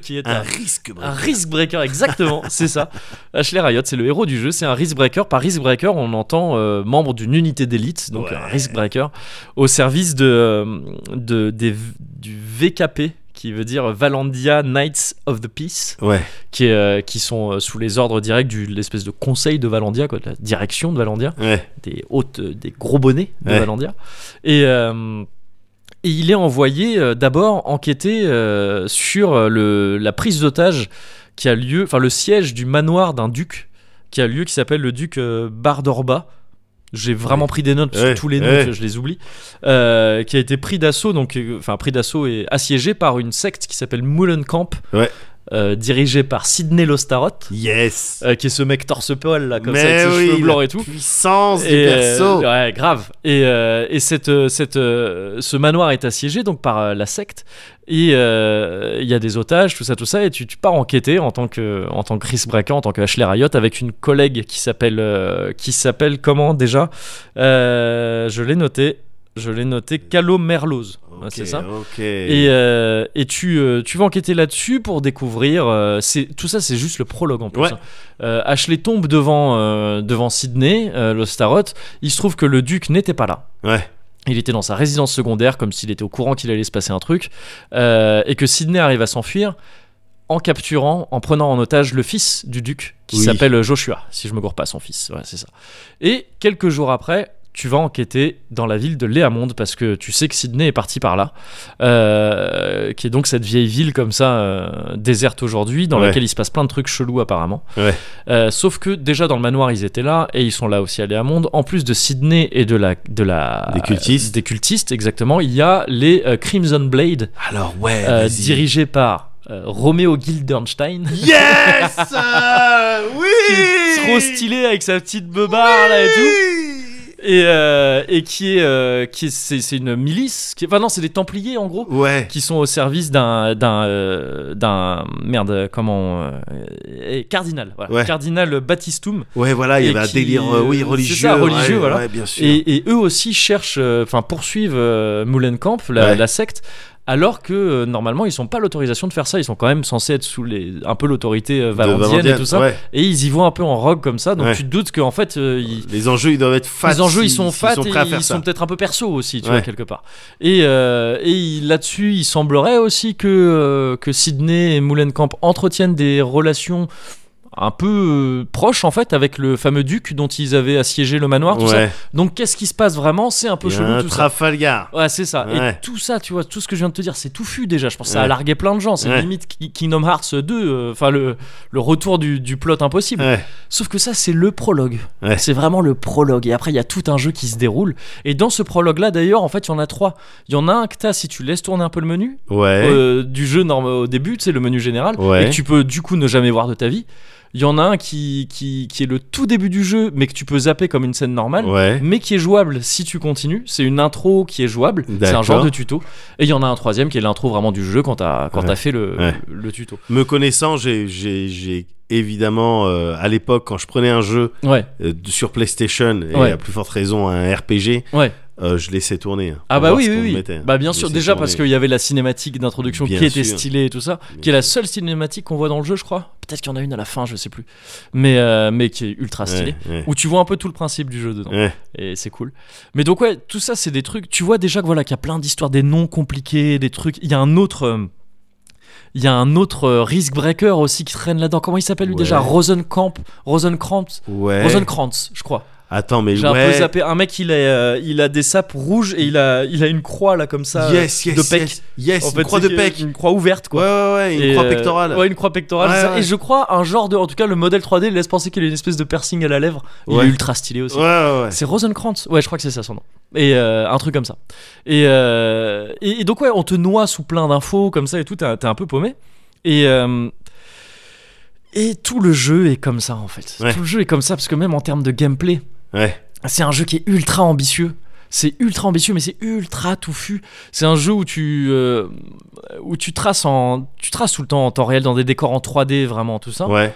A: qui est un,
B: Un risque.
A: un
B: bref.
A: risk breaker, exactement, c'est ça. Ashley Riot, c'est le héros du jeu, c'est un risk breaker. Par risk breaker, on entend euh, membre d'une unité d'élite, donc
B: Ouais.
A: un risk breaker, au service de, euh, de- des- du VKP, qui veut dire Valandia Knights of the Peace,
B: Ouais.
A: qui, est, euh, qui sont euh, sous les ordres directs de l'espèce de conseil de Valandia, quoi, de la direction de Valandia
B: Ouais.
A: des hautes, euh, des gros bonnets de
B: Ouais.
A: Valandia. Et, euh, et il est envoyé euh, d'abord enquêter euh, sur euh, le, la prise d'otage qui a lieu, enfin le siège du manoir d'un duc qui a lieu, qui s'appelle le duc euh, Bardorba. J'ai vraiment pris des notes parce que
B: Ouais,
A: tous les noms
B: ouais.
A: je- je les oublie. Euh, qui a été pris d'assaut, donc euh, enfin pris d'assaut et assiégé par une secte qui s'appelle Mullenkamp,
B: Ouais.
A: euh, dirigée par Sidney Lostaroth,
B: Yes.
A: euh, qui est ce mec torse-poil là, comme ça,
B: Mais
A: avec ses
B: oui,
A: cheveux blancs
B: la
A: et tout.
B: Puissance du
A: Et,
B: perso.
A: euh, ouais, grave. Et, euh, et cette, euh, cette, euh, ce manoir est assiégé donc par euh, la secte. Et euh, il y a des otages, tout ça, tout ça. Et tu, tu pars enquêter en tant que, en tant que Chris Bracken, en tant que Ashley Riot, avec une collègue qui s'appelle, euh, qui s'appelle comment déjà Euh, Je l'ai noté. Je l'ai noté Calo Merloz. Ouais,
B: Ok,
A: c'est ça.
B: Ok.
A: Et, euh, et tu, euh, tu vas enquêter là-dessus pour découvrir. euh, c'est, tout ça, c'est juste le prologue en plus.
B: Ouais.
A: hein. Euh, Ashley tombe devant, euh, devant Sydney, euh, le Starot. Il se trouve que le duc n'était pas là.
B: Ouais.
A: Il était dans sa résidence secondaire, comme s'il était au courant qu'il allait se passer un truc. euh, et que Sydney arrive à s'enfuir en capturant, en prenant en otage le fils du duc, qui
B: Oui.
A: s'appelle Joshua, si je me gourre pas, son fils. Ouais, c'est ça. Et quelques jours après, tu vas enquêter dans la ville de Léamonde parce que tu sais que Sydney est parti par là, euh, qui est donc cette vieille ville comme ça euh, déserte aujourd'hui, dans
B: Ouais.
A: laquelle il se passe plein de trucs chelous apparemment.
B: Ouais.
A: Euh, sauf que déjà dans le manoir ils étaient là et ils sont là aussi à Léamonde. En plus de Sydney et de la de la
B: Des cultistes.
A: des cultistes exactement, il y a les euh, Crimson Blade
B: Alors ouais.
A: euh,
B: Eh, vas-y.
A: dirigés par euh, Romeo Gildenstein.
B: Yes. euh, oui.
A: Trop stylé avec sa petite beubare là et tout. et, euh, et qui est, euh, qui est- c'est, c'est une milice qui est- enfin non c'est des templiers en gros
B: Ouais.
A: qui sont au service d'un d'un euh, d'un merde comment euh, euh, cardinal voilà.
B: Ouais.
A: cardinal Batistum
B: Ouais, voilà, il y
A: Et
B: avait un
A: qui-
B: délire, euh, oui,
A: c'est ça,
B: religieux.
A: religieux,
B: ouais,
A: voilà.
B: ouais, bien sûr.
A: et, et eux aussi cherchent euh, enfin poursuivent euh, Moulenkamp la,
B: Ouais.
A: la secte alors que euh, normalement ils sont pas l'autorisation de faire ça ils sont quand même censés être sous les un peu l'autorité euh,
B: De
A: valandienne,
B: Valandienne,
A: et tout ça
B: ouais.
A: et ils y vont un peu en rogue comme ça donc
B: Ouais.
A: tu te doutes qu'en fait euh, ils,
B: Les enjeux, ils doivent être fat.
A: les enjeux ils
B: s'ils-
A: sont
B: s'ils
A: fat
B: sont
A: et
B: prêts à faire
A: ils
B: ça.
A: sont peut-être un peu perso aussi tu
B: Ouais.
A: vois quelque part et, euh, et il- là-dessus il semblerait aussi que euh, que Sydney et Moulenkamp entretiennent des relations un peu euh, proche en fait avec le fameux duc dont ils avaient assiégé le manoir tout ça.
B: ouais.
A: donc qu'est-ce qui se passe vraiment c'est un peu
B: Il y a
A: chelou
B: un
A: tout ça
B: Trafalgar.
A: Ouais, c'est ça.
B: Ouais.
A: Et tout ça, tu vois, tout ce que je viens de te dire, c'est touffu déjà. Je pense que ça a
B: Ouais.
A: largué plein de gens. C'est
B: Ouais.
A: limite Ki- Kingdom Hearts 2, euh, enfin le, le retour du, du plot impossible.
B: Ouais.
A: Sauf que ça, c'est le prologue.
B: Ouais.
A: C'est vraiment le prologue. Et après, il y a tout un jeu qui se déroule. Et dans ce prologue-là, d'ailleurs, en fait, il y en a trois. Il y en a un que t'as si tu laisses tourner un peu le menu
B: Ouais.
A: euh, du jeu norme au début, c'est le menu général,
B: Ouais.
A: et que tu peux du coup ne jamais voir de ta vie. Il y en a un qui, qui, qui est le tout début du jeu, mais que tu peux zapper comme une scène normale
B: ouais.
A: mais qui est jouable si tu continues. C'est une intro qui est jouable. C'est un
B: D'accord.
A: genre de tuto. Et il y en a un troisième qui est l'intro vraiment du jeu quand t'as quand
B: Ouais.
A: t'as fait le,
B: Ouais.
A: le, tuto.
B: Me connaissant, j'ai- j'ai j'ai évidemment, euh, à l'époque, quand je prenais un jeu
A: Ouais.
B: euh, de- sur PlayStation, et
A: Ouais.
B: à plus forte raison un RPG,
A: Ouais.
B: euh, je laissais tourner. hein,
A: Ah
B: pour
A: bah
B: voir
A: oui
B: ce
A: oui
B: qu'on
A: oui.
B: mettait.
A: Bah bien
B: Je
A: sûr
B: laissais
A: déjà
B: tourner.
A: parce qu'il y avait la cinématique d'introduction qui
B: Bien
A: était
B: sûr.
A: stylée et tout ça,
B: Bien
A: qui est la seule cinématique qu'on voit dans le jeu je crois. Peut-être qu'il y en a une à la fin, je sais plus. Mais euh, mais qui est ultra stylée.
B: Ouais, ouais.
A: Où tu vois un peu tout le principe du jeu dedans.
B: Ouais.
A: Et c'est cool. Mais donc ouais, tout ça c'est des trucs. Tu vois déjà que voilà qu'il y a plein d'histoires, des noms compliqués, des trucs. Il y a un autre. euh, Il y a un autre euh, Risk Breaker aussi qui traîne là-dedans. Comment il s'appelle lui
B: Ouais.
A: déjà Rosenkamp, Rosenkrantz,
B: Ouais.
A: Rosenkrantz, je crois.
B: Attends, mais
A: J'ai un peu
B: ouais.
A: zappé. Un mec, il a, euh, il a des sapes rouges et il a, il a une croix là comme ça. euh,
B: yes, yes,
A: de pec.
B: yes, yes,
A: en
B: une
A: fait,
B: croix
A: c'est
B: de pec.
A: Une croix ouverte
B: Ouais,
A: quoi.
B: ouais, ouais, une
A: Et,
B: croix
A: euh,
B: pectorale.
A: ouais, une croix pectorale.
B: Ouais,
A: ça.
B: ouais.
A: Et je crois un genre de. En tout cas, le modèle 3D laisse penser qu'il a une espèce de piercing à la lèvre. Il
B: Ouais.
A: est ultra stylé aussi.
B: ouais, ouais, ouais.
A: C'est Rosenkrantz Ouais, je crois que c'est ça son nom. Et euh, un truc comme ça. Et, euh, et, et donc, ouais, on te noie sous plein d'infos comme ça et tout, t'es un t'es un peu paumé. Et. euh, et tout le jeu est comme ça en fait.
B: Ouais.
A: Tout le jeu est comme ça parce que même en termes de gameplay,
B: Ouais.
A: c'est un jeu qui est ultra ambitieux. C'est ultra ambitieux, mais c'est ultra touffu. C'est un jeu où tu euh, où tu traces en tu traces tout le temps en temps réel dans des décors en 3D vraiment tout ça.
B: Ouais.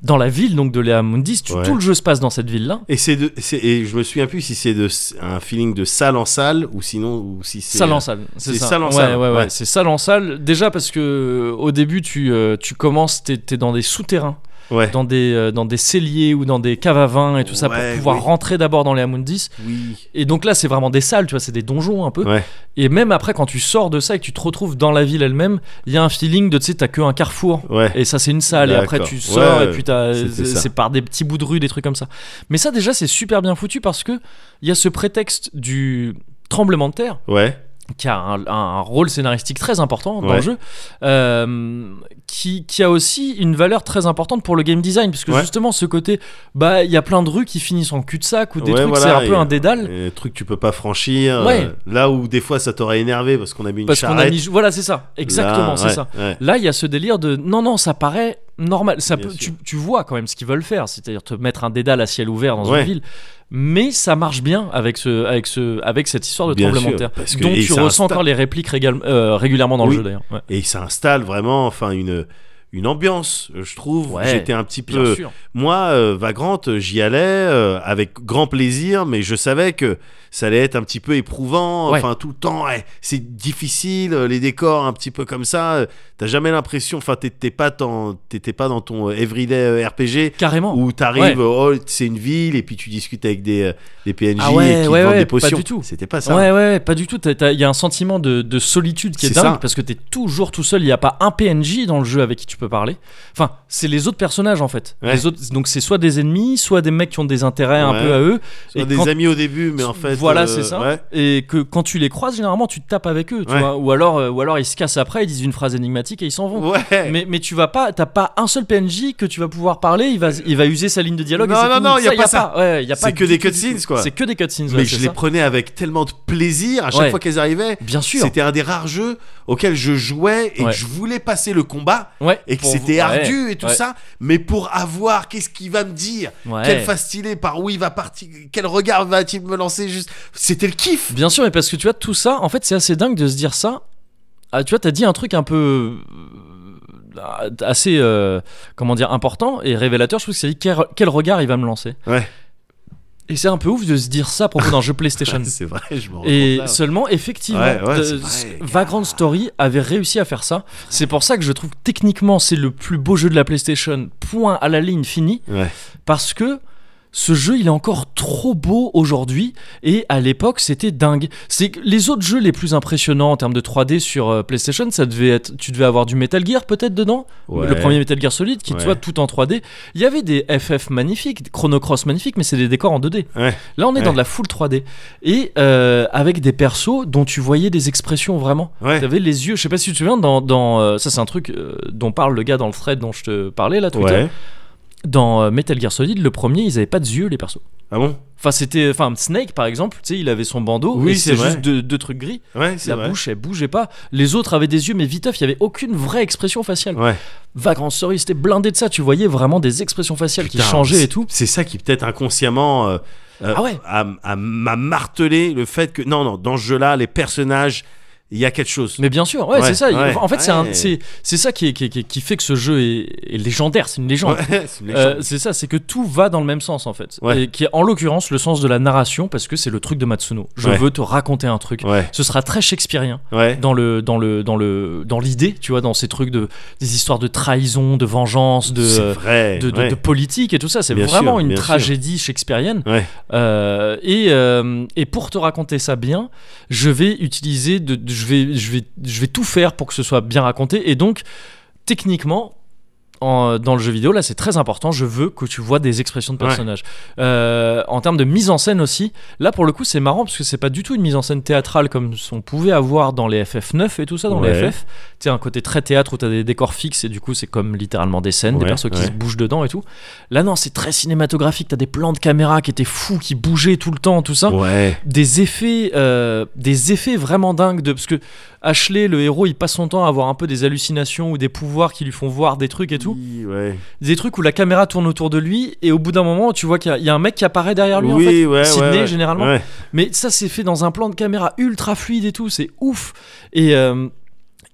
A: Dans la ville donc de Lea Mundis, tu-
B: Ouais.
A: tout le jeu se passe dans cette ville là.
B: Et c'est de, c'est- et je me souviens plus si c'est de s- un feeling de salle en salle ou sinon ou si c'est euh,
A: Salle en salle, c'est
B: c'est
A: ça.
B: salle en
A: Ouais,
B: salle,
A: ouais, ouais,
B: ouais.
A: c'est salle en salle. Déjà parce que euh, au début tu euh, tu commences t'es es dans des souterrains,
B: Ouais.
A: dans des euh, dans des celliers ou dans des caves à vin et tout ça pour
B: Ouais,
A: pouvoir
B: oui.
A: rentrer d'abord dans les Amundis.
B: Oui.
A: Et donc là, c'est vraiment des salles, tu vois, c'est des donjons un peu.
B: Ouais.
A: Et même après, quand tu sors de ça et que tu te retrouves dans la ville elle-même, il y a un feeling de, tu sais, t'as que un carrefour.
B: Ouais.
A: Et ça, c'est une salle. Et après,
B: D'accord.
A: tu sors
B: Ouais,
A: et puis t'as-
B: c'était ça.
A: c'est par des petits bouts de rue, des trucs comme ça. Mais ça, déjà, c'est super bien foutu parce que il y a ce prétexte du tremblement de terre
B: Ouais.
A: qui a un, un rôle scénaristique très important dans
B: Ouais.
A: le jeu, euh, qui, qui a aussi une valeur très importante pour le game design, puisque
B: Ouais.
A: justement ce côté, bah il y a plein de rues qui finissent en cul-de-sac ou des
B: Ouais,
A: trucs,
B: voilà,
A: c'est un
B: et-
A: peu un dédale.
B: Un Euh, truc que tu peux pas franchir.
A: Ouais.
B: euh, là où des fois ça t'aurait énervé parce qu'on a mis une
A: Parce qu'on a
B: charrette.
A: mis. Voilà, c'est ça. Exactement,
B: Là,
A: c'est
B: ouais,
A: ça.
B: ouais.
A: Là, il y a ce délire de non, non, ça paraît normal. Ça
B: Bien
A: peut, tu,
B: sûr.
A: tu vois quand même ce qu'ils veulent faire, c'est-à-dire te mettre un dédale à ciel ouvert dans
B: Ouais.
A: une ville. Mais ça marche bien avec, ce, avec, ce, avec cette histoire de
B: Bien
A: tremblement de
B: sûr,
A: terre.
B: parce que-
A: dont
B: et
A: tu
B: c'est un
A: ressens
B: sta-
A: encore les répliques régal- euh, régulièrement dans
B: Oui.
A: le jeu d'ailleurs. Ouais.
B: Et ça installe vraiment, enfin une une ambiance, euh, je trouve.
A: Ouais.
B: J'étais un petit
A: Bien
B: peu.
A: sûr.
B: Moi, euh, Vagrante, j'y allais euh, avec grand plaisir, mais je savais que ça allait être un petit peu éprouvant.
A: Ouais.
B: Enfin, tout le temps, ouais, c'est difficile, euh, les décors un petit peu comme ça. euh, T'as jamais l'impression, enfin, t'es- t'es pas, dans- t'étais pas dans ton euh, everyday euh, RPG
A: Carrément.
B: où t'arrives,
A: Ouais.
B: euh, oh, c'est une ville, et puis tu discutes avec des, euh, des PNJ
A: Ah ouais,
B: et qui
A: ouais,
B: vendent
A: ouais,
B: des
A: pas
B: potions.
A: du tout.
B: C'était pas ça.
A: Ouais, ouais, ouais, pas du tout. T'as- t'as- Il y a un sentiment de, de solitude qui est,
B: C'est
A: dingue
B: ça.
A: parce que t'es toujours tout seul. Il n'y a pas un PNJ dans le jeu avec qui tu peux parler. Enfin, c'est les autres personnages en fait.
B: Ouais.
A: Les autres, donc c'est soit des ennemis, soit des mecs qui ont des intérêts un
B: Ouais.
A: peu à eux.
B: Soit
A: Et
B: des
A: quand-
B: amis au début, mais en fait.
A: Voilà,
B: euh,
A: c'est ça.
B: ouais.
A: Et que quand tu les croises, généralement tu tapes avec eux, tu
B: Ouais.
A: vois. Ou alors, euh, ou alors ils se cassent après, ils disent une phrase énigmatique et ils s'en vont.
B: Ouais.
A: Mais, mais tu vas pas, t'as pas un seul PNJ que tu vas pouvoir parler, il va, il va user sa ligne de dialogue. et
B: Non,
A: c'est
B: non,
A: fini.
B: non, y a
A: Ça,
B: pas ça.
A: Ouais, y a
B: C'est
A: pas
B: que
A: du
B: des
A: tout, du
B: cutscenes,
A: tout.
B: quoi.
A: C'est que des cutscenes. ouais,
B: Mais je
A: c'est
B: les
A: ça.
B: prenais avec tellement de plaisir à chaque
A: Ouais.
B: fois qu'elles arrivaient.
A: Bien sûr.
B: C'était un des rares jeux auxquels je jouais et
A: Ouais.
B: que je voulais passer le combat
A: Ouais.
B: et que
A: Pour-
B: c'était
A: ouais,
B: ardu et tout
A: ouais,
B: ça, mais pour avoir qu'est-ce qu'il va me dire,
A: ouais.
B: quelle face il est, par où il va partir, quel regard va-t-il me lancer, juste, c'était le kiff.
A: Bien sûr, mais parce que tu vois, tout ça, en fait, c'est assez dingue de se dire ça. Ah, tu vois, t'as dit un truc un peu. euh, assez. euh, comment dire Important et révélateur. Je trouve que c'est quel, quel regard il va me lancer.
B: Ouais.
A: Et c'est un peu ouf de se dire ça à propos d'un jeu PlayStation.
B: C'est vrai, je m'en rends
A: Et
B: compte là.
A: seulement, effectivement,
B: Ouais, ouais,
A: de-
B: c'est vrai, gars.
A: Vagrant Story avait réussi à faire ça. C'est pour ça que je trouve que techniquement c'est le plus beau jeu de la PlayStation. Point à la ligne fini.
B: Ouais.
A: Parce que ce jeu, il est encore trop beau aujourd'hui et à l'époque, c'était dingue. C'est que les autres jeux les plus impressionnants en termes de 3D sur euh, PlayStation, ça devait être tu devais avoir du Metal Gear peut-être dedans,
B: Ouais.
A: le premier Metal Gear Solid qui
B: Ouais.
A: tu vois tout en 3D. Il y avait des FF magnifiques, des Chrono Cross magnifiques, mais c'est des décors en 2D.
B: Ouais.
A: Là, on est
B: Ouais.
A: dans de la full 3D et euh, avec des persos dont tu voyais des expressions vraiment.
B: Ouais.
A: Tu avais les yeux, je sais pas si tu te souviens dans, dans euh, ça c'est un truc euh, dont parle le gars dans le thread dont je te parlais là Twitter.
B: Ouais.
A: Dans euh, Metal Gear Solid, le premier, ils avaient pas de yeux les persos.
B: Ah bon
A: Enfin, c'était, enfin, Snake par exemple, tu sais, il avait son bandeau.
B: Oui,
A: et
B: c'est
A: c'était
B: vrai.
A: juste deux, deux trucs gris.
B: Ouais, c'est
A: La
B: vrai.
A: bouche, elle bougeait pas. Les autres avaient des yeux, mais viteuf, il y avait aucune vraie expression faciale.
B: Ouais.
A: Vagrant Story, c'était blindé de ça. Tu voyais vraiment des expressions faciales
B: Putain,
A: qui changeaient
B: c'est-
A: et tout.
B: C'est ça qui peut-être inconsciemment euh, euh,
A: Ah ouais.
B: a, a- m'a martelé le fait que non non dans ce jeu-là les personnages il y a quelque chose.
A: Mais bien sûr, ouais,
B: Ouais,
A: c'est ça.
B: ouais,
A: en fait, c'est, un-
B: ouais.
A: c'est, c'est ça qui, est- qui, est- qui est- qui fait que ce jeu est, est légendaire. C'est une légende.
B: Ouais, c'est une
A: Euh,
B: légende.
A: c'est ça, c'est que tout va dans le même sens en fait.
B: Ouais.
A: Et qui est en l'occurrence le sens de la narration parce que c'est le truc de Matsuno. Je
B: Ouais.
A: veux te raconter un truc.
B: ouais
A: Ce sera très shakespearien.
B: ouais.
A: dans le dans le dans le dans l'idée tu vois dans ces trucs de des histoires de trahison de vengeance
B: c'est
A: de euh,
B: vrai.
A: de, de-
B: ouais.
A: de politique et tout ça c'est
B: Bien
A: vraiment
B: sûr,
A: une
B: bien sûr.
A: tragédie shakespearienne
B: Ouais.
A: Euh, et euh, et pour te raconter ça bien je vais utiliser de, de- je vais je vais je vais tout faire pour que ce soit bien raconté et donc techniquement en- dans le jeu vidéo, là, c'est très important. Je veux que tu vois des expressions de
B: Ouais.
A: personnages. Euh, en termes de mise en scène aussi, là, pour le coup, c'est marrant parce que c'est pas du tout une mise en scène théâtrale comme on pouvait avoir dans les FF9 et tout ça, dans
B: Ouais.
A: les FF. Tu sais, un côté très théâtre où t'as des décors fixes et du coup, c'est comme littéralement des scènes, des
B: Ouais,
A: persos qui
B: ouais.
A: se bougent dedans et tout. Là, non, c'est très cinématographique. T'as des plans de caméra qui étaient fous, qui bougeaient tout le temps, tout ça
B: Ouais.
A: des effets euh, des effets vraiment dingues de parce que Ashley le héros il passe son temps à avoir un peu des hallucinations ou des pouvoirs qui lui font voir des trucs et tout
B: Oui, ouais.
A: des trucs où la caméra tourne autour de lui et au bout d'un moment tu vois qu'il y a- il y, a un mec qui apparaît derrière lui en
B: oui,
A: fait
B: ouais,
A: Sydney,
B: ouais, ouais.
A: généralement.
B: Ouais.
A: mais ça c'est fait dans un plan de caméra ultra fluide et tout c'est ouf et euh,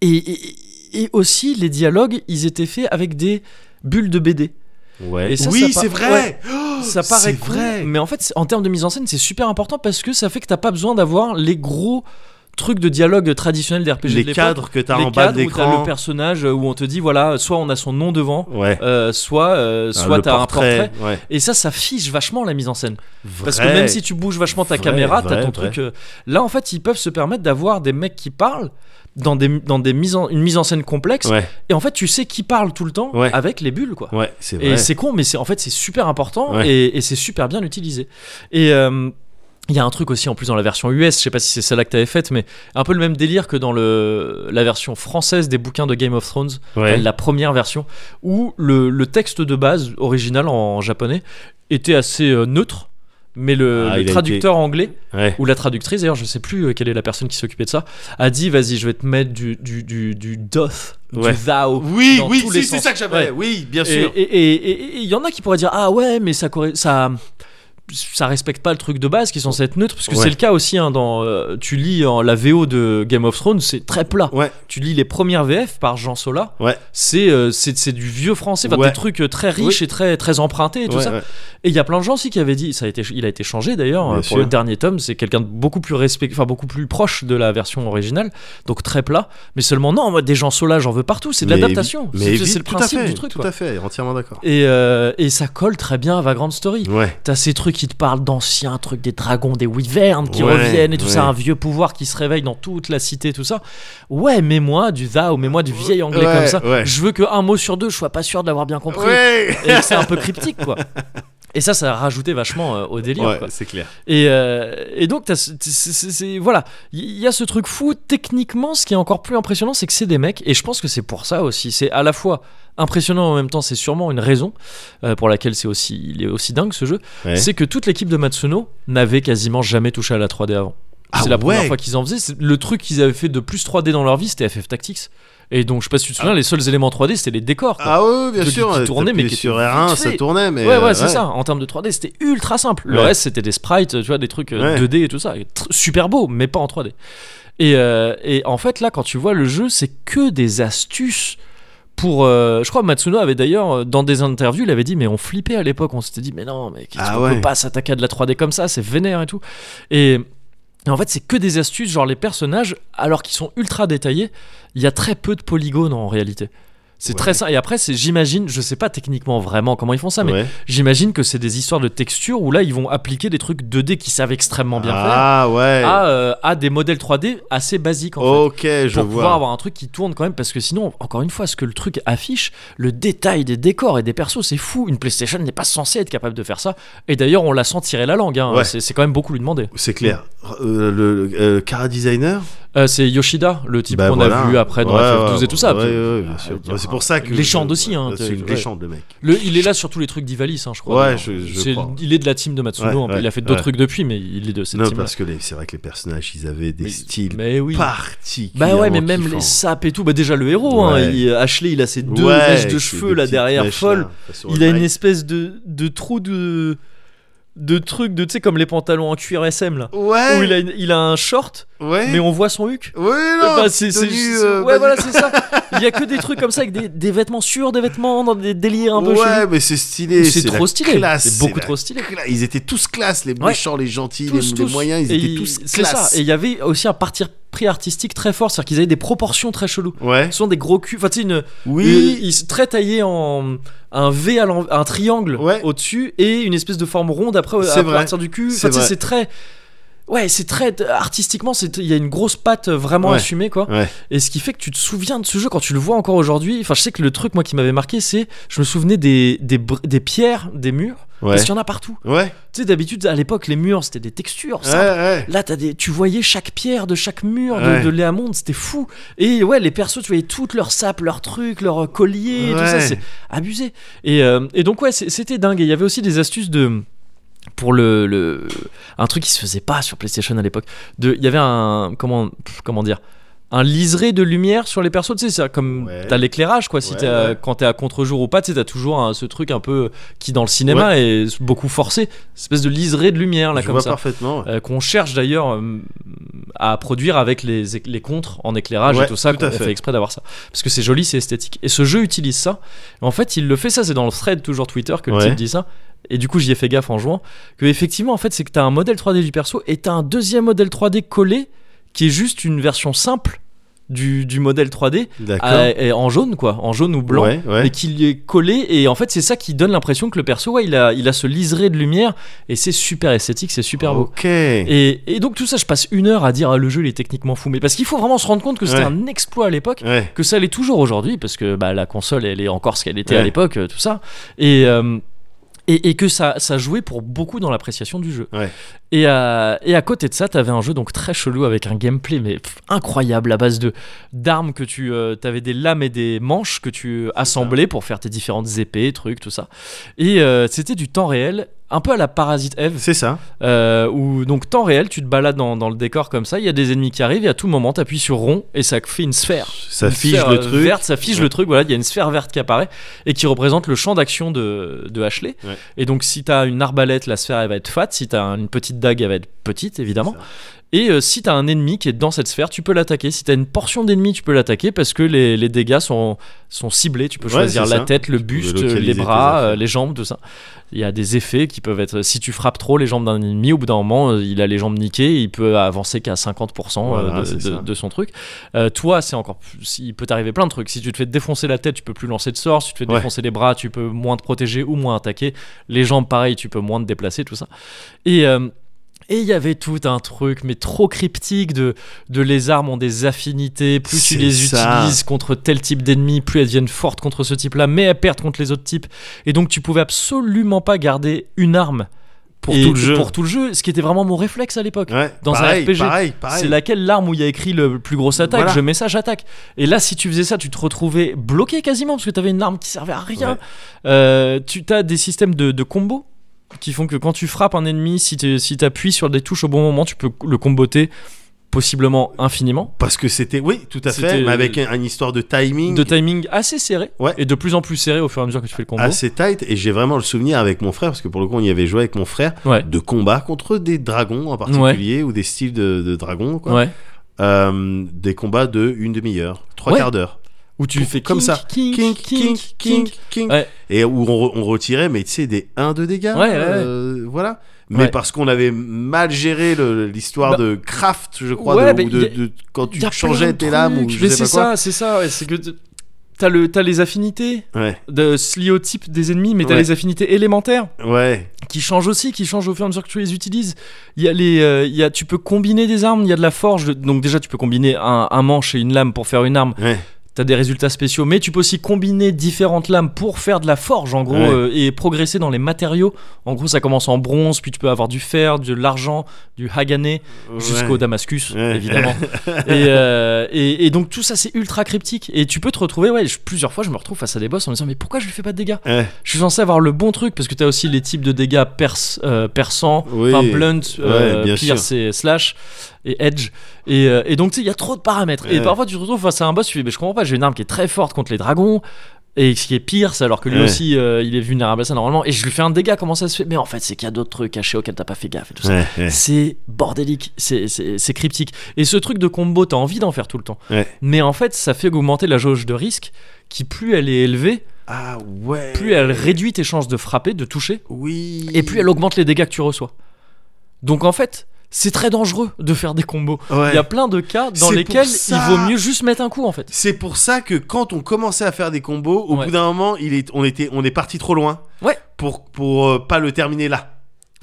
A: et, et- et aussi les dialogues ils étaient faits avec des bulles de BD
B: Ouais.
A: Et ça,
B: oui,
A: ça
B: c'est
A: par-
B: vrai.
A: ouais. ça
B: C'est
A: paraît cool,
B: vrai.
A: mais en fait c'est- en termes de mise en scène c'est super important parce que ça fait que t'as pas besoin d'avoir les gros trucs de dialogue traditionnels des RPG de
B: les
A: l'époque.
B: cadres que t'as
A: les
B: en bas de
A: cadres où t'as le
B: l'écran.
A: personnage euh, où on te dit voilà soit on a son nom devant
B: Ouais.
A: euh, soit euh,
B: Ah,
A: soit
B: le
A: t'as un portrait
B: Ouais.
A: et ça ça fiche vachement la mise en scène parce que
B: Vrai.
A: même si tu bouges vachement ta
B: Vrai,
A: caméra
B: vrai,
A: t'as ton
B: vrai.
A: truc euh, là en fait ils peuvent se permettre d'avoir des mecs qui parlent dans des dans des mises en- une mise en scène complexe
B: Ouais.
A: et en fait tu sais qui parle tout le temps
B: Ouais.
A: avec les bulles quoi
B: Ouais, c'est vrai.
A: et c'est con, mais c'est en fait c'est super important
B: Ouais.
A: et, et c'est super bien utilisé. Et euh, il y a un truc aussi en plus dans la version US, je sais pas si c'est celle-là que t'avais faite, mais un peu le même délire que dans le, la version française des bouquins de Game of Thrones,
B: Ouais.
A: la première version, où le, le texte de base original en japonais était assez euh, neutre, mais le,
B: Ah,
A: le
B: il a
A: traducteur anglais
B: Ouais.
A: ou la traductrice d'ailleurs je sais plus euh, quelle est la personne qui s'occupait de ça a dit vas-y je vais te mettre du du du, du doth
B: Ouais.
A: du thou
B: Oui,
A: dans
B: oui,
A: tous les
B: si, c'est
A: sens.
B: ça que
A: Ouais.
B: j'avais. Oui, bien
A: et
B: sûr.
A: et- et- et- et il y en a qui pourraient dire ah ouais mais ça corré- ça ça respecte pas le truc de base qui est censé être neutre parce que
B: Ouais.
A: c'est le cas aussi hein, dans euh, tu lis en la VO de Game of Thrones c'est très plat
B: Ouais.
A: tu lis les premières VF par Jean Sola
B: Ouais.
A: c'est euh, c'est c'est du vieux français enfin,
B: Ouais.
A: des trucs euh, très riches et très très empruntés et tout
B: Ouais,
A: ça
B: ouais.
A: et il y a plein de gens aussi qui avaient dit, ça a été, il a été changé d'ailleurs
B: Bien
A: euh, pour
B: sûr.
A: le dernier tome. C'est quelqu'un de beaucoup plus respect, enfin beaucoup plus proche de la version originale, donc très plat. Mais seulement non, moi, des gens sauvages, j'en veux partout. C'est de
B: Mais
A: l'adaptation.
B: évi-
A: C'est
B: mais
A: c'est le
B: évi- tout à
A: principe
B: fait,
A: du truc.
B: Tout
A: quoi.
B: à fait, entièrement d'accord.
A: Et, euh, et ça colle très bien à Vagrant Story.
B: Ouais,
A: T'as ces trucs qui te parlent d'anciens trucs, des dragons, des wyvernes qui
B: Ouais,
A: reviennent et tout ça,
B: ouais.
A: un vieux pouvoir qui se réveille dans toute la cité, tout ça. Ouais, mais moi du thou, mais moi du vieil anglais
B: Ouais,
A: comme ça.
B: ouais.
A: Je veux que un mot sur deux, je sois pas sûr de l'avoir bien compris
B: ouais,
A: et que c'est un peu cryptique quoi. Et ça, ça a rajouté vachement euh, au délire.
B: ouais
A: quoi.
B: c'est clair.
A: Et, euh, et donc, t'as ce- t- c'est- c'est- c'est- voilà, il y a ce truc fou. Techniquement, ce qui est encore plus impressionnant, c'est que c'est des mecs. Et je pense que c'est pour ça aussi. C'est à la fois impressionnant en même temps, c'est sûrement une raison euh, pour laquelle c'est aussi, il est aussi dingue ce jeu.
B: Ouais.
A: C'est que toute l'équipe de Matsuno n'avait quasiment jamais touché à la 3D avant.
B: Ah
A: c'est la
B: ouais.
A: première fois qu'ils en faisaient. C'est- Le truc qu'ils avaient fait de plus 3D dans leur vie, c'était FF Tactics. Et donc, je sais pas si tu te souviens, les seuls éléments 3D, c'était les décors. quoi.
B: Ah ouais, bien
A: qui-
B: sûr.
A: qui
B: euh,
A: tournait, mais
B: t'appuies
A: qui
B: sur
A: était
B: R1,
A: vite
B: ça
A: fait.
B: tournait, mais
A: ouais,
B: euh,
A: ouais, c'est ça. En termes de 3D, c'était ultra simple. Le
B: Ouais.
A: reste, c'était des sprites, tu vois, des trucs euh,
B: Ouais.
A: 2D et tout ça. Et tr- Super beau, mais pas en 3D. Et, euh, et en fait, là, quand tu vois le jeu, c'est que des astuces. Pour, euh, je crois que Matsuno avait d'ailleurs euh, dans des interviews, il avait dit mais on flippait à l'époque, on s'était dit mais non mais qu'est-ce
B: Ah
A: qu'on
B: ouais.
A: peut pas s'attaquer à de la 3D comme ça, c'est vénère et tout. Et, et en fait c'est que des astuces, genre les personnages alors qu'ils sont ultra détaillés, il y a très peu de polygones en réalité. C'est
B: Ouais.
A: très simple. Et après, c'est, j'imagine, je sais pas techniquement vraiment comment ils font ça, mais
B: Ouais.
A: j'imagine que c'est des histoires de texture où là, ils vont appliquer des trucs 2D qui savent extrêmement bien faire
B: ah ouais.
A: à, euh, à des modèles 3D assez basiques en fait
B: ok, je
A: pour pouvoir
B: vois.
A: avoir un truc qui tourne quand même parce que sinon encore une fois ce que le truc affiche le détail des décors et des persos c'est fou une PlayStation n'est pas censée être capable de faire ça et d'ailleurs on la sent tirer la langue hein.
B: Ouais.
A: c'est, c'est quand même beaucoup lui demander
B: C'est clair. Euh, le le- euh, Cara Designer
A: Euh, c'est Yoshida le type
B: Bah,
A: qu'on
B: voilà.
A: a vu après dans
B: Ouais,
A: la
B: ouais,
A: 12 et tout ça
B: ouais, ouais, bien
A: Ah,
B: sûr. Bah,
A: il y a
B: c'est
A: un-
B: pour ça que. bah,
A: les chandes aussi, hein,
B: c'est une
A: ouais.
B: légende, le mec.
A: le, il est là sur tous les trucs d'Ivalice hein, je crois
B: Ouais,
A: Non,
B: je- je
A: c'est-
B: crois.
A: il est de la team de Matsuno
B: Ouais,
A: en plus. il a fait d'autres
B: ouais.
A: trucs depuis mais il est de cette
B: Non,
A: team
B: parce que les- c'est vrai que les personnages, ils avaient des styles
A: mais oui
B: particuliers.
A: Bah ouais, mais même les sapes et tout. Bah déjà le héros, hein,
B: Ouais.
A: il- Ashley, il a ses deux mèches de cheveux là derrière, folle. Il a une espèce de, de trou de de truc de tu sais comme les pantalons en cuir SM là.
B: Ouais.
A: Où il a, une- il a un short,
B: Ouais.
A: mais on voit son huc.
B: Oui, non.
A: Enfin, c'est, c'est-
B: tenue,
A: c'est-
B: euh,
A: ouais
B: basique.
A: voilà c'est ça. Il y a que des trucs comme ça avec des, des vêtements sûrs, des vêtements dans des délires un peu. chelous.
B: Ouais, mais c'est stylé.
A: C'est
B: la
A: trop stylé.
B: classe,
A: C'est beaucoup
B: la
A: trop stylé.
B: cla- Ils étaient tous classe, les
A: Ouais.
B: méchants, les gentils, les,
A: Tous,
B: les
A: tous.
B: moyens, ils
A: Et
B: étaient
A: il-
B: tous classe.
A: C'est ça. Et il y avait aussi un parti pris artistique très fort, c'est-à-dire qu'ils avaient des proportions très cheloues.
B: Ouais.
A: Ce sont des gros culs. Enfin, tu sais, une,
B: Oui.
A: Ils sont très taillés en un V, à l'en- un triangle
B: Ouais.
A: au-dessus et une espèce de forme ronde après
B: C'est
A: à
B: vrai.
A: partir du cul.
B: C'est
A: Enfin, tu sais,
B: vrai.
A: c'est très. Ouais, c'est très artistiquement, c'est il y a une grosse patte euh, vraiment
B: Ouais.
A: assumée quoi.
B: Ouais.
A: Et ce qui fait que tu te souviens de ce jeu quand tu le vois encore aujourd'hui. Enfin, je sais que le truc moi qui m'avait marqué, c'est je me souvenais des des, br- des pierres, des murs,
B: Ouais.
A: parce qu'il y en a partout.
B: Ouais.
A: Tu sais, d'habitude à l'époque les murs c'était des textures.
B: Ouais,
A: ça.
B: ouais.
A: Là, t'as des, tu voyais chaque pierre de chaque mur de,
B: Ouais.
A: de Léamonde, c'était fou. Et ouais, les persos, tu voyais toutes leurs sapes, leurs trucs, leurs euh, colliers, tout ça,
B: Ouais.
A: c'est abusé. Et, euh, et donc, ouais, c'est- c'était dingue. Et il y avait aussi des astuces de. Pour le, le- Un truc qui se faisait pas sur PlayStation à l'époque. De- Il y avait un. Comment, pff, comment dire un liseré de lumière sur les persos, tu sais, c'est comme
B: Ouais.
A: t'as l'éclairage quoi. Si
B: Ouais,
A: t'es à-
B: ouais.
A: quand t'es à contre-jour ou pas, tu sais, t'as toujours un- ce truc un peu qui dans le cinéma est beaucoup forcé, espèce de liseré de lumière là
B: Je
A: comme
B: vois
A: ça.
B: parfaitement. ouais.
A: Euh, qu'on cherche d'ailleurs euh, à produire avec les, éc- les contres en éclairage
B: Ouais,
A: et tout ça,
B: tout
A: qu'on
B: à
A: a
B: fait.
A: fait exprès d'avoir ça. Parce que c'est joli, c'est esthétique. Et ce jeu utilise ça. En fait, il le fait, ça c'est dans le thread toujours Twitter que le
B: Ouais.
A: type dit ça. Et du coup, j'y ai fait gaffe en jouant. Que effectivement, en fait, c'est que t'as un modèle 3D du perso et t'as un deuxième modèle 3D collé qui est juste une version simple du, du modèle 3D
B: D'accord.
A: à- Euh, et en jaune, quoi. En jaune ou blanc
B: Ouais, ouais.
A: mais qui lui est collé et en fait c'est ça qui donne l'impression que le perso ouais, il a il a ce liseré de lumière et c'est super esthétique c'est super beau
B: Ok. Et...
A: et, et donc tout ça je passe une heure à dire ah, le jeu il est techniquement fou mais parce qu'il faut vraiment se rendre compte que c'était
B: Ouais.
A: un exploit à l'époque
B: Ouais.
A: que ça l'est toujours aujourd'hui parce que bah, la console elle est encore ce qu'elle était à
B: Ouais.
A: l'époque euh, tout ça et euh, et, et que ça, ça jouait pour beaucoup dans l'appréciation du jeu.
B: Ouais.
A: Et, à, et à côté de ça, t'avais un jeu donc très chelou avec un gameplay mais pff, incroyable à base de d'armes que tu euh, t'avais des lames et des manches que tu assemblais pour faire tes différentes épées, trucs, tout ça. Et euh, c'était du temps réel, un peu à la Parasite Eve.
B: C'est ça.
A: Euh, où donc temps réel, tu te balades dans, dans le décor comme ça, il y a des ennemis qui arrivent et à tout moment t'appuies sur rond et ça fait une sphère.
B: Ça
A: Une
B: fige
A: sphère,
B: le
A: euh,
B: truc.
A: Verte, ça fige
B: Ouais.
A: le truc, voilà, il y a une sphère verte qui apparaît et qui représente le champ d'action de, de Ashley.
B: Ouais.
A: Et donc si t'as une arbalète, la sphère elle va être fat, si t'as un- une petite dague, elle va être petite évidemment. Et euh, si t'as un ennemi qui est dans cette sphère, tu peux l'attaquer. Si t'as une portion d'ennemi, tu peux l'attaquer parce que les, les dégâts sont, sont ciblés. Tu peux
B: Ouais,
A: choisir
B: c'est
A: la
B: ça.
A: tête, le
B: peux
A: buste,
B: localiser
A: les
B: tes
A: bras,
B: affaires.
A: euh, les jambes, tout ça. Il y a des effets qui peuvent être. Si tu frappes trop les jambes d'un ennemi, au bout d'un moment, euh, il a les jambes niquées, il peut avancer qu'à 50% euh,
B: Voilà,
A: de-
B: c'est
A: de,
B: ça.
A: de son truc. Euh, toi, c'est encore. plus- Il peut t'arriver plein de trucs. Si tu te fais défoncer la tête, tu peux plus lancer de sorts. Si tu te fais
B: Ouais.
A: défoncer les bras, tu peux moins te protéger ou moins attaquer. Les jambes, pareil, tu peux moins te déplacer, tout ça. Et. euh, et il y avait tout un truc, mais trop cryptique, de, de les armes ont des affinités, plus tu
B: C'est
A: les
B: ça.
A: utilises contre tel type d'ennemi, plus elles deviennent fortes contre ce type-là, mais elles perdent contre les autres types. Et donc tu pouvais absolument pas garder une arme
B: Pour
A: Et-
B: tout le jeu.
A: Pour tout le jeu, ce qui était vraiment mon réflexe à l'époque.
B: Ouais,
A: Dans un
B: pareil,
A: RPG,
B: Pareil, pareil.
A: C'est laquelle l'arme où il y a écrit le plus grosse attaque,
B: Voilà.
A: je mets ça, j'attaque. Et là, si tu faisais ça, tu te retrouvais bloqué quasiment parce que t'avais une arme qui servait à rien.
B: Ouais.
A: Euh, tu as des systèmes de, de combos qui font que quand tu frappes un ennemi, si tu si appuies sur des touches au bon moment, tu peux le comboter possiblement infiniment.
B: Parce que c'était, oui, tout à fait,
A: C'était-
B: mais avec un- une histoire de timing
A: De timing assez serré
B: Ouais.
A: et de plus en plus serré au fur et à mesure que tu fais le combo.
B: assez tight. Et j'ai vraiment le souvenir avec mon frère, parce que pour le coup, on y avait joué avec mon frère,
A: Ouais.
B: de combats contre des dragons en particulier, ou des styles de, de dragons, quoi.
A: Ouais.
B: Euh, des combats de une demi-heure, trois
A: Ouais.
B: quarts d'heure.
A: Où tu fais
B: comme
A: kink,
B: ça.
A: kink,
B: Kink, kink, kink, kink.
A: Ouais.
B: Et où on, re- on retirait, mais tu sais, des 1 de dégâts.
A: Ouais, ouais, ouais.
B: euh, Voilà. Mais
A: Ouais.
B: parce qu'on avait mal géré le- l'histoire
A: Bah.
B: de craft, je crois,
A: Ouais,
B: de,
A: mais
B: ou de-
A: y a-
B: de- quand tu
A: Y a plein
B: changeais
A: de
B: tes lames ou
A: trucs.
B: je
A: Mais
B: sais
A: c'est
B: pas quoi.
A: ça, c'est ça. ouais, c'est que t- t'as le, t'as les affinités
B: Ouais,
A: de, liées au type des ennemis, mais t'as
B: Ouais.
A: les affinités élémentaires
B: ouais,
A: qui changent aussi, qui changent au fur et à mesure que tu les utilises. Il y a les, euh, il y a, tu peux combiner des armes, il y a de la forge, de- donc déjà tu peux combiner un, un manche et une lame pour faire une arme.
B: ouais.
A: T'as des résultats spéciaux, mais tu peux aussi combiner différentes lames pour faire de la forge en gros
B: Ouais.
A: euh, et progresser dans les matériaux. En gros, ça commence en bronze, puis tu peux avoir du fer, de l'argent, du hagané jusqu'au
B: ouais.
A: Damascus,
B: Ouais.
A: évidemment. et, euh, et, et donc tout ça, c'est ultra cryptique. Et tu peux te retrouver, ouais, je- plusieurs fois, je me retrouve face à des boss en me disant, mais pourquoi je lui fais pas de dégâts
B: Ouais.
A: Je suis censé avoir le bon truc parce que t'as aussi les types de dégâts perce- euh, perçants,
B: Oui.
A: enfin blunt, euh,
B: Ouais, bien
A: pierce et slash et edge. Et, euh, et donc tu sais, il y a trop de paramètres. Et
B: Ouais.
A: parfois tu te retrouves face à un boss, tu fais, mais je comprends pas, j'ai une arme qui est très forte contre les dragons. Et ce qui est pierce, alors que lui
B: Ouais.
A: aussi euh, il est vulnérable à ça normalement, et je lui fais un dégât, comment ça se fait Mais en fait, c'est qu'il y a d'autres trucs cachés auxquels t'as pas fait gaffe et tout ça.
B: Ouais, ouais.
A: C'est bordélique, c'est- c'est c'est cryptique. Et ce truc de combo, t'as envie d'en faire tout le temps.
B: Ouais.
A: Mais en fait, ça fait augmenter la jauge de risque, qui plus elle est élevée,
B: Ah ouais.
A: plus elle réduit tes chances de frapper, de toucher,
B: Oui.
A: et plus elle augmente les dégâts que tu reçois. Donc en fait, c'est très dangereux de faire des combos. Il
B: Ouais.
A: y a plein de cas dans
B: C'est
A: lesquels
B: pour ça.
A: il vaut mieux juste mettre un coup en fait.
B: C'est pour ça que quand on commençait à faire des combos, au
A: Ouais.
B: bout d'un moment, il est, on était, on est parti trop loin.
A: Ouais.
B: Pour pour euh, pas le terminer là.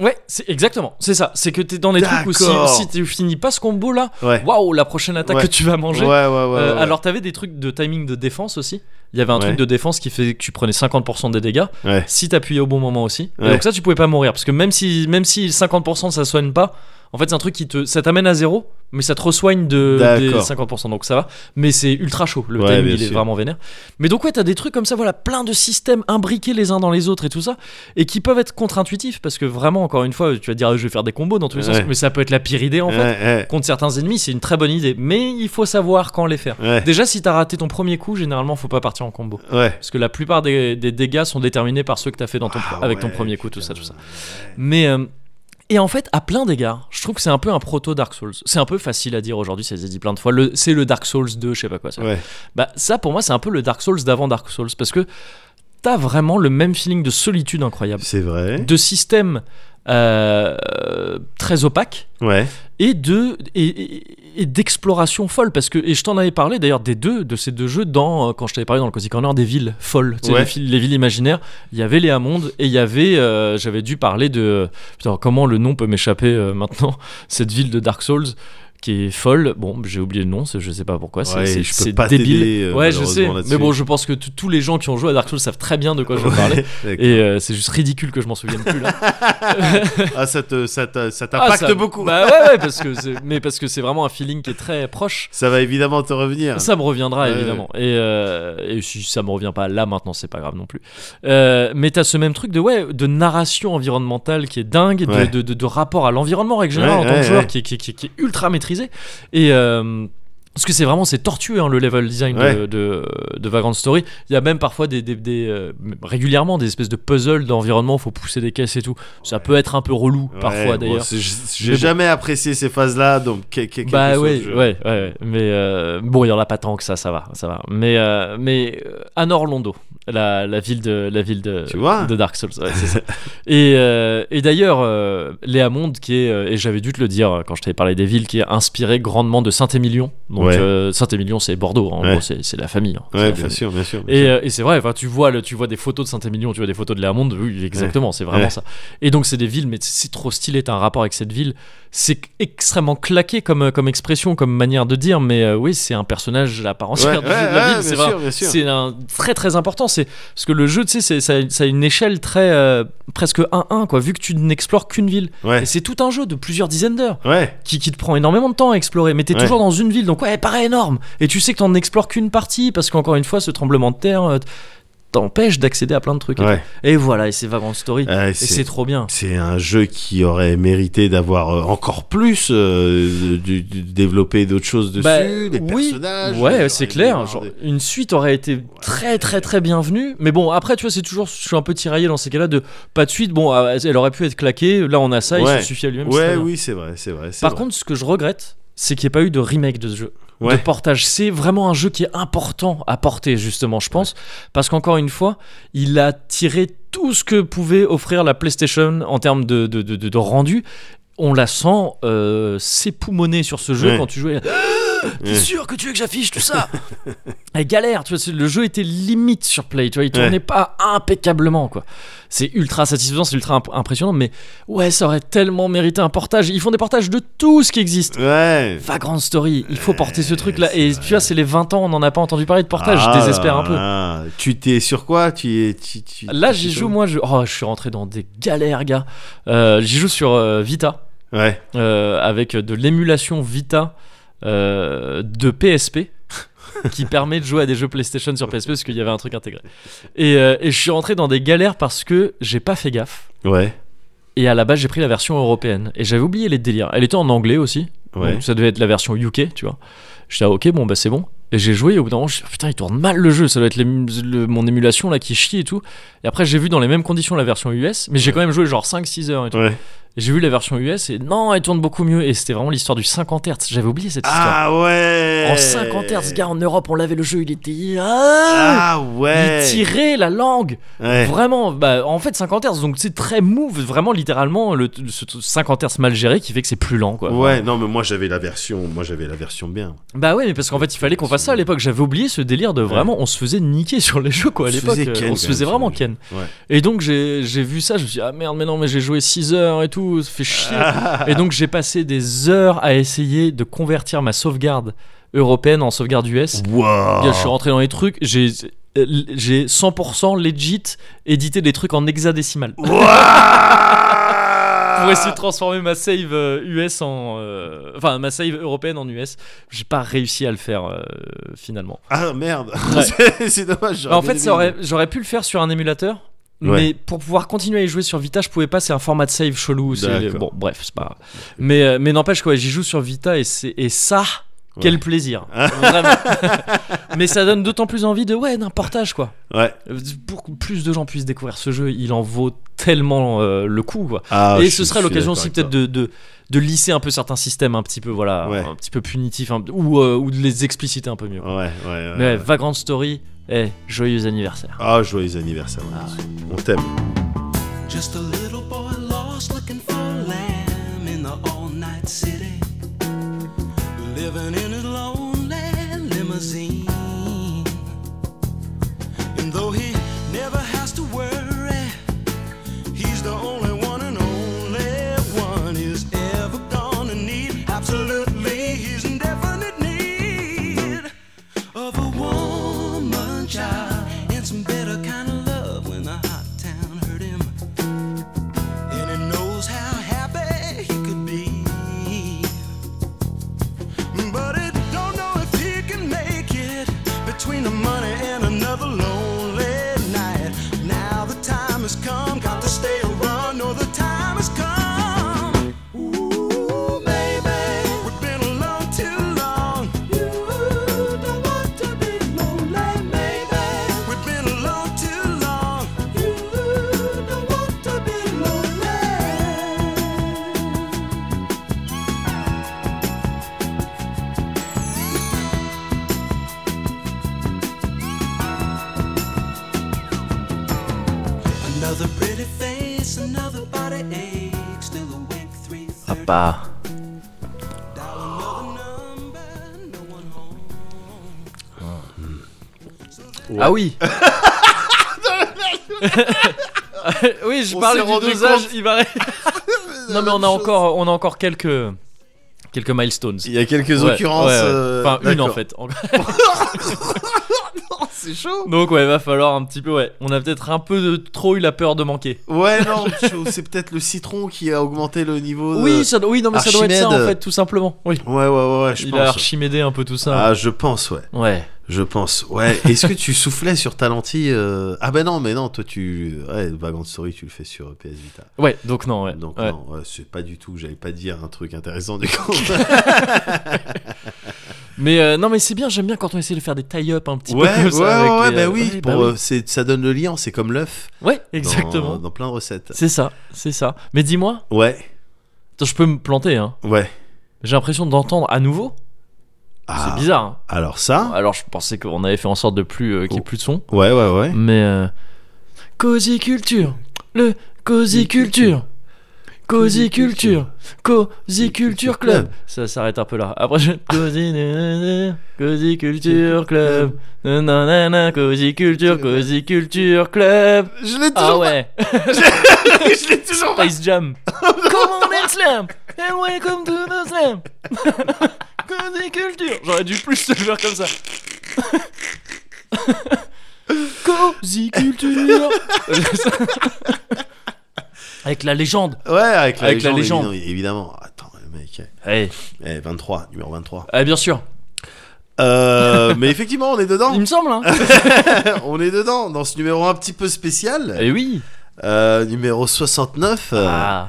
A: Ouais, c'est exactement, c'est ça. C'est que t'es dans des trucs où si,
B: D'accord.
A: si tu finis pas ce combo là,
B: Ouais.
A: waouh, la prochaine attaque
B: Ouais.
A: que tu vas manger,
B: Ouais, ouais, ouais.
A: Euh,
B: ouais.
A: Alors, t'avais des trucs de timing de défense aussi. Il y avait un
B: Ouais.
A: truc de défense qui faisait que tu prenais 50% des dégâts
B: Ouais.
A: si t'appuyais au bon moment aussi. Et
B: Ouais.
A: donc, ça, tu pouvais pas mourir parce que même si, même si 50% ça soigne pas, en fait, c'est un truc qui te. Ça t'amène à zéro, mais ça te ressoigne de, des
B: D'accord.
A: 50%, donc ça va. Mais c'est ultra chaud, le
B: Ouais,
A: timing
B: bien
A: il est
B: sûr.
A: vraiment vénère. Mais donc, ouais, t'as des trucs comme ça, voilà, plein de systèmes imbriqués les uns dans les autres et tout ça, et qui peuvent être contre-intuitifs parce que vraiment, encore une fois, tu vas dire, Ah, je vais faire des combos dans tous les sens,
B: Ouais.
A: mais ça peut être la pire idée en fait.
B: Ouais,
A: Contre certains ennemis, c'est une très bonne idée, mais il faut savoir quand les faire.
B: ouais, ouais,
A: Déjà, si t'as raté ton premier coup, généralement, faut pas partir en combo.
B: ouais.
A: Parce que la plupart des, des dégâts sont déterminés par ceux que t'as fait dans ton,
B: Ah
A: avec ton
B: ouais,
A: premier coup, tout ça, tout ça. Mais. euh, et en fait, à plein d'égards, je trouve que c'est un peu un proto Dark Souls. C'est un peu facile à dire aujourd'hui, ça s'est dit plein de fois. Le- C'est le Dark Souls 2, je sais pas quoi. Ça.
B: Ouais.
A: Bah, ça, pour moi, c'est un peu le Dark Souls d'avant Dark Souls. Parce que t'as vraiment le même feeling de solitude incroyable,
B: C'est vrai.
A: de système euh, euh, très opaque
B: Ouais.
A: et de et, et- et d'exploration folle parce que et je t'en avais parlé d'ailleurs des deux de ces deux jeux dans euh, quand je t'avais parlé dans le Cozy Corner des villes folles tu sais,
B: Ouais.
A: les, villes- les villes imaginaires il y avait les Amondes et il y avait euh, j'avais dû parler de putain, comment le nom peut m'échapper euh, maintenant cette ville de Dark Souls qui est folle bon j'ai oublié le nom c'est- je sais pas pourquoi c'est
B: Ouais,
A: c'est-
B: je peux
A: c'est
B: pas
A: débile
B: t'aider, euh,
A: ouais je sais
B: malheureusement, là-dessus.
A: mais bon je pense que t- tous les gens qui ont joué à Dark Souls savent très bien de quoi je veux parler
B: D'accord.
A: et euh, c'est juste ridicule que je m'en souvienne plus là
B: Ah, ça te, ça te- ça
A: Ah,
B: t'impacte
A: ça-
B: beaucoup.
A: Bah ouais, ouais, parce que c'est- mais parce que c'est vraiment un feeling qui est très proche.
B: Ça va évidemment te revenir.
A: Ça me reviendra
B: Ouais,
A: évidemment. Et, euh, et si ça me revient pas là maintenant, c'est pas grave non plus. Euh, mais t'as ce même truc de ouais, de narration environnementale qui est dingue, de,
B: Ouais.
A: de, de- de rapport à l'environnement en règle générale
B: Ouais,
A: en tant que
B: ouais,
A: joueur
B: ouais.
A: qui, est- qui est- qui est- qui est ultra maîtrisé. Et euh, parce que c'est vraiment c'est tortueux hein, le level design de- de,
B: Ouais.
A: de Vagrant Story. Il y a même parfois des, des- des, euh, régulièrement des espèces de puzzles d'environnement où faut pousser des caisses et tout. Ça peut être un peu relou
B: Ouais,
A: parfois
B: bon,
A: d'ailleurs.
B: c'est-
A: Mais
B: J'ai
A: bon.
B: jamais apprécié ces phases-là, donc que- que- quelque
A: Bah
B: chose,
A: ouais,
B: je-
A: ouais, ouais, ouais. Mais euh, bon, il y en a pas tant que ça, ça va, ça va. Mais euh, mais euh, Anne Orlando, la, la ville de la ville de
B: Tu vois
A: de Dark Souls, ouais, c'est ça. et euh, et d'ailleurs, euh, Léa Monde qui est euh, et j'avais dû te le dire euh, quand je t'avais parlé des villes qui est inspirée grandement de Saint-Émilion. Donc
B: Ouais.
A: euh, Saint-Émilion, c'est Bordeaux, hein. en
B: Ouais.
A: gros, c'est c'est la famille. hein. C'est la
B: Ouais, bien
A: famille.
B: sûr, bien sûr. bien
A: Et,
B: sûr.
A: euh, et c'est vrai, enfin, tu, vois le, tu vois des photos de Saint-Émilion, tu vois des photos de Léamonde, oui, exactement, c'est vraiment
B: Ouais.
A: ça. Et donc, c'est des villes, mais c'est trop stylé, t'as un rapport avec cette ville. C'est extrêmement claqué comme, euh, comme expression, comme manière de dire, mais euh, oui, c'est un personnage à part entière
B: Ouais,
A: de,
B: ouais,
A: de la
B: ouais,
A: ville, c'est
B: bien
A: vrai.
B: sûr, bien sûr.
A: C'est un- très très important, c'est parce que le jeu, tu sais, c'est- ça, ça a une échelle très euh, presque 1-1, quoi, vu que tu n'explores qu'une ville.
B: Ouais,
A: Et c'est tout un jeu de plusieurs dizaines d'heures
B: ouais,
A: qui, qui te prend énormément de temps à explorer, mais t'es
B: Ouais.
A: toujours dans une ville, donc ouais, elle paraît énorme. Et tu sais que t'en explores qu'une partie, parce qu'encore une fois, ce tremblement de terre euh, t'empêche d'accéder à plein de trucs. et
B: ouais.
A: tout. Et voilà, et c'est Vagrant Story.
B: Ouais,
A: et c'est
B: Ah, c'est
A: trop bien.
B: c'est un jeu qui aurait mérité d'avoir euh, encore plus euh, du- du- développé d'autres choses dessus,
A: Bah,
B: des
A: oui,
B: personnages. euh,
A: ouais,
B: j'aurais
A: c'est
B: aimé
A: clair.
B: voir
A: genre,
B: des-
A: Une suite aurait été très, très, très bienvenue. Mais bon, après, tu vois, c'est toujours. Je suis un peu tiraillé dans ces cas-là de pas de suite. Bon, euh, elle aurait pu être claquée. Là, on a ça.
B: Ouais.
A: Il se suffit à lui-même. c'est très
B: Ouais,
A: bien.
B: oui, c'est vrai, c'est vrai. c'est
A: Par
B: vrai.
A: contre, ce que je regrette, c'est qu'il n'y ait pas eu de remake de ce jeu.
B: Ouais.
A: de portage. C'est vraiment un jeu qui est important à porter, justement, je pense, parce qu'encore une fois, il a tiré tout ce que pouvait offrir la PlayStation en termes de, de, de- de- de rendu. on la sent euh, s'époumoner sur ce jeu
B: Ouais.
A: quand tu jouais. Ah, T'es
B: Ouais.
A: sûr que tu veux que j'affiche tout ça Elle galère, tu vois. c'est- Le jeu était limite sur Play, tu vois. Il tournait
B: Ouais.
A: pas impeccablement, quoi. C'est ultra satisfaisant, c'est ultra imp- impressionnant, mais ouais, ça aurait tellement mérité un portage. Ils font des portages de tout ce qui existe.
B: Ouais.
A: Vagrant Story, il faut porter ce truc-là.
B: c'est
A: Et tu vois, c'est les 20 ans, on n'en a pas entendu parler de portage,
B: Ah
A: je désespère un
B: là
A: peu.
B: là. Tu t'es sur quoi tu, es- tu- tu-
A: Là,
B: tu-
A: j'y
B: tu-
A: joue, moi, je... Oh, je suis rentré dans des galères, gars. Euh, j'y joue sur euh, Vita,
B: Ouais.
A: euh, avec de l'émulation Vita euh, de PSP, qui permet de jouer à des jeux PlayStation sur PSP, parce qu'il y avait un truc intégré. Et, euh, et je suis rentré dans des galères parce que j'ai pas fait gaffe.
B: Ouais.
A: Et à la base, j'ai pris la version européenne. Et j'avais oublié les délires. Elle était en anglais aussi.
B: Ouais.
A: Donc ça devait être la version UK, tu vois. J'étais ah, ok, bon bah c'est bon. Et j'ai joué, et au bout d'un moment, je me suis dit, putain, il tourne mal le jeu, ça doit être les- le- mon émulation là qui chie et tout. Et après, j'ai vu dans les mêmes conditions la version US, mais j'ai quand même joué genre 5-6 heures et tout.
B: Ouais.
A: Et J'ai vu la version US et non, elle tourne beaucoup mieux. Et c'était vraiment l'histoire du 50 Hz, j'avais oublié cette histoire.
B: Ah ouais.
A: En 50 Hz, gars, en Europe, on l'avait le jeu, il était. Ah
B: Ah ouais.
A: Il tirait la langue
B: Ouais.
A: Vraiment, bah, en fait 50 Hz, donc c'est très move, vraiment littéralement le, ce 50 Hz mal géré qui fait que c'est plus lent quoi.
B: Ouais, non mais moi j'avais la version, moi j'avais la version bien.
A: Bah ouais, mais parce qu'en fait, il fallait qu'on fasse ça à l'époque. J'avais oublié ce délire de vraiment, on se faisait niquer sur les jeux, quoi, à
B: On se
A: l'époque.
B: faisait ken,
A: On se
B: quand
A: faisait
B: même,
A: vraiment
B: sur
A: ken.
B: Ouais.
A: Et donc, j'ai j'ai vu ça, je me suis dit, ah merde, mais non, mais j'ai joué 6 heures et tout, ça fait chier.
B: Ah.
A: et donc, j'ai passé des heures à essayer de convertir ma sauvegarde européenne en sauvegarde US.
B: Wow.
A: Je suis rentré dans les trucs, j'ai j'ai 100% legit édité des trucs en hexadécimal pour essayer de transformer ma save euh, US en. euh, Enfin, ma save européenne en US. J'ai pas réussi à le faire euh, finalement.
B: Ah merde,
A: Ouais. Bah,
B: c'est- c'est dommage. j'aurais
A: en
B: bien
A: fait, ça
B: aimé.
A: aurait- j'aurais pu le faire sur un émulateur.
B: Ouais.
A: Mais pour pouvoir continuer à y jouer sur Vita, je pouvais pas, c'est un format de save chelou. c'est-
B: D'accord.
A: Bon, bref, c'est pas grave. Mais, euh, mais n'empêche, quoi, j'y joue sur Vita et, c'est- et ça, quel
B: Ouais. Ah.
A: plaisir. Vraiment. mais ça donne d'autant plus envie de, ouais, d'un portage, quoi.
B: Ouais.
A: Pour que plus de gens puissent découvrir ce jeu, il en vaut tellement euh, le coup, quoi
B: Ah,
A: et
B: je
A: ce
B: suis-
A: serait
B: je suis
A: l'occasion
B: d'accord
A: aussi
B: avec
A: peut-être
B: toi.
A: de, de, de lisser un peu certains systèmes un petit peu voilà
B: Ouais.
A: un petit peu punitifs un- ou, euh, ou de les expliciter un peu mieux.
B: Ouais, ouais, ouais.
A: Mais ouais,
B: ouais.
A: Vagrant Story, eh, joyeux anniversaire.
B: Ah, joyeux anniversaire.
A: Ah.
B: On t'aime.
D: Just a little boy lost looking for lamb in the all night city. Living in his lonely limousine. And though he never has to worry, he's the only one and only one he's ever gonna need. Absolutely, he's in definite need of a woman child and some better kind of love when the hot town hurt him. And he knows how happy he could be. But he don't know if he can make it between the money and another lonely night. Now the time has come, got to stay or run, or the time has come. Ooh, baby, we've been alone too long. You don't want to be lonely, baby. We've been alone too long. You don't want to be lonely. Another pretty face, another body ache, still awake three thirty.
A: Bah,
D: Dial another number, no one home.
A: ah oui. oui, je
B: On
A: parlais
B: s'est rendu
A: du dosage,
B: compte.
A: il paraît. non mais on a encore on a encore quelques quelques milestones.
B: Il y a quelques
A: Ouais,
B: occurrences.
A: ouais, ouais.
B: euh,
A: Enfin, une en
B: d'accord.
A: fait.
B: Oh, c'est chaud.
A: Donc, ouais, va falloir un petit peu. Ouais, on a peut-être un peu de, trop eu la peur de manquer.
B: Ouais, non, je- c'est peut-être le citron qui a augmenté le niveau. de-
A: Oui, ça, do- oui, non, mais ça doit être ça en
B: Archimède.
A: fait, tout simplement. Oui.
B: Ouais, ouais, ouais, ouais, je
A: Il a
B: pense.
A: archimédé un peu tout ça.
B: Ah, je pense, ouais.
A: Ouais.
B: Je pense. Ouais. Est-ce que tu soufflais sur ta lentille euh, Ah, ben non, mais non, toi, tu. Ouais, Vagrant Story, tu le fais sur euh, PS Vita.
A: Ouais, donc non, ouais.
B: Donc,
A: Ouais.
B: non, ouais, c'est pas du tout. J'allais pas dire un truc intéressant du coup.
A: Mais euh, non, mais c'est bien, j'aime bien quand on essaie de faire des tie-up un petit
B: ouais,
A: peu comme
B: ouais,
A: ça.
B: ouais,
A: avec les,
B: bah
A: euh,
B: oui.
A: ouais,
B: pour,
A: bah oui.
B: euh, c'est- ça donne le lien, c'est comme l'œuf.
A: Ouais,
B: dans-
A: exactement.
B: Dans, plein de recettes.
A: C'est ça, c'est ça. Mais dis-moi,
B: Ouais,
A: attends, je peux me planter, hein.
B: ouais.
A: J'ai l'impression d'entendre à nouveau.
B: Ah,
A: C'est bizarre. hein.
B: Alors ça
A: Alors, je pensais qu'on avait fait en sorte de plus euh, qu'il n'y ait
B: Oh.
A: plus de son.
B: Ouais, ouais, ouais.
A: Mais. Euh... Cosiculture Le Cosiculture Cozy Culture, Cozy Culture Club. Ça s'arrête un peu là. Après, je... Cozy, nanana, Cozy Culture Club, nanana, Cozy Culture, Cozy Culture Club.
B: Je l'ai
A: Ah
B: toujours
A: ouais,
B: pas. Je l'ai toujours pas.
A: Space Jam. Come on, and slam, Eh and welcome to the slam. Cozy Culture. J'aurais dû plus te le faire comme ça. Cozy Culture. Avec la légende.
B: Ouais, avec la
A: Avec la
B: légende.
A: légende.
B: évidemment, Évidemment. Attends, le mec.
A: Hey.
B: Eh, 23, numéro 23.
A: Ah, bien sûr.
B: Euh, mais effectivement, on est dedans.
A: Il me semble, hein.
B: on est dedans, dans ce numéro un petit peu spécial.
A: Eh oui.
B: Euh, numéro 69. euh,
A: Ah,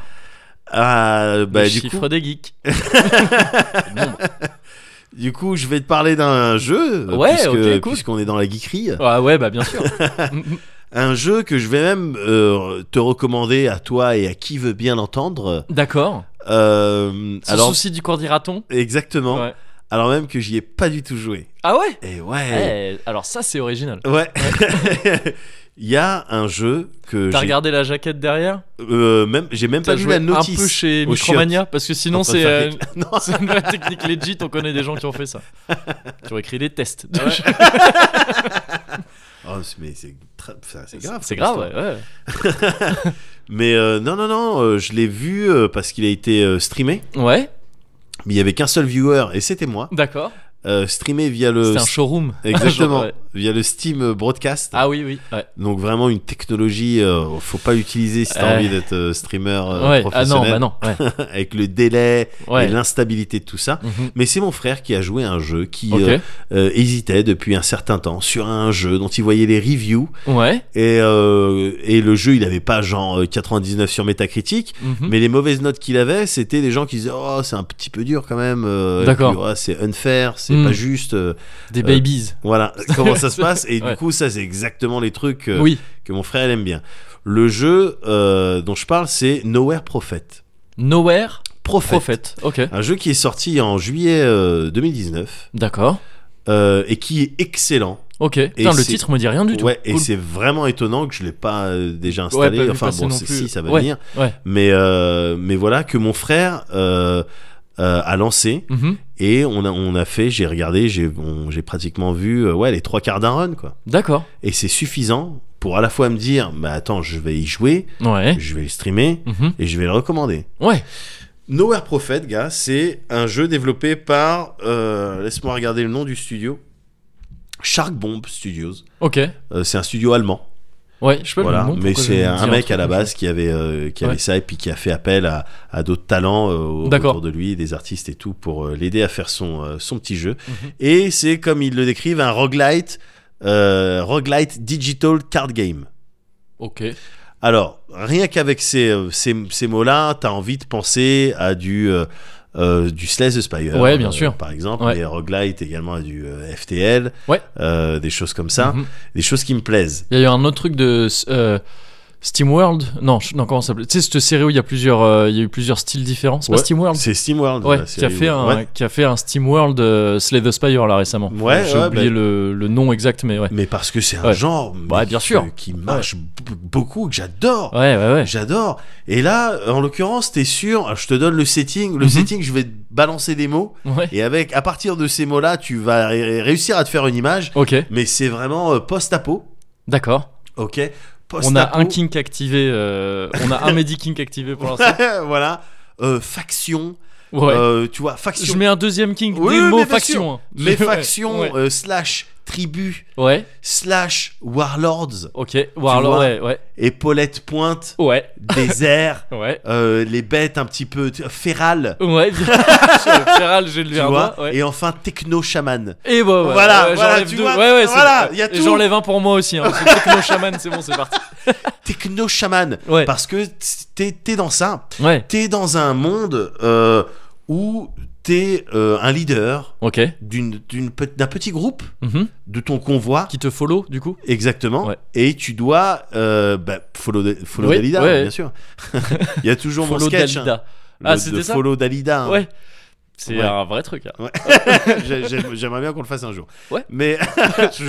B: ah, bah,
A: le
B: du
A: chiffre
B: coup,
A: des geeks.
B: du coup, je vais te parler d'un jeu. euh,
A: Ouais,
B: puisque-
A: ok, cool.
B: Puisqu'on est dans la geekerie.
A: Ah ouais, bah bien sûr.
B: Un jeu que je vais même euh, te recommander à toi et à qui veut bien l'entendre.
A: D'accord.
B: Euh,
A: Sans
B: alors,
A: souci du cours dira-t-on.
B: exactement.
A: Ouais.
B: Alors même que j'y ai pas du tout joué.
A: Ah ouais
B: Et ouais.
A: Eh, Alors ça, c'est original.
B: Ouais. Il y a un jeu que
A: T'as
B: j'ai
A: regardé la jaquette derrière
B: euh, même j'ai même
A: T'as
B: pas vu
A: joué
B: la
A: un
B: notice.
A: peu chez
B: aux
A: Micromania Parce que sinon,
B: En train de
A: c'est
B: faire
A: euh,
B: quelque- Non,
A: c'est une vraie technique legit. On connaît des gens qui ont fait ça. Qui ont écrit des tests.
B: Ah Oh, c'est- mais c'est tra- enfin, c'est grave.
A: C'est
B: comme
A: grave,
B: histoire.
A: ouais. ouais.
B: Mais euh, non non non, euh, je l'ai vu euh, parce qu'il a été euh, streamé.
A: Ouais,
B: Mais il y avait qu'un seul viewer et c'était moi.
A: d'accord.
B: Euh, streamé via le
A: C'était un showroom.
B: exactement
A: Genre, ouais.
B: via le Steam euh, Broadcast.
A: Ah oui, oui. Ouais,
B: Donc vraiment une technologie, euh, faut pas l'utiliser si t'as
A: Ouais.
B: envie d'être euh, streamer euh,
A: ouais. ah non, bah
B: professionnel,
A: non. Ouais.
B: avec le délai et
A: ouais.
B: l'instabilité de tout ça.
A: Mhm.
B: Mais c'est mon frère qui a joué à un jeu qui
A: Ok.
B: euh, euh, hésitait depuis un certain temps sur un jeu dont il voyait les reviews
A: Ouais.
B: et, euh, et le jeu il avait pas genre euh, 99 sur Metacritic.
A: Mhm.
B: Mais les mauvaises notes qu'il avait, c'était des gens qui disaient Oh, c'est un petit peu dur quand même. euh, et
A: D'accord.
B: puis, Oh, c'est unfair, c'est
A: Mhm.
B: pas juste. euh,
A: Des babies.
B: voilà comment ça se passe. Et
A: Ouais.
B: du coup, ça, c'est exactement les trucs euh,
A: Oui.
B: que mon frère elle aime bien. Le jeu euh, dont je parle, c'est Nowhere Prophet.
A: Nowhere
B: Prophet.
A: Prophète. Ok.
B: Un jeu qui est sorti en juillet euh, 2019
A: D'accord.
B: euh, et qui est excellent.
A: Ok. Putain, le
B: c'est-
A: titre me dit rien du tout.
B: Ouais, et
A: Cool.
B: c'est vraiment étonnant que je l'ai pas euh, déjà
A: Ouais,
B: installé.
A: pas vu
B: enfin
A: passer
B: bon,
A: non
B: c'est-
A: plus.
B: si ça va
A: Ouais,
B: venir.
A: ouais.
B: Mais euh, mais voilà que mon frère euh, euh, a lancé
A: Mhm.
B: et on a on a fait. J'ai regardé, j'ai on- j'ai pratiquement vu euh, ouais les trois quarts d'un run quoi.
A: D'accord.
B: Et c'est suffisant pour à la fois me dire, mais attends, je vais y jouer,
A: Ouais.
B: je vais le streamer
A: Mhm.
B: et je vais le recommander.
A: Ouais.
B: Nowhere Prophet, gars, c'est un jeu développé par, euh, laisse-moi regarder le nom du studio, Shark Bomb Studios.
A: Ok.
B: Euh, c'est un studio allemand,
A: Ouais. Je peux
B: voilà. mais c'est un mec à la
A: base
B: base qui avait, euh, qui avait
A: Ouais.
B: ça et puis qui a fait appel à, à d'autres talents euh, au-
A: D'accord.
B: autour de lui, des artistes et tout, pour euh, l'aider à faire son, euh, son petit jeu.
A: Mhm.
B: Et c'est, comme ils le décrivent, un roguelite, euh, roguelite digital card game.
A: Ok.
B: Alors, rien qu'avec ces, euh, ces, ces mots-là, t'as envie de penser à du, euh, euh, du Slay the Spire.
A: Ouais, bien
B: euh,
A: sûr.
B: Par exemple,
A: Ouais.
B: mais Roguelite également à du euh, FTL.
A: Ouais.
B: euh, des choses comme ça.
A: Mhm.
B: Des choses qui me plaisent.
A: Il y a eu un autre truc de euh, SteamWorld. Non, je- non, comment ça s'appelle Tu sais, cette série où il y a plusieurs, euh, il y a eu plusieurs styles différents. C'est
B: Ouais.
A: pas SteamWorld.
B: C'est SteamWorld.
A: Ouais,
B: la
A: qui a,
B: série
A: fait
B: où-
A: un,
B: ouais.
A: qui a fait un SteamWorld euh, Slay the Spire là récemment.
B: Ouais,
A: J'ai
B: ouais,
A: oublié
B: bah-
A: le, le nom exact, mais ouais.
B: Mais parce que c'est un
A: Ouais.
B: genre mais
A: Ouais, bien
B: qui-
A: sûr.
B: qui marche b- beaucoup, que j'adore.
A: Ouais, ouais, ouais.
B: J'adore. Et là, en l'occurrence, t'es sûr, ah, je te donne le setting. Le
A: Mhm.
B: setting, je vais te balancer des mots.
A: Ouais.
B: Et avec, à partir de ces mots-là, tu vas ré- réussir à te faire une image.
A: Ok,
B: mais c'est vraiment euh, post-apo.
A: d'accord.
B: Ok. Post-apo.
A: On a un kink activé, euh, on a un Medi kink activé pour l'instant.
B: voilà. Euh, faction.
A: Ouais.
B: euh, tu vois,
A: Je
B: faction.
A: mets un deuxième kink,
B: Oui,
A: des
B: oui,
A: mots
B: mais bien sûr.
A: faction. hein.
B: Mais
A: Ouais,
B: faction
A: Ouais,
B: euh, slash tribu
A: Ouais,
B: slash warlords.
A: ok. Warlord,
B: vois.
A: ouais, ouais.
B: Épaulette pointe.
A: Ouais,
B: désert.
A: ouais.
B: euh, les bêtes un petit peu t- férales.
A: Ouais, bien. Feral, j'ai le
B: Tu
A: verbe.
B: vois.
A: Ouais.
B: Et enfin techno-chaman.
A: Et bah, ouais,
B: Voilà,
A: ouais,
B: voilà,
A: j'enlève
B: tu
A: deux.
B: vois,
A: ouais, ouais, c'est
B: voilà,
A: bon.
B: y a
A: Et
B: tout.
A: J'enlève un pour moi aussi. Hein, parce que techno chaman, c'est bon, c'est parti.
B: Techno-chaman.
A: Ouais,
B: Parce que t- t'es t'es dans ça.
A: ouais,
B: T'es dans un monde euh, où t'es euh, un leader
A: ok.
B: d'une- d'une pe- d'un petit groupe
A: Mhm.
B: de ton convoi.
A: Qui te follow du coup
B: Exactement.
A: Ouais.
B: Et tu dois euh, bah, follow, da- follow
A: Oui,
B: Dalida,
A: ouais.
B: bien sûr. Il y a toujours mon
A: Follow
B: sketch. hein,
A: Dalida.
B: le-
A: Ah,
B: de
A: c'était ça
B: Follow Dalida. hein.
A: Ouais. C'est
B: Ouais.
A: un vrai truc. hein.
B: J'ai- j'ai- J'aimerais bien qu'on le fasse un jour.
A: Ouais.
B: Mais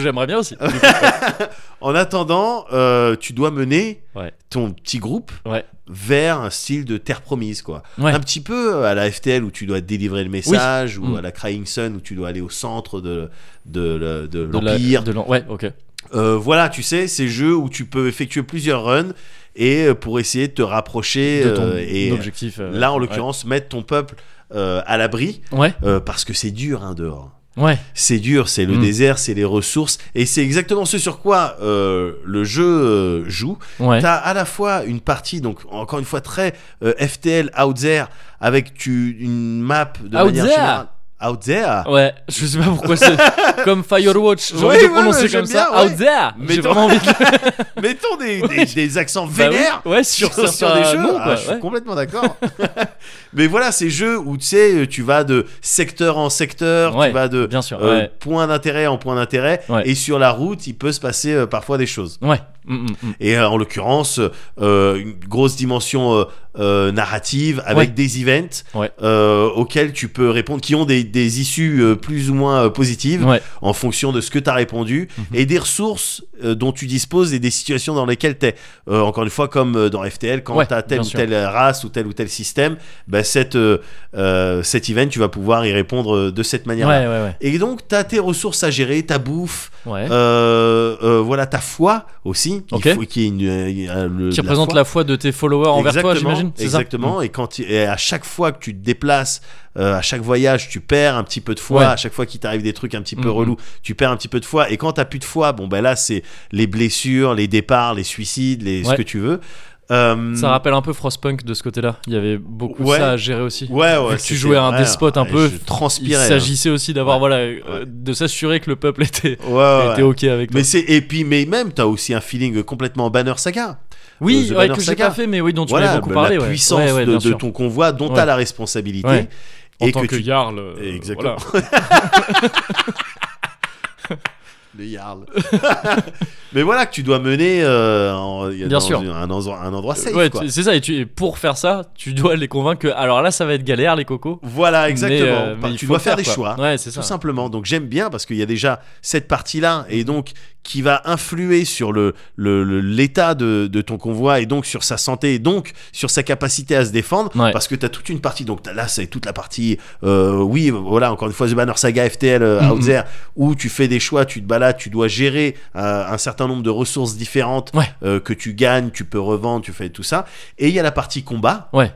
A: J'aimerais bien aussi.
B: En attendant, euh, tu dois mener
A: Ouais.
B: ton petit groupe
A: Ouais.
B: vers un style de terre promise, quoi.
A: Ouais.
B: Un petit peu euh, à la FTL où tu dois délivrer le message, ou
A: Mm.
B: à la Crying Sun où tu dois aller au centre de, de, de- de
A: De la-
B: l'Empire.
A: de l'en- Ouais, ok.
B: Euh, voilà, tu sais, ces jeux où tu peux effectuer plusieurs runs et euh, pour essayer de te rapprocher
A: De ton
B: euh, et
A: objectif. euh,
B: là en
A: ouais.
B: l'occurrence mettre ton peuple euh, à l'abri
A: Ouais,
B: euh, parce que c'est dur hein, dehors.
A: ouais.
B: C'est dur, c'est le
A: Mm.
B: désert, c'est les ressources et c'est exactement ce sur quoi euh, le jeu euh, joue.
A: Ouais.
B: T'as à la fois une partie donc encore une fois très euh, FTL out there avec tu, une map de
A: Out
B: manière
A: there.
B: générale out there.
A: Ouais, je sais pas pourquoi c'est comme Firewatch, j'ai
B: Oui,
A: envie de
B: oui,
A: prononcer
B: oui,
A: comme
B: j'aime
A: ça.
B: bien, ouais.
A: Out there,
B: Mais
A: j'ai
B: toi-
A: vraiment envie de le Bah
B: Mettons des,
A: Oui.
B: des, des accents
A: oui,
B: vénères
A: Ouais, sur,
B: sur, sur
A: certains
B: des jeux,
A: noms,
B: ah,
A: quoi,
B: je suis
A: ouais.
B: complètement d'accord. Mais voilà, ces jeux où tu sais, euh, tu vas de secteur en secteur,
A: Ouais,
B: tu vas de
A: Bien sûr,
B: euh,
A: ouais.
B: point d'intérêt en point d'intérêt,
A: Ouais.
B: et sur la route, il peut se passer euh, parfois des choses.
A: Ouais. Mm, mm, mm.
B: Et euh, en l'occurrence, euh, une grosse dimension euh, euh, narrative avec
A: Ouais.
B: des events
A: Ouais.
B: euh, auxquels tu peux répondre, qui ont des, des issues euh, plus ou moins euh, positives
A: Ouais.
B: en fonction de ce que tu as répondu
A: Mhm.
B: et des ressources euh, dont tu disposes et des situations dans lesquelles tu es. encore une fois, comme euh, dans FTL, quand
A: Ouais,
B: tu as telle
A: bien
B: ou
A: sûr.
B: telle race ou tel ou tel système, bah, cette, euh, euh, cet event, tu vas pouvoir y répondre euh, de cette
A: ouais,
B: manière-là.
A: ouais, ouais.
B: Et donc, tu as tes ressources à gérer, ta bouffe,
A: Ouais.
B: euh, euh, voilà, ta foi aussi, il
A: Ok.
B: faut qu'il y ait une, euh, le-
A: qui
B: de
A: représente
B: foi.
A: la foi de tes followers envers toi,
B: Exactement,
A: j'imagine. C'est ça Mm.
B: Exactement. Et quand il- et à chaque fois que tu te déplaces, euh, à chaque voyage, tu perds un petit peu de foi.
A: Ouais.
B: À chaque fois qu'il t'arrive des trucs un petit peu
A: Mhm.
B: relous, tu perds un petit peu de foi. Et quand t'as plus de foi, bon ben là c'est les blessures, les départs, les suicides, les
A: Ouais.
B: ce que tu veux. Euh,
A: Mm. Ça rappelle un peu Frostpunk de ce côté-là. Il y avait beaucoup de
B: Ouais.
A: ça à gérer aussi.
B: Ouais, ouais.
A: Vu que tu
B: c'était-
A: jouais un
B: ouais,
A: despote un
B: ouais,
A: peu,
B: je
A: Il
B: transpirais. hein.
A: s'agissait aussi d'avoir
B: Ouais.
A: voilà euh,
B: Ouais.
A: de s'assurer que le peuple était,
B: Ouais, ouais,
A: était hein.
B: ouais.
A: ok avec toi.
B: Mais c'est et puis mais même t'as aussi un feeling complètement banner saga.
A: oui,
B: euh, The
A: ouais,
B: Banner
A: que j'ai
B: Saga.
A: pas fait, mais oui, dont tu
B: voilà
A: m'avais beaucoup
B: bah,
A: parlé.
B: la
A: ouais.
B: puissance
A: Ouais, ouais,
B: de,
A: bien
B: de
A: sûr.
B: ton convoi dont
A: Ouais.
B: t'as la responsabilité
A: Ouais. en
B: et
A: tant que,
B: tu
A: Jarl. euh,
B: Exactement.
A: voilà.
B: Le Jarl. Mais voilà, que tu dois mener euh, en- il y a
A: Bien
B: dans
A: sûr. Euh,
B: un, un endroit, un endroit safe.
A: Ouais,
B: quoi.
A: tu- c'est ça. Et, tu- et pour faire ça, tu dois les convaincre que alors là, ça va être galère, les cocos.
B: Voilà, exactement.
A: Mais, euh,
B: Enfin,
A: mais il
B: tu
A: faut
B: dois
A: le
B: faire, des
A: quoi.
B: choix.
A: Ouais, c'est
B: Tout
A: ça.
B: simplement. Donc j'aime bien parce qu'il y a déjà cette partie-là et donc qui va influer sur le le- le- l'état de, de ton convoi et donc sur sa santé et donc sur sa capacité à se défendre
A: Ouais.
B: parce que tu as toute une partie. Donc t'as- là c'est toute la partie euh, oui voilà encore une fois The Banner Saga FTL euh,
A: Mhm.
B: Out There où tu fais des choix, tu te balades, tu dois gérer euh, un certain nombre de ressources différentes
A: Ouais.
B: euh, que tu gagnes, tu peux revendre, tu fais tout ça. Et il y a la partie combat.
A: Ouais.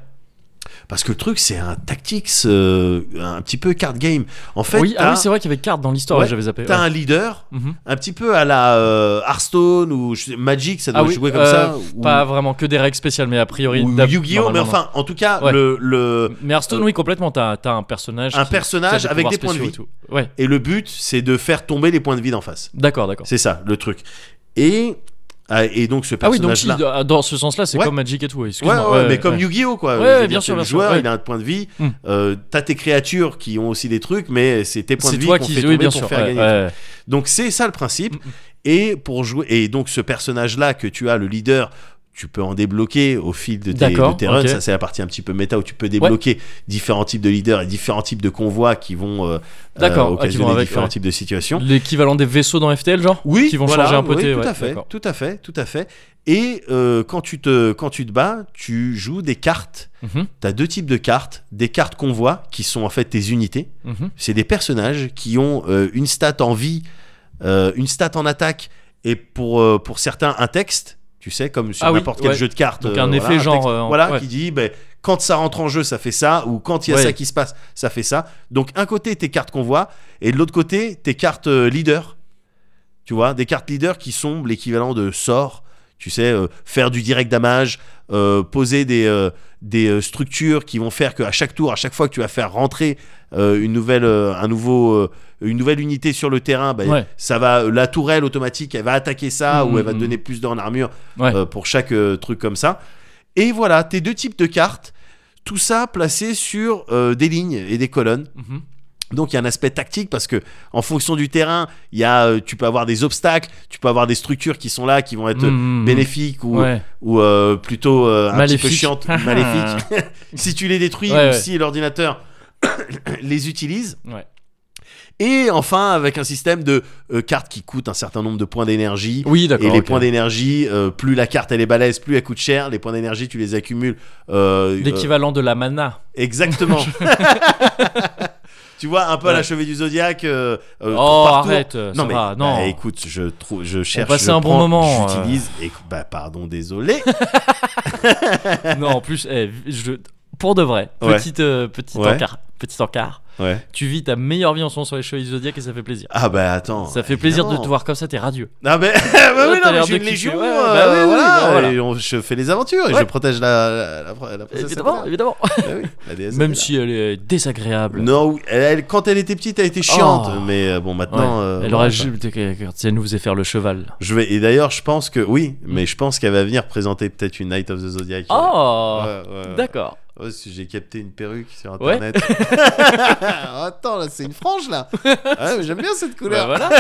B: Parce que le truc, c'est un tactics, euh, un petit peu card game. En fait,
A: oui, ah
B: t'as-
A: oui, c'est vrai qu'il y avait carte dans l'histoire.
B: Ouais,
A: ouais, J'avais zappé.
B: T'as
A: ouais.
B: un leader,
A: Mhm.
B: un petit peu à la euh, Hearthstone ou je sais- Magic, ça doit
A: Ah oui,
B: jouer comme
A: euh,
B: ça. Ou,
A: Pas vraiment que des règles spéciales, mais a priori.
B: ou
A: d'ab-
B: Yu-Gi-Oh! Mais
A: normalement,
B: enfin, en tout cas,
A: Ouais.
B: le, le-
A: non. Mais Hearthstone,
B: euh,
A: oui, complètement. T'as t'as un personnage. qui-
B: un
A: qui a
B: personnage avec
A: pouvoirs
B: des points de
A: spéciaux et tout. Ouais,
B: Et le but, c'est de faire tomber les points de vie d'en face.
A: d'accord, d'accord.
B: C'est ça, le truc. Et, ah, et donc, ce
A: Ah oui, donc
B: personnage-là.
A: si, dans dans ce sens-là, c'est
B: Ouais.
A: comme Magic et tout. ouais,
B: Ouais,
A: Excuse-moi.
B: ouais,
A: ouais,
B: mais comme
A: ouais.
B: Yu-Gi-Oh quoi.
A: Ouais,
B: Je veux
A: ouais,
B: dire,
A: bien
B: c'est
A: sûr,
B: le
A: bien sûr,
B: joueur,
A: ouais.
B: il a un point de vie.
A: Hmm.
B: Euh, t'as tes créatures qui ont aussi des trucs, mais c'est tes points
A: C'est
B: de vie
A: toi
B: qu'on
A: qui.
B: fait
A: Oui,
B: tomber
A: bien
B: pour
A: sûr.
B: faire
A: ouais,
B: gagner.
A: ouais.
B: Donc c'est ça le principe.
A: Mm,
B: Et pour jouer, et donc ce personnage-là que tu as, le leader. Tu peux en débloquer au fil de tes,
A: D'accord,
B: de tes runs.
A: ok.
B: Ça, c'est la partie un petit peu méta où tu peux débloquer différents types de leaders et différents types de convois qui vont euh,
A: D'accord,
B: euh,
A: ah, qui
B: occasionner
A: vont avec,
B: différents
A: ouais.
B: types de situations.
A: L'équivalent des vaisseaux dans FTL, genre
B: Oui,
A: Qui vont
B: voilà,
A: changer un peu
B: oui,
A: tes-
B: tout
A: ouais,
B: à fait,
A: d'accord.
B: tout à fait, tout à fait. Et euh, quand tu te quand tu te bats, tu joues des cartes
A: Mhm,
B: T'as deux types de cartes, des cartes qu'on voit, qui sont en fait tes unités.
A: mhm.
B: C'est des personnages qui ont euh, une stat en vie, euh, une stat en attaque, et pour, euh, pour certains, un texte. Tu sais, comme sur
A: Ah oui,
B: n'importe quel
A: ouais.
B: jeu de cartes.
A: Donc un effet genre,
B: texte,
A: euh, en-
B: voilà,
A: ouais.
B: qui dit, ben, quand ça rentre en jeu, ça fait ça, ou quand il y a
A: Ouais.
B: ça qui se passe, ça fait ça. Donc un côté, tes cartes qu'on voit, et de l'autre côté, tes cartes euh, leader. Tu vois, des cartes leader qui sont l'équivalent de sorts. Tu sais, euh, faire du direct damage, euh, poser des, euh, des euh, structures qui vont faire qu'à chaque tour, à chaque fois que tu vas faire rentrer euh, une, nouvelle, euh, un nouveau, euh, une nouvelle unité sur le terrain, bah,
A: Ouais.
B: ça va, la tourelle automatique, elle va attaquer ça
A: Mhm,
B: ou elle va te
A: mhm.
B: donner plus d'en armure
A: Ouais.
B: euh, pour chaque euh, truc comme ça. Et voilà, tes deux types de cartes, tout ça placé sur euh, des lignes et des colonnes.
A: Mhm.
B: Donc il y a un aspect tactique parce que en fonction du terrain, il y a, euh, tu peux avoir des obstacles, tu peux avoir des structures qui sont là, qui vont être euh,
A: Mhm, mhm.
B: bénéfiques ou,
A: Ouais.
B: ou euh, plutôt euh, un petit peu
A: Maléfique.
B: chiantes, maléfiques. si tu les détruis
A: Ouais,
B: ou
A: ouais.
B: si l'ordinateur les utilise.
A: Ouais.
B: Et enfin, avec un système de euh, cartes qui coûtent un certain nombre de points d'énergie.
A: Oui, d'accord.
B: Et les
A: ok.
B: points d'énergie, euh, plus la carte elle est balèze, plus elle coûte cher. Les points d'énergie, tu les accumules. euh, euh,
A: L'équivalent de la mana.
B: exactement. tu vois, un peu à la
A: Ouais.
B: chevée du zodiaque. euh, euh,
A: Oh,
B: par tour.
A: arrête, ça
B: Non, mais
A: va, non.
B: bah, écoute, je, trouve, je cherche.
A: passait
B: je
A: un bon
B: prends,
A: moment, euh.
B: J'utilise. Et, bah, pardon, désolé.
A: non, en plus, eh, je, pour de vrai,
B: Ouais.
A: petite, euh, petite
B: Ouais.
A: encart- petit encart.
B: ouais.
A: Tu vis ta meilleure vie en ce moment sur les chevaliers du zodiaque et ça fait plaisir.
B: Ah, bah attends.
A: Ça fait plaisir de
B: évidemment.
A: te voir comme ça, t'es radieux.
B: Ah ben bah oui,
A: Ouais, t'as
B: non, mais
A: l'air de
B: j'ai
A: kiffer.
B: une légion,
A: Ouais,
B: euh,
A: bah oui, oui,
B: voilà,
A: bah voilà.
B: et on- je fais les aventures et
A: Ouais.
B: je protège la, la, la- la princesse.
A: Évidemment,
B: Zelda.
A: évidemment.
B: Bah oui, la déesse
A: Même
B: Zelda.
A: si elle est désagréable.
B: Non, oui, elle, elle- quand elle était petite, elle était chiante,
A: Oh.
B: mais euh, bon,
A: Ouais.
B: maintenant. euh,
A: elle
B: bon,
A: aurait
B: bah,
A: juste. Si elle nous faisait faire le cheval.
B: Je vais et d'ailleurs, je pense que oui, mais je pense qu'elle va venir présenter peut-être une Night of the Zodiac.
A: Mm. Oh
B: Ouais, ouais, ouais.
A: D'accord.
B: Oh, si j'ai capté une perruque sur
A: Ouais.
B: internet. Attends, là, c'est une frange là. Ouais, mais j'aime bien cette
A: Bah,
B: couleur.
A: voilà.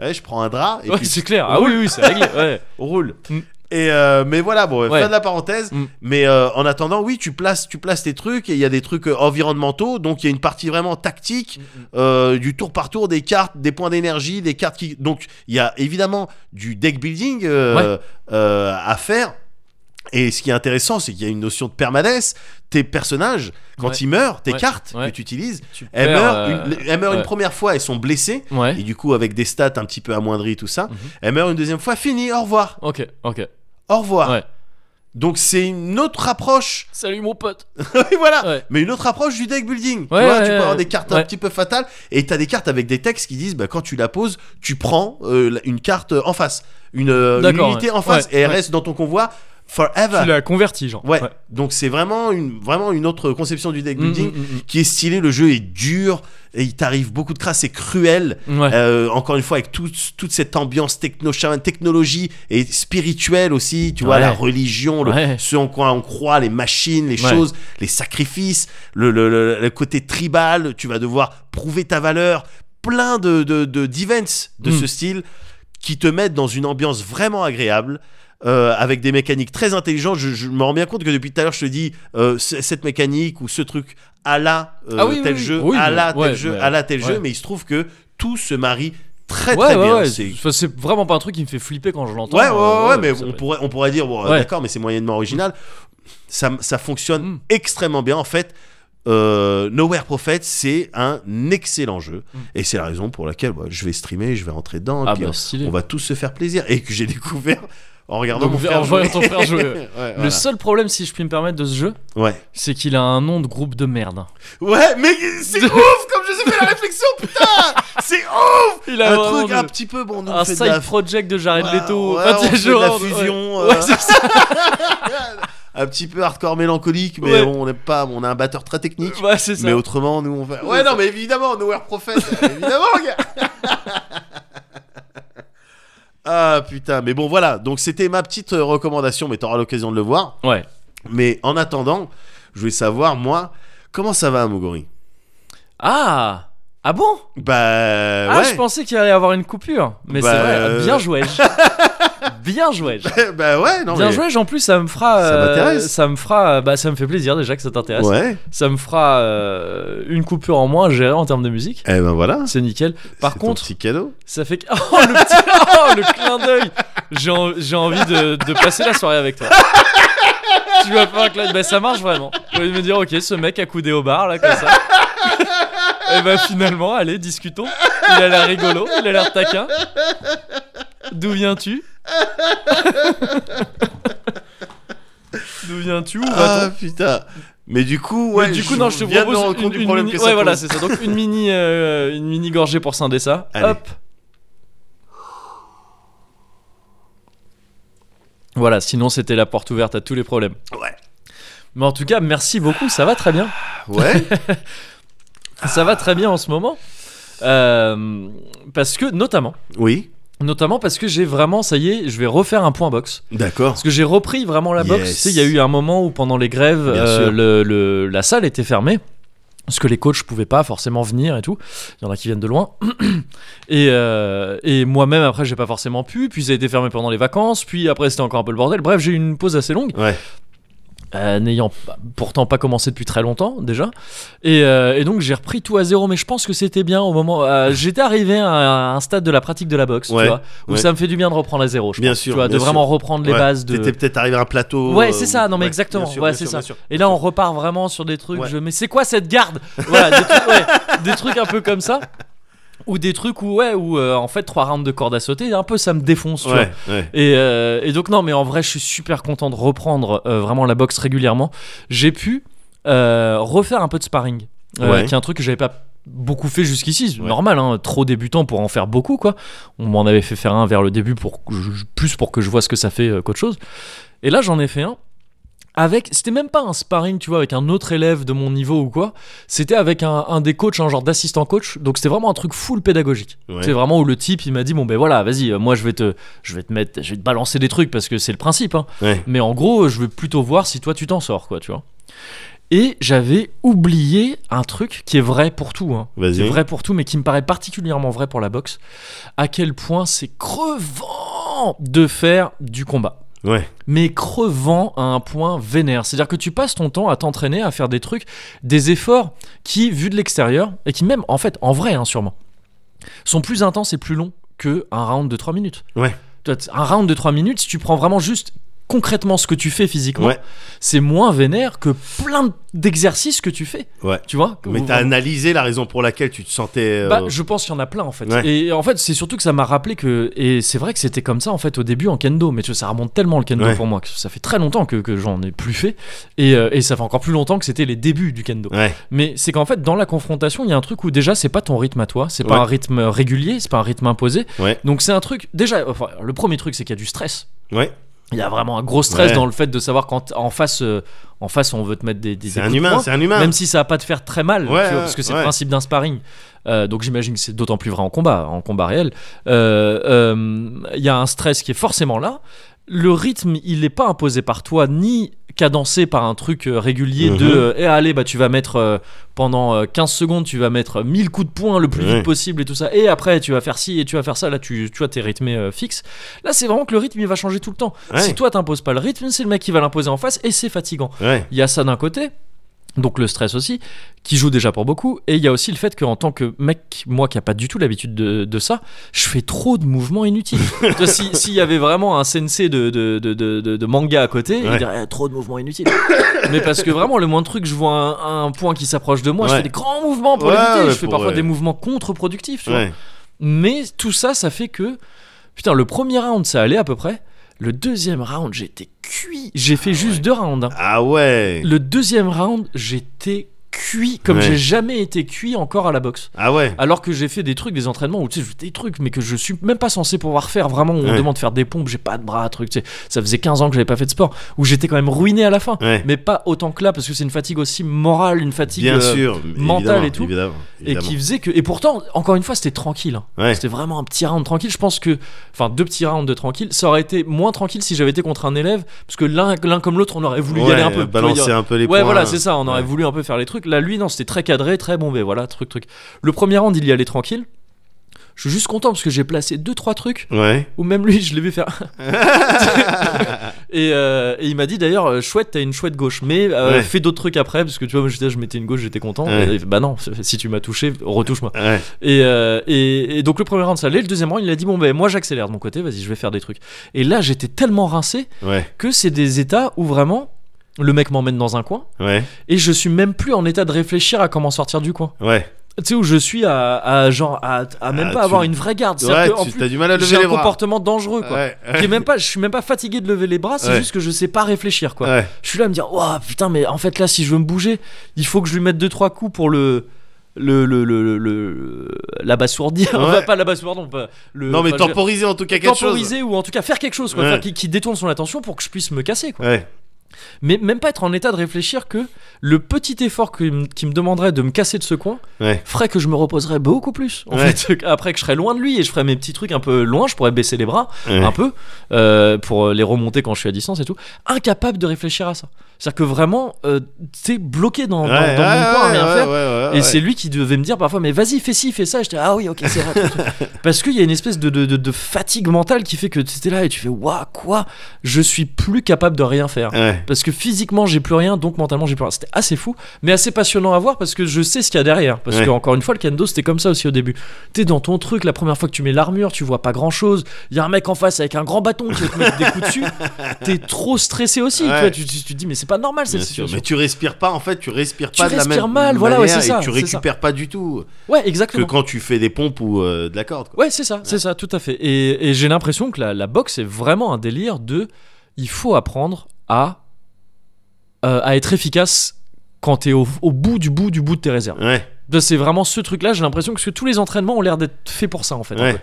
B: Ouais, je prends un drap et
A: Ouais,
B: puis
A: c'est clair. Ah oui, oui, c'est réglé. Ouais.
B: on roule.
A: Mm.
B: Et euh, mais voilà, bon,
A: Ouais.
B: fin de la parenthèse.
A: Mm.
B: Mais euh, en attendant, oui, tu places, tu places tes trucs et il y a des trucs euh, environnementaux. Donc il y a une partie vraiment
A: Mm,
B: tactique euh, du tour par tour des cartes, des points d'énergie, des cartes qui. Donc il y a évidemment du deck building euh, euh, à faire. Et ce qui est intéressant, c'est qu'il y a une notion de permanence. Tes personnages, quand
A: Ouais.
B: ils meurent, tes
A: Ouais.
B: cartes
A: Ouais.
B: que tu utilises,
A: Tu
B: elles
A: perds,
B: meurent,
A: euh,
B: une, elles meurent une
A: ouais.
B: première fois, elles sont blessées. Et
A: Ouais.
B: du coup, avec des stats un petit peu amoindries, tout ça,
A: Mhm.
B: elles meurent une deuxième fois, fini, au revoir.
A: Ok, ok.
B: Au revoir.
A: Ouais.
B: Donc c'est une autre approche,
A: Salut mon pote.
B: Oui, voilà,
A: Ouais.
B: mais une autre approche du deck building. tu
A: Ouais,
B: vois,
A: ouais,
B: tu peux
A: ouais,
B: avoir
A: ouais.
B: des cartes un
A: Ouais.
B: petit peu fatales et t'as des cartes avec des textes qui disent bah, quand tu la poses, tu prends euh, la- une carte euh, en face, une, euh, une
A: D'accord,
B: unité
A: ouais.
B: en face
A: Ouais,
B: et elle
A: ouais.
B: reste dans ton convoi
A: Tu
B: forever.
A: l'as converti, genre.
B: Ah. Ouais. Donc c'est vraiment une vraiment une autre conception du deck
A: Mm,
B: building
A: mm,
B: qui est stylée. Le jeu est dur et il t'arrive beaucoup de crasse, c'est cruel.
A: mm, mm. Ouais.
B: Euh, encore une fois, avec tout- toute cette ambiance techno shaman, technologie et spirituelle aussi, tu vois,
A: Ouais.
B: la religion, le-
A: Ouais.
B: ce en quoi on croit, les machines, les
A: Ouais.
B: choses, les sacrifices, le, le- le- le côté tribal, tu vas devoir prouver ta valeur, plein de de- de- d'events de,
A: Mm.
B: ce style qui te mettent dans une ambiance vraiment agréable. euh, avec des mécaniques très intelligentes, je, je me rends bien compte que depuis tout à l'heure je te dis euh, c- cette mécanique ou ce truc à la euh,
A: Ah oui,
B: tel
A: oui,
B: jeu,
A: oui. Oui,
B: à
A: mais-
B: la tel
A: ouais,
B: jeu,
A: mais-
B: à la tel jeu,
A: ouais.
B: mais il se trouve que tout se marie très
A: ouais,
B: très
A: ouais,
B: bien.
A: ouais.
B: C'est-
A: Enfin, c'est vraiment pas un truc qui me fait flipper quand je l'entends.
B: Ouais, ouais,
A: euh,
B: ouais, mais
A: ça
B: on
A: peut-
B: pourrait, on pourrait dire, bon,
A: Ouais.
B: d'accord, mais c'est moyennement original. Ça, ça fonctionne
A: Mm.
B: extrêmement bien. En fait, euh, Nowhere Prophet, c'est un excellent jeu. Et c'est la raison pour laquelle bah, je vais streamer, je vais rentrer dedans.
A: Mm. Ah
B: puis
A: bah,
B: on-
A: stylé.
B: on va tous se faire plaisir. Et que j'ai découvert en regardant
A: Donc,
B: mon
A: en
B: frère jouer.
A: voyant ton frère jouer, ouais.
B: ouais,
A: Le
B: voilà.
A: seul problème, si je puis me permettre, de ce jeu,
B: ouais.
A: c'est qu'il a un nom de groupe de merde.
B: Ouais, mais c'est ouf comme je sais fait la réflexion, putain C'est ouf
A: Il
B: Un
A: vraiment
B: truc
A: le-
B: un petit peu, bon, nous
A: un
B: fait
A: side
B: de la
A: project de Jared
B: Ouais,
A: Leto.
B: ouais,
A: Enfin,
B: on
A: tu sais,
B: fait de la
A: genre,
B: fusion,
A: ouais.
B: euh,
A: Ouais, c'est ça.
B: un petit peu hardcore mélancolique, mais
A: Ouais.
B: bon, on aime pas, on a un batteur très technique.
A: Ouais, c'est ça.
B: Mais autrement, nous on va. Ouais, non, mais évidemment, Nowhere Prophet,
A: euh,
B: évidemment, gars. ah putain, mais bon, voilà. Donc c'était ma petite euh, recommandation, mais t'auras l'occasion de le voir.
A: Ouais.
B: Mais en attendant, je voulais savoir moi comment ça va, Mogori.
A: Ah Ah bon
B: Bah
A: Ah,
B: ouais.
A: je pensais qu'il allait y avoir une coupure. Mais
B: Bah,
A: c'est vrai, bien
B: euh.
A: joué. bien joué.
B: bah ouais, non
A: Bien
B: mais.
A: joué, en plus ça me fera
B: Ça
A: euh,
B: m'intéresse.
A: ça me fera bah ça me fait plaisir déjà que ça t'intéresse.
B: Ouais.
A: Ça me fera euh, une coupure en moins à gérer en termes de musique.
B: Eh ben voilà.
A: C'est nickel. Par
B: C'est ton
A: contre,
B: petit cadeau.
A: ça fait que- oh le petit oh, le clin d'œil. J'ai en- j'ai envie de, de passer la soirée avec toi. tu vas faire un clin bah ça marche vraiment. Je vais me dire OK, ce mec a coudé au bar là comme ça. Et bah finalement, allez, discutons. Il a l'air rigolo, il a l'air taquin. D'où viens-tu D'où viens-tu Où va-t-on
B: Ah putain. Mais du coup,
A: Mais
B: ouais.
A: du coup, non, je te
B: viens de me
A: propose
B: rendre compte
A: une,
B: du
A: une
B: problème
A: mini...
B: que ça
A: ouais, voilà,
B: pose.
A: c'est ça. Donc une mini, euh, une mini gorgée pour scinder ça.
B: Allez.
A: Hop. Voilà, sinon c'était la porte ouverte à tous les problèmes.
B: Ouais.
A: Mais en tout cas, merci beaucoup, ça va très bien.
B: Ouais.
A: Ça va très bien en ce moment. Euh, parce que, notamment,
B: Oui.
A: notamment parce que j'ai vraiment, ça y est, je vais refaire un point box.
B: D'accord.
A: Parce que j'ai repris vraiment la boxe.
B: Yes.
A: Tu sais, il y a eu un moment où pendant les grèves,
B: Bien
A: euh,
B: sûr.
A: le- le- la salle était fermée. Parce que les coachs pouvaient pas forcément venir et tout. Il y en a qui viennent de loin. et euh, et moi-même, après, j'ai pas forcément pu. Puis ça a été fermé pendant les vacances. Puis après, c'était encore un peu le bordel. Bref, j'ai eu une pause assez longue.
B: Ouais.
A: euh, n'ayant pas- pourtant pas commencé depuis très longtemps déjà. Et, euh, et donc j'ai repris tout à zéro, mais je pense que c'était bien au moment. euh, J'étais arrivé à un stade de la pratique de la boxe,
B: Ouais,
A: tu vois, où
B: ouais.
A: ça me fait du bien de reprendre à zéro. Je
B: Bien
A: pense,
B: sûr,
A: tu vois, de
B: bien
A: vraiment
B: sûr.
A: reprendre les
B: Ouais,
A: bases de.
B: T'étais peut-être arrivé à un plateau.
A: Ouais,
B: euh,
A: c'est ça, non, mais exactement,
B: bien sûr,
A: ouais,
B: bien
A: c'est
B: sûr,
A: ça.
B: bien sûr.
A: Et là, on repart vraiment sur des trucs.
B: Ouais.
A: Je, mais c'est quoi cette garde Voilà, des trucs, ouais, des trucs un peu comme ça. Ou des trucs où, ouais, où euh, en fait, trois rounds de corde à sauter, un peu ça me défonce, tu vois.
B: Ouais, ouais.
A: Et, euh, et donc, non, mais en vrai, je suis super content de reprendre euh, vraiment la boxe régulièrement. J'ai pu euh, refaire un peu de sparring, euh,
B: Ouais.
A: qui est un truc que j'avais pas beaucoup fait jusqu'ici. C'est
B: Ouais.
A: normal, hein, trop débutant pour en faire beaucoup, quoi. On m'en avait fait faire un vers le début, pour, que je- plus pour que je vois ce que ça fait euh, qu'autre chose. Et là, j'en ai fait un. Avec, c'était même pas un sparring, tu vois, avec un autre élève de mon niveau ou quoi. C'était avec un, un des coachs, un genre d'assistant coach. Donc c'était vraiment un truc full pédagogique.
B: Ouais.
A: C'est vraiment où le type, il m'a dit bon ben voilà, vas-y, euh, moi je vais te, je vais te mettre, je vais te balancer des trucs parce que c'est le principe. hein.
B: Ouais.
A: Mais en gros, je veux plutôt voir si toi tu t'en sors, quoi, tu vois. Et j'avais oublié un truc qui est vrai pour tout, hein. qui est
B: Vas-y.
A: vrai pour tout, mais qui me paraît particulièrement vrai pour la boxe. À quel point c'est crevant de faire du combat
B: Ouais.
A: mais crevant à un point vénère. C'est-à-dire que tu passes ton temps à t'entraîner, à faire des trucs, des efforts qui, vus de l'extérieur, et qui même, en fait, en vrai, hein, sûrement, sont plus intenses et plus longs que un round de 3 minutes.
B: Ouais.
A: Tu vois, Un round de 3 minutes, si tu prends vraiment juste concrètement ce que tu fais physiquement,
B: Ouais.
A: c'est moins vénère que plein d'exercices que tu fais.
B: Ouais.
A: Tu vois
B: Mais t'as analysé la raison pour laquelle tu te sentais. euh,
A: bah, je pense qu'il y en a plein en fait.
B: Ouais.
A: Et en fait, c'est surtout que ça m'a rappelé que. Et c'est vrai que c'était comme ça en fait au début en kendo, mais tu vois, ça remonte tellement le kendo
B: Ouais.
A: pour moi que ça fait très longtemps que, que j'en ai plus fait. Et, euh, et ça fait encore plus longtemps que c'était les débuts du kendo.
B: Ouais.
A: Mais c'est qu'en fait, dans la confrontation, il y a un truc où déjà, c'est pas ton rythme à toi, c'est pas
B: Ouais.
A: un rythme régulier, c'est pas un rythme imposé.
B: Ouais.
A: Donc c'est un truc. Déjà, enfin, le premier truc, c'est qu'il y a du stress.
B: Ouais.
A: Il y a vraiment un gros stress
B: Ouais.
A: dans le fait de savoir quand en face, euh, en face, on veut te mettre des. des
B: C'est
A: des
B: un
A: coups de
B: humain,
A: poing.
B: c'est un humain.
A: Même si ça va pas te faire très mal, tu
B: Ah. Ouais,
A: vois, parce que c'est le
B: ouais.
A: principe d'un sparring. Euh, donc j'imagine que c'est d'autant plus vrai en combat, en combat réel. Euh, euh, Il y a un stress qui est forcément là. Le rythme, il n'est pas imposé par toi, ni cadencé par un truc euh, régulier de
B: Mhm.
A: euh, Eh, allez, bah, tu vas mettre euh, pendant euh, 15 secondes, tu vas mettre 1000 coups de poing le plus
B: Ouais.
A: vite possible et tout ça. Et après, tu vas faire ci et tu vas faire ça. Là, tu, tu vois, t'es rythmé euh, fixe. Là, c'est vraiment que le rythme, il va changer tout le temps.
B: Ouais.
A: Si toi, t'imposes pas le rythme, c'est le mec qui va l'imposer en face et c'est fatigant.
B: Ouais.
A: Il y a ça d'un côté, donc le stress aussi, qui joue déjà pour beaucoup. Et il y a aussi le fait qu'en tant que mec, moi qui a pas du tout l'habitude de, de ça, je fais trop de mouvements inutiles. Tu vois, si- S'il y avait vraiment un sensei de, de, de, de- de- de manga à côté, il
B: Ouais.
A: dirait eh, trop de mouvements inutiles. Mais parce que vraiment, le moins de trucs, je vois un, un point qui s'approche de moi, je
B: Ouais.
A: fais des grands mouvements pour
B: Ouais,
A: l'éviter.
B: ouais,
A: je fais
B: pour,
A: parfois
B: ouais.
A: des mouvements contre-productifs. tu vois.
B: Ouais.
A: Mais tout ça, ça fait que. Putain, le premier round, ça allait à peu près. Le deuxième round, j'étais cuit. J'ai fait juste deux rounds. hein.
B: Ah ouais.
A: Le deuxième round, j'étais cuit comme
B: Ouais.
A: j'ai jamais été cuit encore à la boxe.
B: Ah ouais.
A: Alors que j'ai fait des trucs, des entraînements où tu sais, je fais des trucs, mais que je suis même pas censé pouvoir faire vraiment. Où on
B: Ouais.
A: demande de faire des pompes, j'ai pas de bras, truc. Tu sais, ça faisait 15 ans que j'avais pas fait de sport, où j'étais quand Ah, même ruiné à la fin.
B: Ouais.
A: Mais pas autant que là, parce que c'est une fatigue aussi morale, une fatigue
B: Bien
A: euh,
B: sûr.
A: mentale et tout.
B: Évidemment.
A: et
B: évidemment.
A: qui faisait que. Et pourtant, encore une fois, c'était tranquille. hein.
B: Ouais.
A: C'était vraiment un petit round tranquille. Je pense que. Enfin, deux petits rounds de tranquille. Ça aurait été moins tranquille si j'avais été contre un élève, parce que l'un l'un comme l'autre, on aurait voulu y
B: Ouais,
A: aller un peu. Tu vois, il y
B: Balancer
A: aurait-
B: un peu les
A: ouais,
B: points. euh,
A: voilà, c'est ça. On aurait
B: Ouais.
A: voulu un peu faire les trucs. Là, lui, non, c'était très cadré, très bon, mais voilà, truc, truc. Le premier round, il y allait tranquille. Je suis juste content parce que j'ai placé deux trois trucs
B: Ouais.
A: où même lui je l'ai vu faire et, euh, et il m'a dit d'ailleurs euh, chouette t'as une chouette gauche mais euh,
B: Ouais.
A: fais d'autres trucs après parce que tu vois moi, j'étais- je mettais une gauche j'étais content
B: Ouais.
A: Et il fait, bah non si tu m'as touché retouche moi
B: Ouais.
A: et, euh, et, et donc le premier round ça allait le deuxième round il a dit bon ben moi j'accélère de mon côté vas-y je vais faire des trucs et là j'étais tellement rincé
B: Ouais.
A: que c'est des états où vraiment le mec m'emmène dans un coin
B: Ouais.
A: et je suis même plus en état de réfléchir à comment sortir du coin.
B: Ouais.
A: Tu sais où je suis à, à genre à, à même
B: Ah,
A: pas
B: tu-
A: avoir une vraie garde.
B: Ouais.
A: C'est-à-dire que, en
B: tu-
A: plus,
B: T'as du mal à
A: j'ai
B: lever
A: un
B: les bras.
A: comportement dangereux quoi.
B: Ouais.
A: Qui est même pas, je suis même pas fatigué de lever les bras, c'est
B: Ouais.
A: juste que je sais pas réfléchir quoi.
B: Ouais.
A: Je suis là à me dire, waouh putain, mais en fait là, si je veux me bouger, il faut que je lui mette deux trois coups pour le le le le, le- le- l'abasourdir.
B: Ouais.
A: Enfin, pas l'abasourdir, non, pas le.
B: Non,
A: Euh, enfin,
B: mais
A: je veux dire,
B: temporiser en tout cas quelque chose.
A: temporiser ou en tout cas faire quelque chose quoi,
B: Ouais.
A: faire qui, qui détourne son attention pour que je puisse me casser quoi
B: Ouais.
A: mais même pas être en état de réfléchir que le petit effort que m- qui me demanderait de me casser de ce coin
B: Ouais.
A: ferait que je me reposerais beaucoup plus. En
B: Ouais.
A: fait, après que je serais loin de lui et je ferais mes petits trucs un peu loin, je pourrais baisser les bras
B: Ouais.
A: un peu euh, pour les remonter quand je suis à distance et tout. Incapable de réfléchir à ça. C'est-à-dire que vraiment, euh, t'es bloqué dans, dans- dans
B: Ouais,
A: mon coin à
B: ouais,
A: rien
B: ouais,
A: faire.
B: ouais, ouais,
A: Et
B: ouais.
A: c'est lui qui devait me dire parfois, mais vas-y, fais ci, fais ça. Et j'étais, ah oui, ok, c'est vrai. ton truc. Parce qu'il y a une espèce de, de, de- de fatigue mentale qui fait que tu étais là et tu fais, waouh, quoi Je suis plus capable de rien faire.
B: Ouais.
A: parce que physiquement j'ai plus rien, donc mentalement j'ai plus rien. C'était assez fou, mais assez passionnant à voir parce que je sais ce qu'il y a derrière. Parce
B: Ouais.
A: que encore une fois, le kendo c'était comme ça aussi au début. T'es dans ton truc, la première fois que tu mets l'armure, tu vois pas grand chose. Il y a un mec en face avec un grand bâton qui va te mettre des coups dessus. T'es trop stressé aussi.
B: Ouais.
A: Tu, vois, tu, tu- tu te dis mais c'est pas normal cette
B: Bien sûr,
A: situation.
B: mais tu respires pas en fait, tu respires
A: Tu
B: pas de la
A: respires
B: même
A: mal, voilà, ouais,
B: manière
A: c'est
B: et
A: ça,
B: tu
A: c'est ça.
B: récupères pas du tout euh,
A: Ouais,
B: que
A: exactement.
B: quand tu fais des pompes ou euh, de la corde. quoi.
A: Ouais, c'est ça, c'est ça, tout à fait. Et, et j'ai l'impression que la, la boxe est vraiment un délire de. Il faut apprendre à, euh, à être efficace quand t'es au, au bout du bout du bout de tes réserves.
B: Ouais,
A: Ben, C'est vraiment ce truc-là, j'ai l'impression que, parce que tous les entraînements ont l'air d'être faits pour ça, en fait. un
B: ouais.
A: peu.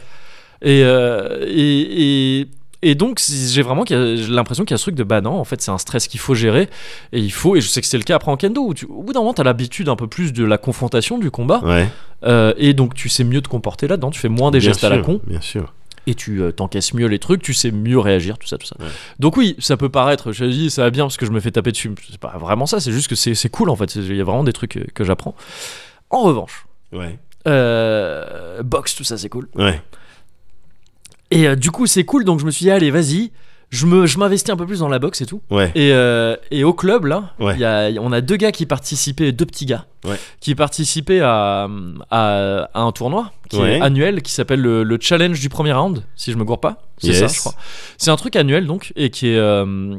A: Et, euh, et, et, et donc, si- j'ai vraiment qu'il y a- j'ai l'impression qu'il y a ce truc de bah non, en fait, c'est un stress qu'il faut gérer. Et il faut, et je sais que c'est le cas après en kendo, où tu- au bout d'un moment, t'as l'habitude un peu plus de la confrontation, du combat.
B: Ouais,
A: Euh, et donc, tu sais mieux te comporter là-dedans, tu fais moins des
B: bien
A: gestes à la
B: sûr,
A: con
B: Bien sûr.
A: et tu euh, t'encaisses mieux les trucs, tu sais mieux réagir, tout ça, tout ça.
B: Ouais.
A: Donc oui, ça peut paraître, je dis, ça va bien parce que je me fais taper dessus. C'est pas vraiment ça, c'est juste que c'est c'est cool en fait, C'est- il y a vraiment des trucs euh, que j'apprends. En revanche,
B: Ouais,
A: euh, boxe, tout ça, c'est cool.
B: ouais.
A: Et euh, du coup, c'est cool, donc je me suis dit, allez, vas-y, je me- je m'investis un peu plus dans la boxe et tout.
B: Ouais,
A: Et, euh, et au club, là,
B: Ouais.
A: il y a- on a deux gars qui participaient, deux petits gars,
B: Ouais.
A: qui participaient à, à, à un tournoi qui
B: Ouais.
A: est annuel qui s'appelle le, le Challenge du premier round, si je me gourre pas. C'est
B: Yes.
A: ça, je crois. C'est un truc annuel, donc, et qui, est, euh,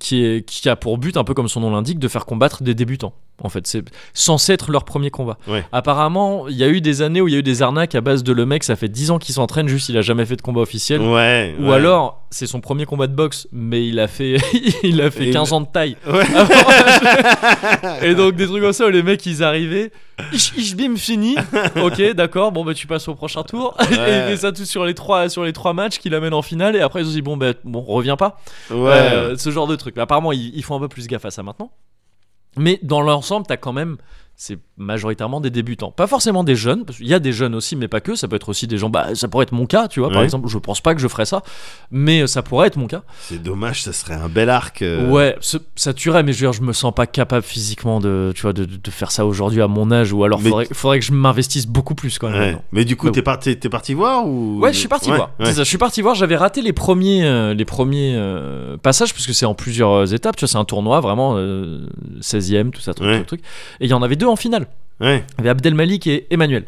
A: qui, est, qui a pour but, un peu comme son nom l'indique, de faire combattre des débutants. En fait, c'est censé être leur premier combat.
B: Ouais.
A: Apparemment, il y a eu des années où il y a eu des arnaques à base de le mec, ça fait 10 ans qu'il s'entraîne, juste il a jamais fait de combat officiel.
B: ouais.
A: Ou
B: ouais.
A: alors, c'est son premier combat de boxe, mais il a fait, il a fait
B: Et
A: 15 ans de taille.
B: Ouais.
A: Et donc, des trucs comme ça, où les mecs, ils arrivaient, ich, ich bim, fini. Ok, d'accord, bon, bah, tu passes au prochain tour. Et il fait ça tout sur les trois, sur les trois matchs qu'il amène en finale. Et après, ils ont dit, bon, bah, bon, reviens pas.
B: Ouais.
A: Euh, ce genre de truc. Mais apparemment, ils, ils font un peu plus gaffe à ça maintenant. Mais dans l'ensemble, t'as quand même. C'est majoritairement des débutants. Pas forcément des jeunes, parce qu'il y a des jeunes aussi, mais pas que. Ça peut être aussi des gens. Bah, ça pourrait être mon cas, tu vois, par
B: Ouais.
A: exemple. Je pense pas que je ferais ça, mais euh, ça pourrait être mon cas.
B: C'est dommage, ça serait un bel arc. euh,
A: Ouais, ce- ça tuerait, mais je veux dire, je me sens pas capable physiquement de, tu vois, de, de- de faire ça aujourd'hui à mon âge, ou alors
B: Mais-
A: faudrait, faudrait que je m'investisse beaucoup plus quand même.
B: ouais.
A: maintenant.
B: Mais du coup,
A: Mais
B: t'es parti, t'es parti voir ou
A: Ouais, je suis parti
B: Ouais,
A: voir.
B: ouais.
A: C'est ça, je suis parti voir. J'avais raté les premiers, euh, les premiers euh, passages parce que c'est en plusieurs euh, étapes. Tu vois, c'est un tournoi vraiment euh, 16e, tout ça, truc,
B: Ouais.
A: truc, truc. Et il y en avait deux en finale.
B: Ouais,
A: Il y avait Abdelmalik et Emmanuel.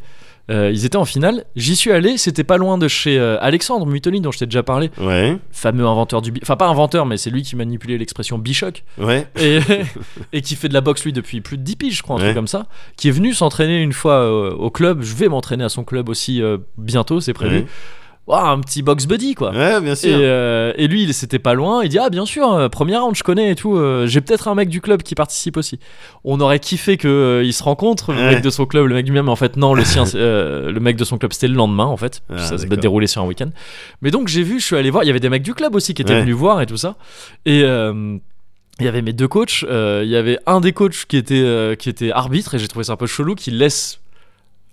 A: Euh, ils étaient en finale. J'y suis allé. C'était pas loin de chez euh, Alexandre Mutoni dont je t'ai déjà parlé,
B: ouais,
A: fameux inventeur du, bi- enfin pas inventeur, mais c'est lui qui manipulait l'expression bichoc
B: ouais.
A: et, et qui fait de la boxe lui depuis plus de 10 piges, je crois, un
B: Ouais.
A: truc comme ça, qui est venu s'entraîner une fois euh, au club. Je vais m'entraîner à son club aussi euh, bientôt, c'est prévu.
B: Ouais.
A: Ouah, un petit box buddy quoi.
B: Ouais, bien sûr.
A: Et, euh, et lui, il c'était pas loin. Il dit ah bien sûr, euh, première round, je connais et tout. euh, J'ai peut-être un mec du club qui participe aussi. On aurait kiffé que euh, il se rencontre le
B: Ouais.
A: mec de son club, le mec du même. Mais En fait non, le sien, c'est- euh, le mec de son club, c'était le lendemain en fait.
B: Ah,
A: ça se
B: d'accord.
A: déroulé sur un week-end. Mais donc j'ai vu, je suis allé voir. Il y avait des mecs du club aussi qui étaient
B: Ouais.
A: venus voir et tout ça. Et euh, il y avait mes deux coachs. euh, il y avait un des coachs qui était euh, qui était arbitre et j'ai trouvé ça un peu chelou qu'il laisse.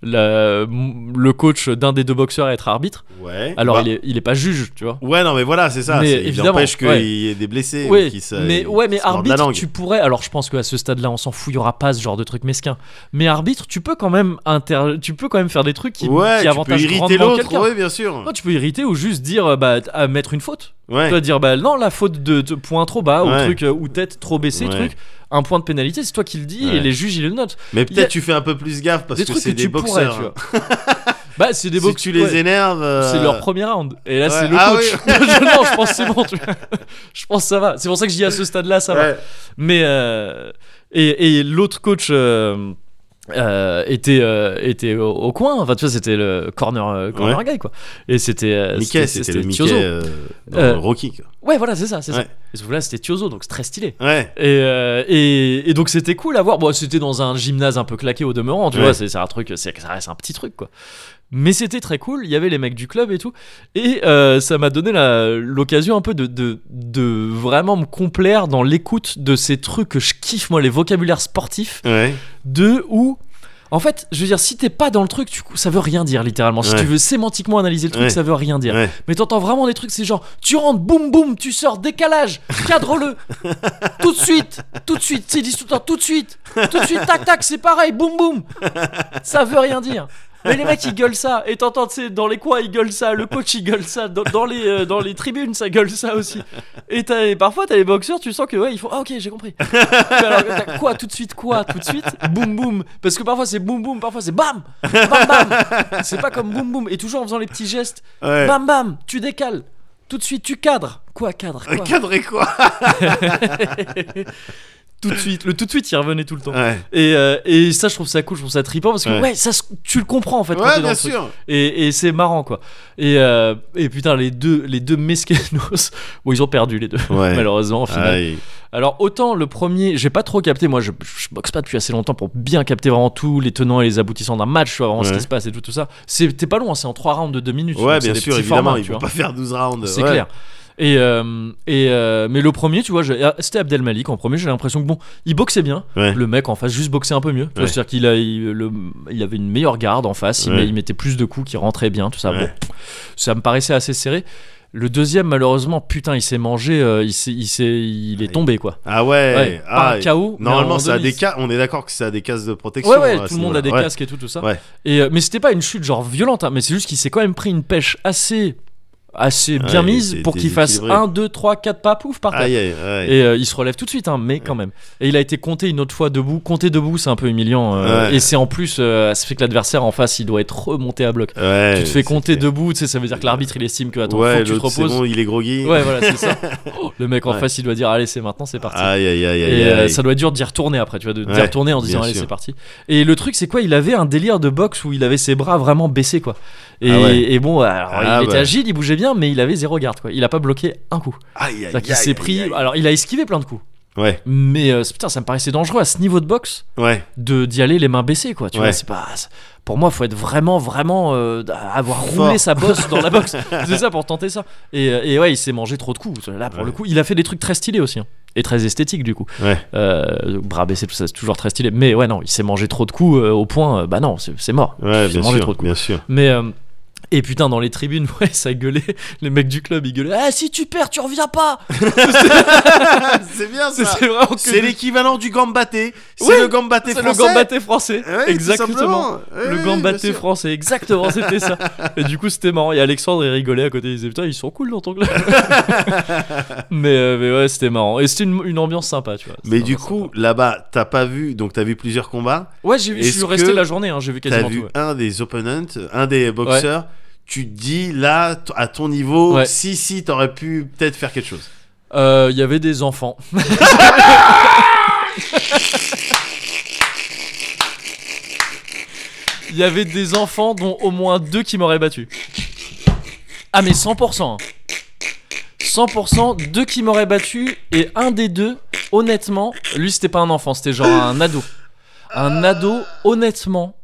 A: la- le coach d'un des deux boxeurs être arbitre
B: Ouais.
A: euh, alors
B: Bah,
A: il, est, il est pas juge tu vois
B: Ouais, non, mais voilà, c'est ça.
A: Mais
B: c'est- Il
A: évidemment,
B: empêche qu'il
A: ouais.
B: y ait des blessés. ou
A: Ouais,
B: qu'ils se-
A: mais
B: ils
A: ouais, mais
B: se mordent la
A: arbitre,
B: langue.
A: tu pourrais. Alors, je pense qu'à ce stade-là, on s'en fout, il y aura pas ce genre de truc mesquin. Mais arbitre, tu peux quand même inter... tu peux quand même faire des trucs qui,
B: ouais,
A: qui
B: tu peux
A: avantagent
B: irriter
A: grandement
B: l'autre.
A: quelqu'un.
B: Ouais, bien sûr.
A: Non, tu peux irriter ou juste dire euh, bah t- à mettre une faute.
B: Ouais.
A: Tu vas dire bah non, la faute de, de point trop bas
B: Ouais.
A: ou truc euh, ou tête trop baissée,
B: Ouais.
A: truc. Un point de pénalité, c'est toi qui le dis
B: Ouais.
A: et les juges ils le notent.
B: Mais
A: y a-
B: peut-être tu fais un peu plus gaffe parce
A: des
B: que
A: trucs que
B: c'est des
A: tu pourrais, tu
B: boxeurs. hein.
A: vois. bah c'est des
B: Si
A: boxeurs.
B: tu les énerves. euh,
A: C'est leur premier round. Et là,
B: ouais.
A: c'est le
B: Ah
A: coach.
B: oui.
A: non, je pense que c'est bon. tu vois. Je pense que ça va. C'est pour ça que je dis à ce stade-là, ça va.
B: ouais.
A: Mais euh, et, et l'autre coach euh, euh, était euh, était au, au coin. Enfin, tu vois, c'était le corner euh, corner
B: Ouais.
A: guy quoi. Et c'était euh,
B: Mickey, c'était le Mickey
A: Tiozo.
B: euh, dans
A: Euh,
B: Rocky. Quoi.
A: Ouais, voilà, c'est ça, c'est
B: Ouais.
A: ça. Et sauf que là, c'était Tiozo, donc c'est très stylé.
B: Ouais.
A: Et, euh, et, et donc c'était cool à voir. Bon, c'était dans un gymnase un peu claqué au demeurant, tu
B: Ouais.
A: vois. C'est c'est un truc, c'est ça reste un petit truc quoi. Mais c'était très cool. Il y avait les mecs du club et tout, et euh, ça m'a donné la- l'occasion un peu de, de de vraiment me complaire dans l'écoute de ces trucs que je kiffe moi, les vocabulaires sportifs
B: Ouais.
A: de ou en fait, je veux dire, si t'es pas dans le truc, tu, ça veut rien dire littéralement. Si
B: Ouais.
A: tu veux sémantiquement analyser le truc,
B: Ouais.
A: ça veut rien dire.
B: Ouais.
A: Mais t'entends vraiment des trucs, c'est genre, tu rentres, boum boum, tu sors, décalage, cadre-le, tout de suite, tout de suite, c'est dit tout le temps, tout de suite, tout de suite, tac tac, c'est pareil, boum boum. Ça veut rien dire. Mais les mecs, ils gueulent ça. Et t'entends, tu sais, dans les coins, ils gueulent ça. Le coach, il gueule ça. Dans, dans les, euh, dans les tribunes, ça gueule ça aussi. Et, t'as- et parfois, t'as les boxeurs, tu sens que, ouais, ils font Ah, ok, j'ai compris. Tu vois, alors, t'as quoi, tout de suite, quoi, tout de suite Boum, boum. Parce que parfois, c'est boum, boum. Parfois, c'est bam Bam, bam C'est pas comme boum, boum. Et toujours en faisant les petits gestes.
B: Ouais.
A: Bam, bam Tu décales. Tout de suite, tu cadres. Quoi, cadre quoi
B: Cadrer quoi
A: Tout de suite. Le tout de suite, il revenait tout le temps.
B: Ouais,
A: Et, euh, et ça, je trouve ça cool, je trouve ça trippant parce que ouais,
B: Ouais.
A: ça, se- tu le comprends en fait. quand t'es
B: ouais
A: dans
B: bien
A: le truc.
B: sûr.
A: Et, et c'est marrant quoi. Et, euh, et putain, les deux, les deux Mesquenos, bon, ils ont perdu les deux,
B: Ouais.
A: malheureusement en finale.
B: Aïe.
A: Alors autant le premier, j'ai pas trop capté, moi je, je boxe pas depuis assez longtemps pour bien capter vraiment tout, les tenants et les aboutissants d'un match, tu vois, vraiment ce
B: Ouais.
A: qui se passe et tout, tout ça. C'était pas long, c'est en trois rounds de deux minutes. donc
B: Ouais,
A: c'est
B: bien
A: des
B: sûr,
A: petits
B: évidemment,
A: formats,
B: ils
A: tu
B: vont
A: vois.
B: pas faire 12 rounds.
A: C'est
B: ouais.
A: clair. Et, euh, et euh, mais le premier, tu vois, j'ai- ah, c'était Abdel Malik en premier. J'ai l'impression que bon, il boxait bien.
B: Ouais.
A: Le mec en face juste boxait un peu mieux. Tu vois,
B: Ouais.
A: C'est-à-dire qu'il a, il, le- il avait une meilleure garde en face. Il,
B: Ouais.
A: met- il mettait plus de coups, qui rentraient bien, tout ça.
B: Ouais.
A: Bon, ça me paraissait assez serré. Le deuxième, malheureusement, putain, il s'est mangé, euh, il, s'est, il, s'est- il est tombé quoi.
B: Ah ouais.
A: Ouais,
B: ah,
A: par un
B: et-
A: KO, mais à un
B: Normalement,
A: moment
B: ça a
A: donné,
B: des
A: il-
B: cas. On est d'accord que ça a des cases de protection. hein,
A: Ouais, ouais,
B: à
A: tout
B: ce
A: le monde a des
B: niveau-là. Ouais.
A: casques et tout, tout ça.
B: Ouais.
A: Et, euh, mais c'était pas une chute genre violente, hein, mais c'est juste qu'il s'est quand même pris une pêche assez, assez bien
B: Ouais,
A: mise
B: c'est
A: pour qu'il fasse
B: déséquilibré.
A: 1, 2, 3, 4 pas pouf par terre.
B: Aïe, aïe, aïe.
A: Et euh, il se relève tout de suite, hein, mais quand même. Et il a été compté une autre fois debout. Compté debout, c'est un peu humiliant. euh,
B: Ouais.
A: Et c'est en plus, euh, ça fait que l'adversaire en face, il doit être remonté à bloc.
B: Ouais,
A: tu te fais
B: c'est
A: compter
B: clair.
A: debout, tu sais, ça veut dire que l'arbitre, il estime que attends,
B: ouais,
A: faut que tu te
B: l'autre, c'est
A: reposes.
B: bon, il est groggy.
A: Ouais, voilà, c'est ça. Oh, Le mec en
B: Ouais.
A: face, il doit dire allez, c'est maintenant, c'est parti.
B: Aïe, aïe, aïe, aïe.
A: Et euh,
B: aïe.
A: ça doit être dur d'y retourner après, tu vois, de d'y
B: Ouais,
A: retourner en disant
B: bien
A: allez
B: sûr.
A: c'est parti. Et le truc c'est quoi Il avait un délire de boxe où il avait ses bras vraiment baissés quoi. Et,
B: Ah ouais.
A: et bon, alors,
B: Ah
A: il était
B: ouais.
A: agile, il bougeait bien, mais il avait zéro garde quoi. Il a pas bloqué un coup.
B: Aïe, aïe,
A: C'est-à-dire qu'il
B: aïe,
A: s'est
B: aïe,
A: pris.
B: aïe.
A: Alors il a esquivé plein de coups.
B: Ouais,
A: Mais euh, putain, ça me paraissait dangereux à ce niveau de boxe
B: ouais.
A: de d'y aller les mains baissées quoi. Tu
B: Ouais.
A: vois, c'est pas. c'est- Pour moi, faut être vraiment, vraiment euh, d- avoir
B: Fort.
A: roulé sa bosse dans la boxe. c'est ça pour tenter ça. Et, euh, et ouais, il s'est mangé trop de coups. Là, pour
B: Ouais.
A: le coup, il a fait des trucs très stylés aussi. hein. Et très esthétiques du coup.
B: Ouais.
A: Euh, bras baissés, tout ça, c'est toujours très stylé. Mais ouais, non, il s'est mangé trop de coups euh, au point. euh, bah non, c'est c'est mort.
B: Ouais,
A: il s'est
B: bien
A: mangé trop
B: sûr,
A: de coups.
B: bien sûr.
A: Mais. euh, et putain, dans les tribunes, ouais, ça gueulait. Les mecs du club, ils gueulaient. Ah, si tu perds, tu reviens pas
B: Ah, C'est bien
A: C'est c'est vraiment que
B: C'est l'équivalent du gambaté. C'est
A: Ouais,
B: le gambaté
A: C'est
B: français.
A: le gambaté français. Eh
B: Ouais, tout
A: exactement.
B: simplement. Ouais,
A: Le
B: ouais,
A: gambaté
B: bien sûr.
A: français, exactement, c'était ça. Et du coup, c'était marrant. Et Alexandre, il rigolait à côté, il disait Putain, ils sont cool dans ton club. mais, euh, mais ouais, c'était marrant. Et c'était une, une ambiance sympa, tu vois. C'était
B: Mais du
A: vraiment
B: coup,
A: sympa.
B: là-bas, t'as pas vu, donc t'as vu plusieurs combats.
A: Ouais, j'ai- je
B: est-ce
A: suis resté
B: que
A: la journée, hein, j'ai vu
B: T'as
A: quasiment
B: vu
A: tout. ouais.
B: un des opponents, un des boxeurs. Tu te dis là, t- à ton niveau,
A: Ouais.
B: si, si, t'aurais pu peut-être faire quelque chose.
A: Euh, Il y avait des enfants. Il y avait des enfants, dont au moins deux qui m'auraient battu. Ah, mais 100%. hein. 100%, deux qui m'auraient battu, et un des deux, honnêtement, lui c'était pas un enfant, c'était genre un ado. Un ado, honnêtement,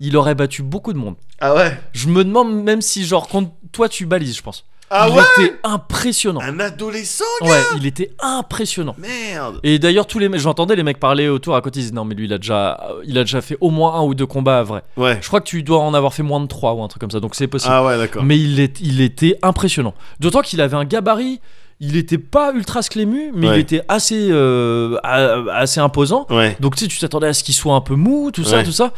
A: il aurait battu beaucoup de monde.
B: Ah ouais
A: Je me demande même si, genre, contre toi tu balises, je pense.
B: Ah
A: il
B: ouais
A: était impressionnant.
B: Un adolescent
A: Ouais, il était impressionnant.
B: Merde
A: Et d'ailleurs, tous les mecs, j'entendais les mecs parler autour à côté, ils disaient non, mais lui, il a déjà, euh, il a déjà fait au moins un ou deux combats à vrai.
B: Ouais.
A: Je crois que tu dois en avoir fait moins de trois ou un truc comme ça, donc c'est possible.
B: Ah ouais, d'accord.
A: mais il, est, il était impressionnant. D'autant qu'il avait un gabarit, il était pas ultra sclému, mais il
B: Ouais.
A: était assez, euh, a- assez imposant.
B: Ouais.
A: Donc tu sais, tu t'attendais à ce qu'il soit un peu mou, tout ça,
B: Ouais.
A: tout ça.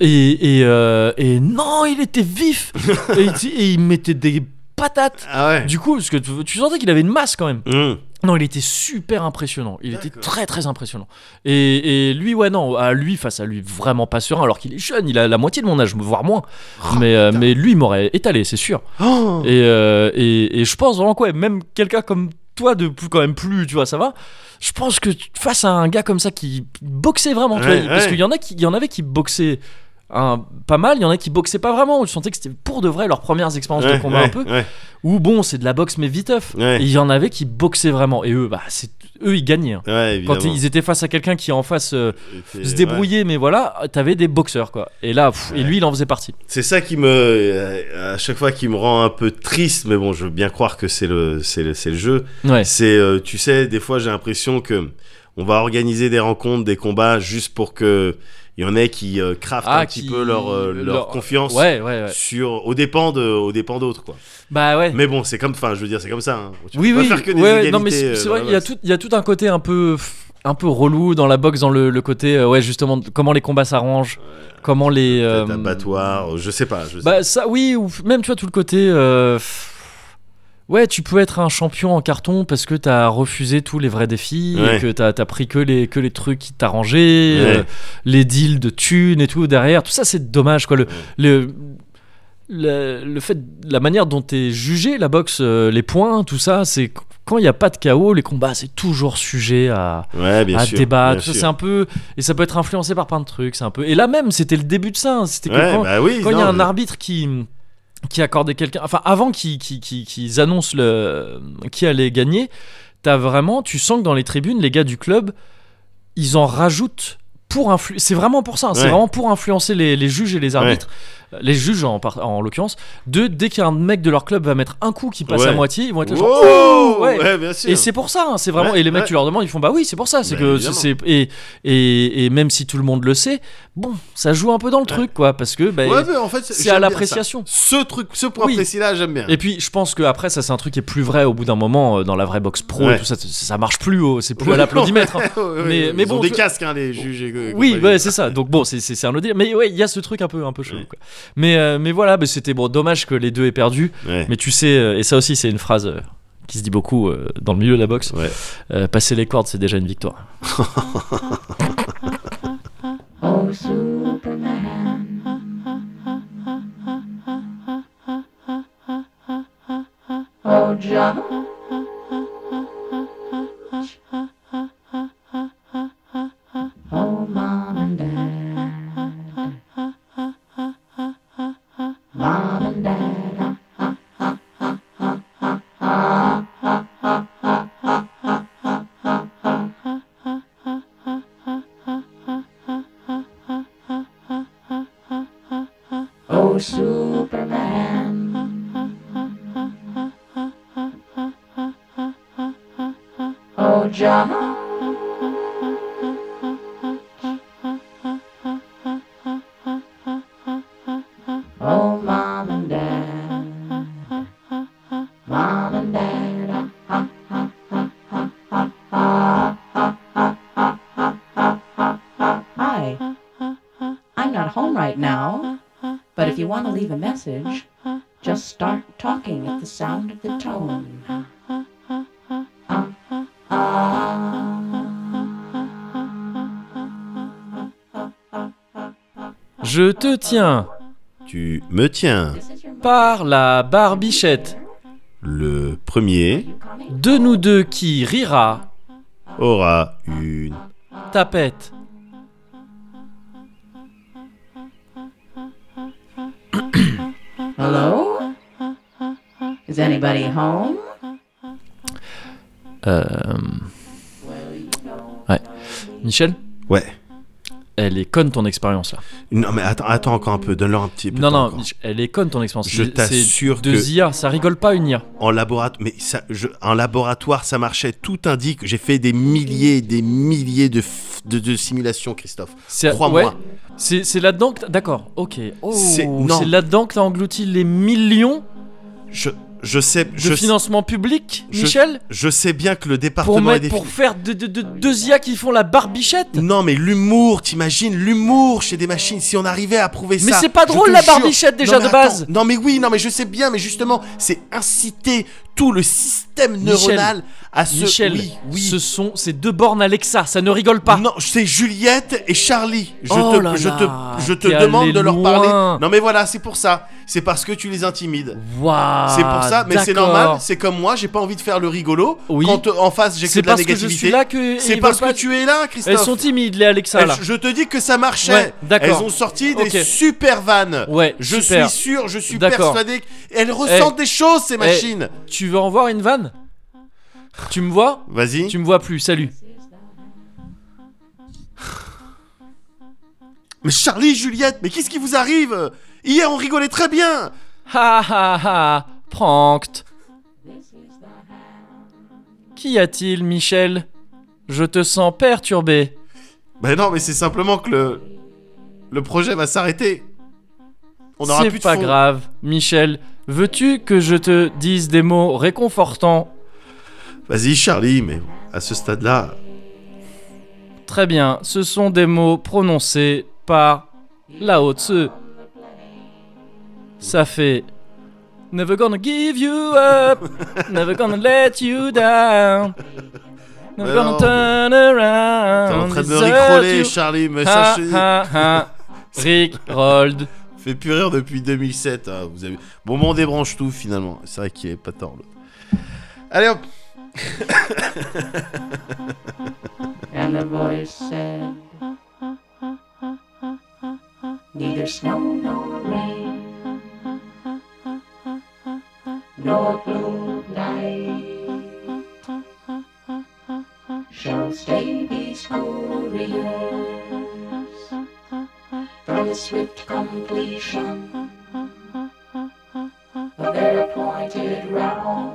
A: Et, et, euh, et non, il était vif et, il- et il mettait des patates.
B: Ah ouais.
A: Du coup, parce que tu, tu sentais qu'il avait une masse quand même.
B: Hum.
A: Non, il était super impressionnant. Il était
B: D'accord.
A: très très impressionnant. Et, et lui, ouais, non, à lui, face à lui, vraiment pas serein, alors qu'il est jeune, il a la moitié de mon âge, voire moins. mais, euh, mais lui, il m'aurait étalé, c'est sûr.
B: Oh.
A: Et, euh, et, et je pense vraiment quoi, même quelqu'un comme toi, de plus, quand même plus, tu vois, ça va. Je pense que tu- face à un gars comme ça qui boxait vraiment, tu
B: Ouais,
A: vois, parce
B: ouais.
A: qu'il y en a qui, il y en avait qui boxaient. un- pas mal, il y en a qui boxaient pas vraiment, où je sentais que c'était pour de vrai leurs premières expériences
B: Ouais,
A: de combat
B: ouais,
A: un peu
B: ouais.
A: où bon c'est de la boxe mais viteuf
B: Ouais.
A: Et il y en avait qui boxaient vraiment et eux bah c'est eux ils gagnaient hein.
B: Ouais, évidemment.
A: quand ils étaient face à quelqu'un qui en face euh,
B: C'est-
A: se débrouillait mais voilà t'avais des boxeurs quoi et là pff, et lui il en faisait partie
B: ouais. C'est ça qui me, euh, à chaque fois, qui me rend un peu triste, mais bon, je veux bien croire que c'est le, c'est le, c'est le jeu.
A: ouais
B: C'est, euh, tu sais, des fois, j'ai l'impression que on va organiser des rencontres, des combats, juste pour que il y en ait qui euh, craftent
A: Ah,
B: un petit
A: qui-
B: peu leur, euh, leur,
A: leur-
B: confiance
A: ouais ouais ouais
B: sur, aux dépens de, aux dépens d'autres, quoi.
A: bah ouais
B: Mais bon, c'est comme, enfin, je veux dire, c'est comme ça. hein. Tu
A: oui
B: peux pas
A: oui
B: faire que des
A: ouais, ouais, non mais
B: égalités,
A: c'est
B: euh,
A: c'est
B: dans
A: vrai
B: la
A: il y a
B: boxe.
A: tout il y a tout un côté un peu pff, un peu relou dans la boxe, dans le, le côté, euh, ouais, justement, de- comment les combats s'arrangent, comment les. euh,
B: Peut-être abattoir, je sais pas. Je sais
A: bah, ça, oui, ou même, tu vois, tout le côté. euh, Ouais, tu peux être un champion en carton parce que t'as refusé tous les vrais défis, et
B: Ouais.
A: que t'as as pris que les, que les trucs qui t'arrangeaient,
B: Ouais.
A: euh, les deals de thunes et tout derrière. Tout ça, c'est dommage, quoi. Le, le, le, le fait, la manière dont t'es jugé, la boxe, euh, les points, tout ça, c'est qu- quand il n'y a pas de chaos, les combats, c'est toujours sujet à,
B: Ouais, bien
A: à
B: sûr.
A: débattre.
B: bien
A: tout ça,
B: sûr.
A: c'est un peu et ça peut être influencé par plein de trucs. C'est un peu et là même c'était le début de ça. hein, C'était que
B: Ouais,
A: quand
B: bah oui,
A: quand il y
B: non,
A: a un
B: mais-
A: arbitre qui qui accordait quelqu'un, enfin avant qu'ils qui, qui, qu'ils annoncent le qui allait gagner, t'as vraiment tu sens que dans les tribunes les gars du club ils en rajoutent. Pour influ- c'est vraiment pour ça, hein, c'est
B: Ouais.
A: vraiment pour influencer les, les juges et les arbitres, les juges en, par- en l'occurrence, de dès qu'un mec de leur club va mettre un coup qui passe à
B: Ouais.
A: moitié, ils vont être là, genre,
B: Wow
A: Ouh ouais.
B: ouais, bien sûr.
A: et c'est pour ça, hein, c'est vraiment.
B: Ouais,
A: et les mecs,
B: ouais.
A: tu leur demandes, ils font bah oui, c'est pour ça. C'est
B: Bah,
A: que
B: évidemment.
A: c'est et, et et même si tout le monde le sait, bon, ça joue un peu dans le truc, quoi, parce que bah,
B: Ouais, mais en fait,
A: c'est
B: j'aime
A: à
B: bien
A: l'appréciation.
B: ça. Ce truc, ce point
A: Oui.
B: précis-là, j'aime bien.
A: Et puis je pense que après ça c'est un truc qui est plus vrai au bout d'un moment euh, dans la vraie boxe pro et
B: Ouais.
A: tout ça ça- ça marche plus haut c'est plus
B: Ouais,
A: à l'applaudimètre. hein.
B: Ouais, ouais,
A: Mais-
B: ouais,
A: mais
B: ils ont
A: bon,
B: des
A: tu-
B: casques, hein, les juges. et- et
A: Oui,
B: compagnie.
A: ouais, c'est ça. Donc bon, c'est- c'est c'est un autre délire. Mais ouais, il y a ce truc un peu un peu chelou.
B: Ouais.
A: Quoi. Mais euh, mais voilà, bah, c'était bon, dommage que les deux aient perdu.
B: Ouais.
A: Mais tu sais, euh, et ça aussi c'est une phrase euh, qui se dit beaucoup euh, dans le milieu de la boxe.
B: Ouais.
A: Euh, passer les cordes, c'est déjà une victoire.
G: Oh, Superman. Oh, John. Oh, Mom and Dad. Mom and Dad. Oh, Superman. Oh, John. Oh, Mom and Dad. Mom and Dad.
H: Hi. I'm not home right now, but if you want to leave a message, just start talking at the sound of the tone.
A: Je te tiens
B: Tu me tiens.
A: par la barbichette
B: Le premier
A: de nous deux qui rira
B: aura une.
A: tapette.
H: Hello? Is anybody home?
A: Euh... Ouais. Michel,
B: Ouais.
A: elle est conne ton expérience là.
B: Non, mais attends, attends encore un peu. Donne-leur un petit peu. de
A: Non,
B: temps
A: non,
B: encore.
A: Mich- elle est conne ton expérience.
B: Je
A: C'est-
B: t'assure
A: c'est Deux
B: que-
A: IA, ça rigole pas une IA.
B: En laboratoire, mais ça, je, en laboratoire, ça marchait. Tout indique. J'ai fait des milliers, et des milliers de, f- de, de simulations, Christophe.
A: C'est-
B: Crois-moi.
A: ouais. C'est c'est là-dedans que. t'as- D'accord, ok. Oh,
B: C'est-
A: c'est
B: non.
A: là-dedans que t'as englouti les millions
B: Je, je sais,
A: de
B: je,
A: financement public,
B: je-
A: Michel,
B: je sais bien que le
A: pour,
B: département est
A: mettre,
B: des
A: pour faire de- de- de- deux IA qui font la barbichette
B: Non, mais l'humour, t'imagines l'humour chez des machines. Si on arrivait à prouver ça.
A: Mais c'est pas
B: je
A: drôle,
B: te
A: la
B: jure.
A: barbichette,
B: Non,
A: déjà,
B: mais
A: de
B: attends.
A: base.
B: Non, mais oui, non, mais je sais bien, mais justement, c'est inciter tout le système
A: Michel,
B: neuronal à se.
A: Michel,
B: oui, oui.
A: ce sont ces deux bornes Alexa, ça ne rigole pas.
B: Non, c'est Juliette et Charlie. Je
A: Oh
B: te,
A: là
B: je te,
A: là,
B: je te
A: t'es
B: demande
A: allé
B: de leur
A: loin.
B: parler. Non, mais voilà, c'est pour ça. C'est parce que tu les intimides.
A: Waouh,
B: c'est pour ça, mais c'est
A: Ah, d'accord.
B: normal. C'est comme moi, j'ai pas envie de faire le rigolo.
A: Oui.
B: Quand euh, en face, j'ai que
A: C'est
B: de la
A: parce que je
B: négativité.
A: suis là que.
B: C'est
A: ils
B: parce
A: veulent
B: que
A: pas-
B: tu es là,
A: Elles
B: Christophe.
A: sont timides, les Alexa là.
B: Elles- Eh, Je te dis que ça marchait.
A: Ouais, d'accord.
B: Elles ont sorti des
A: Ok.
B: super vannes.
A: Ouais,
B: Je
A: super.
B: suis sûr, je suis
A: D'accord. Eh.
B: persuadé qu'elles ressentent des choses, ces machines.
A: Tu veux en voir une vanne Tu me vois
B: Vas-y.
A: Tu me vois plus, salut.
B: Mais Charlie, Juliette, mais qu'est-ce qui vous arrive Hier, on rigolait très bien.
A: Ha ha ha, pranked. Qu'y a-t-il, Michel Je te sens perturbé.
B: Bah non, mais c'est simplement que le, le projet va s'arrêter. On aura
A: C'est
B: plus de
A: pas
B: fonds.
A: grave, Michel. Veux-tu que je te dise des mots réconfortants
B: Vas-y, Charlie, mais à ce stade-là,
A: Très bien, ce sont des mots prononcés par Lao Tzu. Ça fait Never gonna give you up, never gonna let you down, never
B: Mais
A: gonna
B: non,
A: turn
B: T'es
A: around.
B: en train de me
A: desert
B: ricroler,
A: you.
B: Charlie, mais
A: Ha,
B: ça, je te
A: ha, ha. Rick Rold.
B: fait plus rire depuis 2007. hein, vous avez... Bon, bon, on débranche tout finalement. C'est vrai qu'il est pas tort l'autre. Allez hop
G: And the voice said, Neither snow nor rain, nor blue night shall stay these cool years from the swift completion of their appointed round.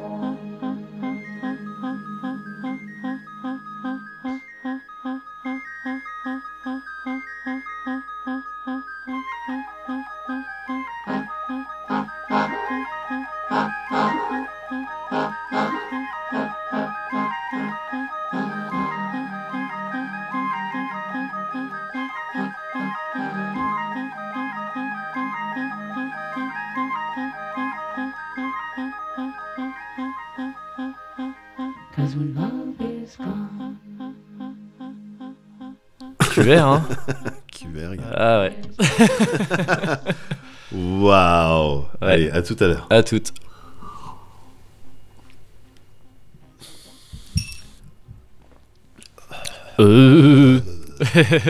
G: Cause when love is gone.
A: Cuvert, hein
B: Qui vergue.
A: Ah ouais,
B: Waouh
A: Ouais.
B: Allez, à tout à l'heure.
A: à toutes. Euh.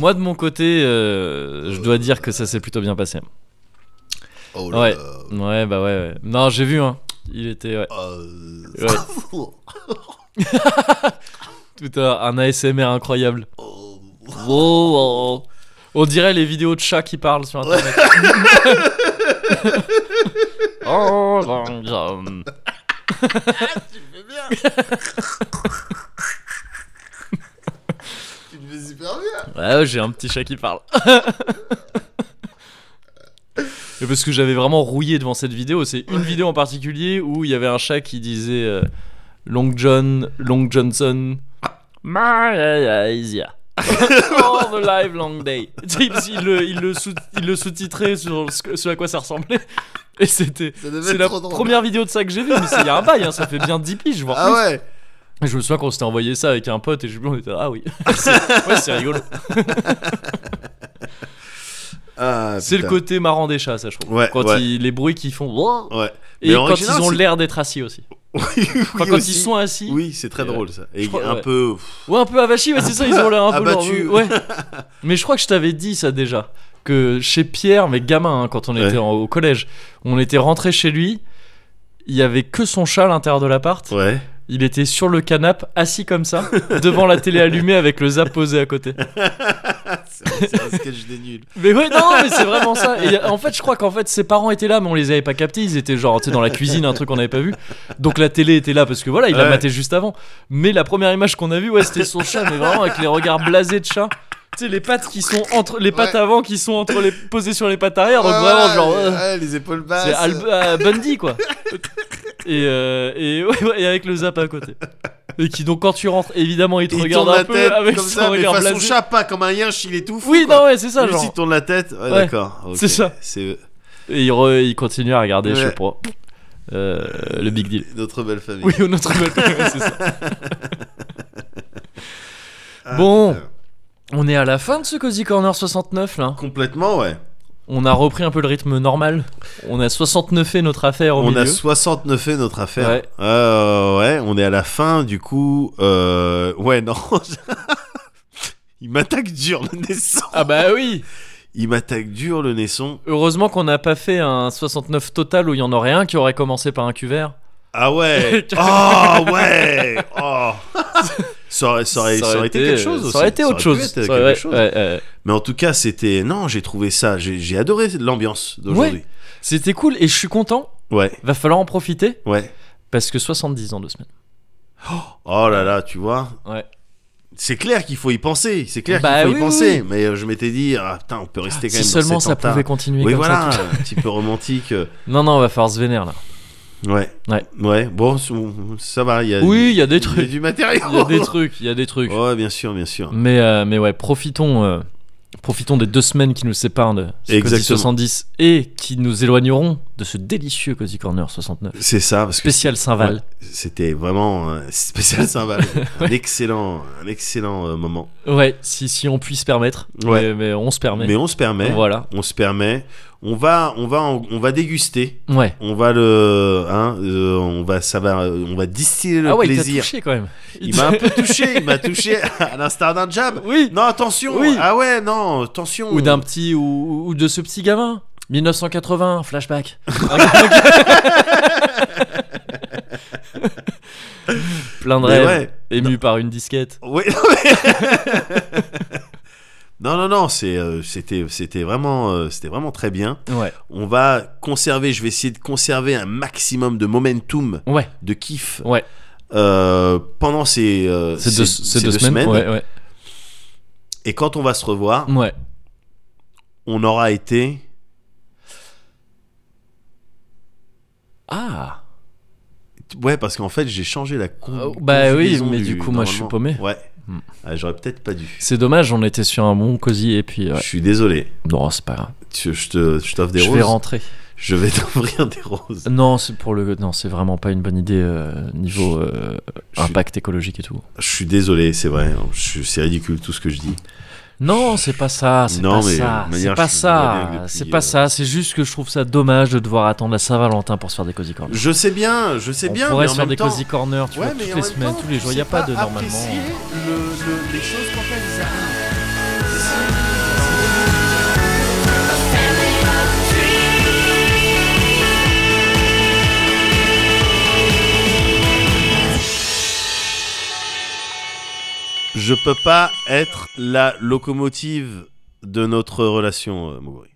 A: Moi de mon côté, euh, je dois dire que ça s'est plutôt bien passé.
B: Oh là
A: Ouais,
B: là.
A: ouais, bah ouais. ouais. Non, j'ai vu, hein. Il était, ouais.
B: Euh,
A: Ouais. Tout un, un ASMR incroyable.
B: Oh.
A: Wow. On dirait les vidéos de chats qui parlent sur internet. oh, long jam.
B: Tu le fais super bien
A: Ouais, j'ai un petit chat qui parle. Et parce que j'avais vraiment rouillé devant cette vidéo, c'est une vidéo en particulier où il y avait un chat qui disait euh, Long John, Long Johnson, Malaysia. All the live long day. Tu sais, Il le, il le sous- il le sous-titrait sur ce, que- ce à quoi ça ressemblait. Et c'était.
B: Ça devait
A: C'est
B: être
A: la
B: trop drôle.
A: première vidéo de ça que j'ai vue, mais c'est- il y a un bail, hein, ça fait bien 10 piges, voire
B: Ah
A: plus.
B: ouais
A: Et Je me souviens qu'on s'était envoyé ça avec un pote et je me on était ah oui, c'est ouais, c'est rigolo.
B: Ah,
A: C'est le
B: putain.
A: côté marrant des chats, ça je trouve.
B: Ouais,
A: quand
B: ouais.
A: ils- les bruits qu'ils font.
B: Ouais.
A: Et
B: Mais en
A: quand
B: général,
A: ils ont
B: c'est-
A: l'air d'être assis aussi.
B: Oui, oui,
A: Enfin, quand
B: aussi.
A: ils sont assis.
B: Oui, c'est très
A: Et, euh,
B: drôle ça. Et
A: je crois-
B: un
A: ouais.
B: peu.
A: Ouais, un peu avachis, ouais, c'est ça, ils ont l'air un peu. leur-
B: Abattus.
A: Ouais. Mais je crois que je t'avais dit ça déjà. Que chez Pierre, mais gamin, hein, quand on
B: Ouais.
A: était en- au collège, on était rentré chez lui. Il y avait que son chat à l'intérieur de l'appart.
B: Ouais.
A: Il était sur le canapé, assis comme ça, devant la télé allumée avec le zap posé à côté.
B: C'est un- c'est un sketch des nuls.
A: Mais ouais, non, mais c'est vraiment ça. Et en fait, je crois qu'en fait, ses parents étaient là, mais on les avait pas captés. Ils étaient genre, tu sais, dans la cuisine, un truc qu'on n'avait pas vu. Donc la télé était là parce que voilà, il l'a
B: Ouais.
A: maté juste avant. Mais la première image qu'on a vue, ouais, c'était son chat, mais vraiment avec les regards blasés de chat. Tu sais, les pattes qui sont entre les pattes
B: Ouais.
A: avant qui sont entre les posées sur les pattes arrière. Donc
B: Ouais,
A: vraiment,
B: ouais,
A: genre.
B: ouais,
A: euh,
B: ouais, les épaules basses.
A: c'est Al- euh, Bundy quoi. Et, euh, et, ouais, ouais, et avec le zap à côté. Et qui donc quand tu rentres, évidemment, il te
B: Il
A: regarde
B: tourne
A: un
B: la
A: peu
B: tête
A: avec
B: comme
A: son
B: ça, mais
A: regard
B: façon
A: blasé.
B: chat, pas comme un yinche, il est tout fou.
A: Oui,
B: quoi.
A: non, ouais, c'est ça,
B: Lui,
A: genre.
B: s'il tourne la tête, ouais, d'accord. ok.
A: C'est ça.
B: C'est
A: Et il, re- il continue à regarder, je
B: Ouais.
A: sais pas, euh, le Big Deal.
B: notre belle famille.
A: Oui, ou notre belle famille, c'est ça. Bon,
B: putain.
A: on est à la fin de ce Cozy Corner 69 là.
B: Complètement, ouais.
A: On a repris un peu le rythme normal. On a 69 et notre affaire au
B: on
A: milieu.
B: a 69 fait notre affaire.
A: Ouais.
B: Euh, ouais, on est à la fin, du coup. euh, Ouais, non. il m'attaque dur le naisson.
A: Ah bah oui
B: Il m'attaque dur le naisson.
A: Heureusement qu'on n'a pas fait un 69 total où il y en aurait un qui aurait commencé par un cuvert.
B: Ah ouais. oh ouais. Oh. Ça aurait, ça aurait- ça aurait été quelque chose.
A: Ça aurait
B: aussi.
A: été autre
B: pu
A: chose.
B: être
A: Ça
B: quelque
A: aurait- ouais,
B: chose.
A: ouais, ouais.
B: Mais en tout cas, c'était. Non, j'ai trouvé ça. J'ai j'ai adoré l'ambiance d'aujourd'hui.
A: C'était cool et je suis content.
B: Ouais.
A: Va falloir en profiter
B: Ouais.
A: parce que 70 dans deux semaines.
B: Oh là là, tu vois.
A: Ouais.
B: C'est clair qu'il faut y penser. C'est clair
A: Bah
B: qu'il faut
A: oui,
B: y penser.
A: oui.
B: Mais euh, je m'étais dit, ah putain, on peut rester quand
A: Si
B: même.
A: seulement
B: dans
A: ça
B: cet
A: pouvait
B: entente.
A: continuer
B: Oui,
A: comme ça
B: voilà,
A: tout-
B: un petit peu romantique. euh.
A: Non, non, on va falloir se vénère là.
B: Ouais.
A: Ouais.
B: Ouais. Bon, ça- ça va. il Y a
A: Oui, il y a des
B: il y a
A: trucs.
B: du matériau.
A: Il y a des trucs, il y a des trucs.
B: Ouais, bien sûr, bien sûr.
A: Mais, euh, mais ouais, profitons, euh, profitons des deux semaines qui nous séparent de ce Cozy
B: Exactement.
A: 70 et qui nous éloigneront de ce délicieux Cozy Corner 69.
B: C'est ça, parce que
A: Spécial Saint-Val.
B: c'était vraiment euh, spécial Saint-Val. un excellent, un excellent euh, moment.
A: Ouais, si, si on puisse permettre.
B: Ouais.
A: Mais, mais on se permet.
B: Mais on se permet.
A: Voilà.
B: On se permet. On va, on va, en- on va déguster.
A: Ouais.
B: On va le, hein, euh, on va, ça va, euh, on va distiller le
A: ah ouais, il t'a
B: plaisir.
A: touché quand même.
B: Il m'a un peu touché. Il m'a touché à l'instar d'un jab.
A: Oui.
B: Non, attention.
A: Oui.
B: Ah ouais, non, attention.
A: Ou d'un petit, ou, ou de ce petit gamin. 1980, flashback. Plein de
B: Mais
A: rêves,
B: ouais.
A: ému par une disquette.
B: Oui. non, non, non, c'est, euh, c'était, c'était vraiment, euh, c'était vraiment très bien.
A: Ouais.
B: On va conserver, je vais essayer de conserver un maximum de momentum,
A: Ouais.
B: de kiff.
A: Ouais.
B: euh, pendant ces, euh,
A: C'est
B: ces-
A: deux,
B: ces
A: c'est deux semaines. Ouais, Mm. ouais.
B: Et quand on va se revoir,
A: Ouais.
B: on aura été
A: Ah.
B: Ouais, parce qu'en fait, j'ai changé la con-
A: Oh, bah oui,
B: conjugaison
A: mais du coup, moi, je suis
B: normalement.
A: paumé.
B: Ouais.
A: Hmm.
B: Ah, j'aurais peut-être pas dû.
A: C'est dommage, on était sur un bon cosy et puis. ouais.
B: Je suis désolé.
A: Non, c'est pas grave.
B: Tu- je te, je t'offre des
A: je
B: roses.
A: vais rentrer.
B: Je vais t'offrir des roses.
A: Non, c'est pour le. Non, c'est vraiment pas une bonne idée euh, niveau euh,
B: Je suis-
A: impact écologique et tout.
B: Je suis désolé, c'est vrai. Je suis- C'est ridicule tout ce que je dis.
A: Non, c'est pas ça. C'est
B: Non,
A: pas
B: mais
A: ça.
B: de
A: C'est pas
B: manière, je suis- je vois
A: ça.
B: bien que depuis,
A: C'est pas
B: euh,
A: ça. C'est juste que je trouve ça dommage de devoir attendre la Saint-Valentin pour se faire des cosy corners.
B: Je sais bien, je sais
A: on
B: bien.
A: pourrait
B: mais en
A: se faire
B: même
A: des
B: temps-
A: cosy corners, tu
B: Ouais,
A: vois,
B: mais
A: toutes
B: en
A: les
B: même
A: semaines,
B: temps,
A: tous les jours. Il
B: c'est
A: n'y a pas, de normalement.
B: apprécier le- le- les choses qu'on fait. Je peux pas être la locomotive de notre relation, euh, Moguri.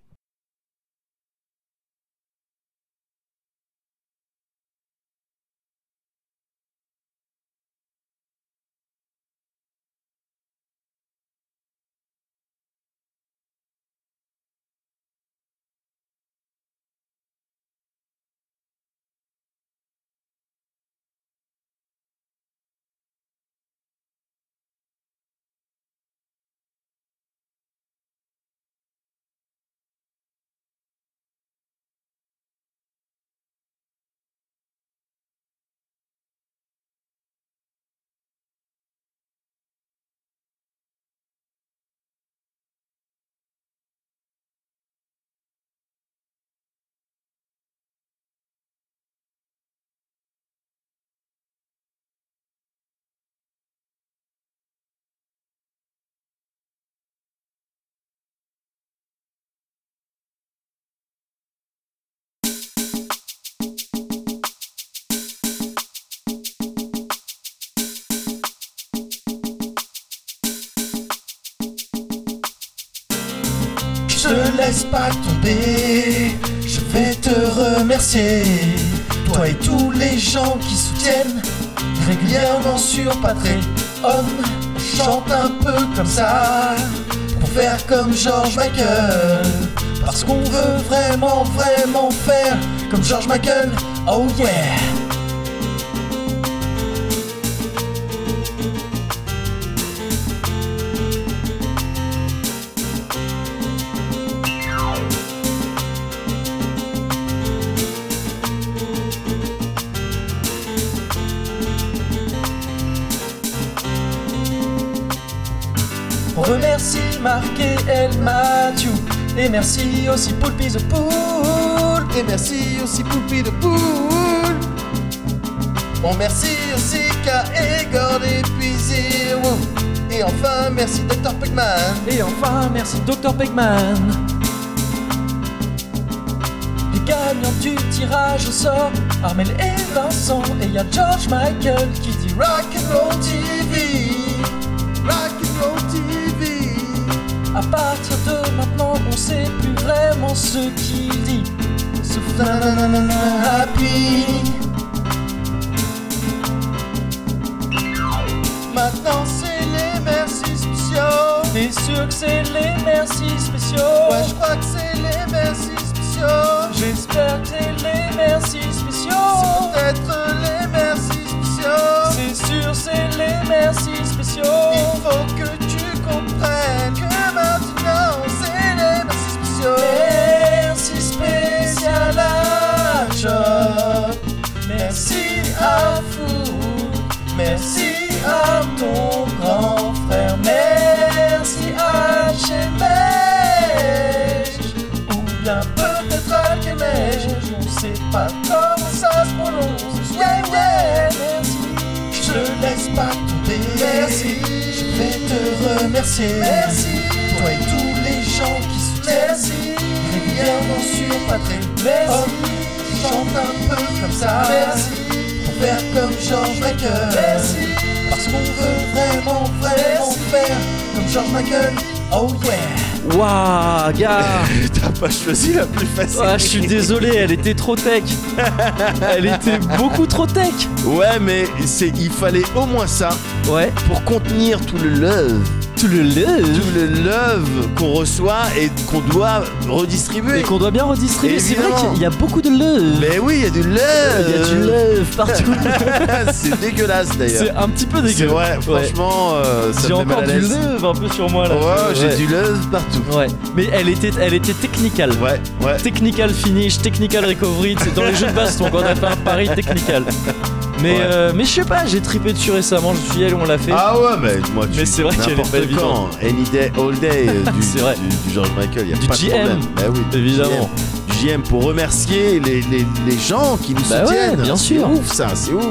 I: Je te laisse pas tomber, je vais te remercier. Toi et tous les gens qui soutiennent régulièrement sur Patreon. Chante un peu comme ça, pour faire comme George Michael. Parce qu'on veut vraiment, vraiment faire comme George Michael. Oh yeah! On remercie Marc et El Mathieu. Et merci aussi Poulpi de Poule. Et merci aussi Poulpi de Poule. On merci aussi K et Gord et puis Zero. Et enfin merci Dr Pegman. Et enfin merci Dr Pegman. Les gagnants du tirage au sort, Armel et Vincent, et y a George Michael qui dit Rock'n'Roll TV. Rock'n'Roll TV. À partir de maintenant, on sait plus vraiment ce qu'il dit. Sauf nananana happy. Maintenant, c'est les merci spéciaux. T'es sûr que c'est les merci spéciaux? Ouais, je crois que c'est les merci spéciaux. spéciaux.
J: J'espère que c'est les merci spéciaux.
I: Peut-être les merci spéciaux.
J: C'est sûr, c'est les merci spéciaux.
I: Il faut que tu comprennes que maintenant c'est les merci spéciaux.
J: Merci spécial à Job. Merci à vous. Merci à ton grand frère. Merci à Chemège. Ou bien peut-être à Chemège. On sait pas comment ça se prononce. Ouais, ouais, merci.
I: Je laisse pas tomber.
J: Merci.
I: Je vais te remercier.
J: Merci.
I: Toi et tous les gens qui soutiennent.
J: Merci.
I: Régulièrement sur Patrick.
J: Merci.
I: chante un peu comme ça.
J: Merci.
I: Pour faire comme George Michael.
J: Merci.
I: Parce qu'on veut vraiment, vraiment
J: Merci.
I: faire comme George Michael. Oh yeah.
A: Waouh, gars
B: T'as pas choisi la plus facile.
A: Ah, Je suis désolé, elle était trop tech. Elle était beaucoup trop tech.
B: Ouais, mais c'est, il fallait au moins ça
A: Ouais.
B: pour contenir tout le love,
A: Tu le lèves.
B: tout le love qu'on reçoit et qu'on doit redistribuer.
A: Et qu'on doit bien redistribuer. C'est vrai
B: Évidemment.
A: qu'il y a beaucoup de love.
B: Mais euh, oui, il y a du
A: Il y a du
B: love.
A: love partout.
B: c'est dégueulasse
A: C'est
B: d'ailleurs.
A: un petit peu
B: C'est
A: dégueu.
B: vrai, franchement, euh, ça
A: J'ai
B: me fait
A: encore
B: mal à
A: du
B: l'aise.
A: love un peu sur moi là.
B: Ouais, j'ai
A: Ouais.
B: du love partout.
A: Ouais, mais elle était, elle était technical.
B: Ouais, ouais.
A: Technical finish, technical recovery, c'est dans les jeux de baston quand on a fait un pari technical. Mais,
B: Ouais.
A: euh, mais je sais pas, j'ai tripé dessus récemment, je me suis dit, allez, on l'a fait.
B: Ah ouais, mais moi, tu
A: Mais c'est vrai qu'elle est
B: n'importe
A: pas
B: quand, Any day, all day, euh, du,
A: C'est vrai.
B: du, du George Michael, il a
A: Du
B: pas de
A: GM.
B: problème. Bah oui, du
A: Évidemment.
B: GM. Du GM pour remercier les, les, les gens qui nous
A: Bah ouais,
B: soutiennent.
A: bien
B: C'est
A: sûr.
B: ouf ça, c'est ouf.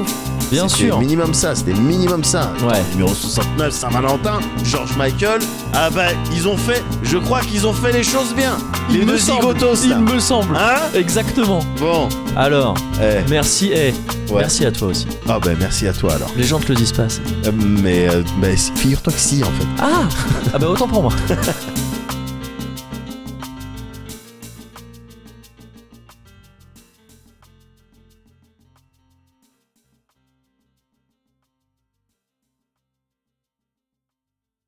A: Bien
B: C'était
A: sûr.
B: minimum ça, c'était minimum ça.
A: Ouais.
B: Numéro 69, Saint-Valentin, George Michael. Ah bah, ils ont fait, je crois qu'ils ont fait les choses bien. les
A: me
B: deux
A: semble,
B: zigotos là.
A: Il me semble.
B: Hein
A: Exactement.
B: Bon,
A: Alors,
B: eh,
A: merci, eh,
B: Ouais.
A: merci à toi aussi.
B: ah bah merci à toi alors.
A: Les gens te le disent pas. c'est-
B: Euh, Mais, euh, mais figure-toi que si en fait.
A: Ah Ah bah autant pour moi.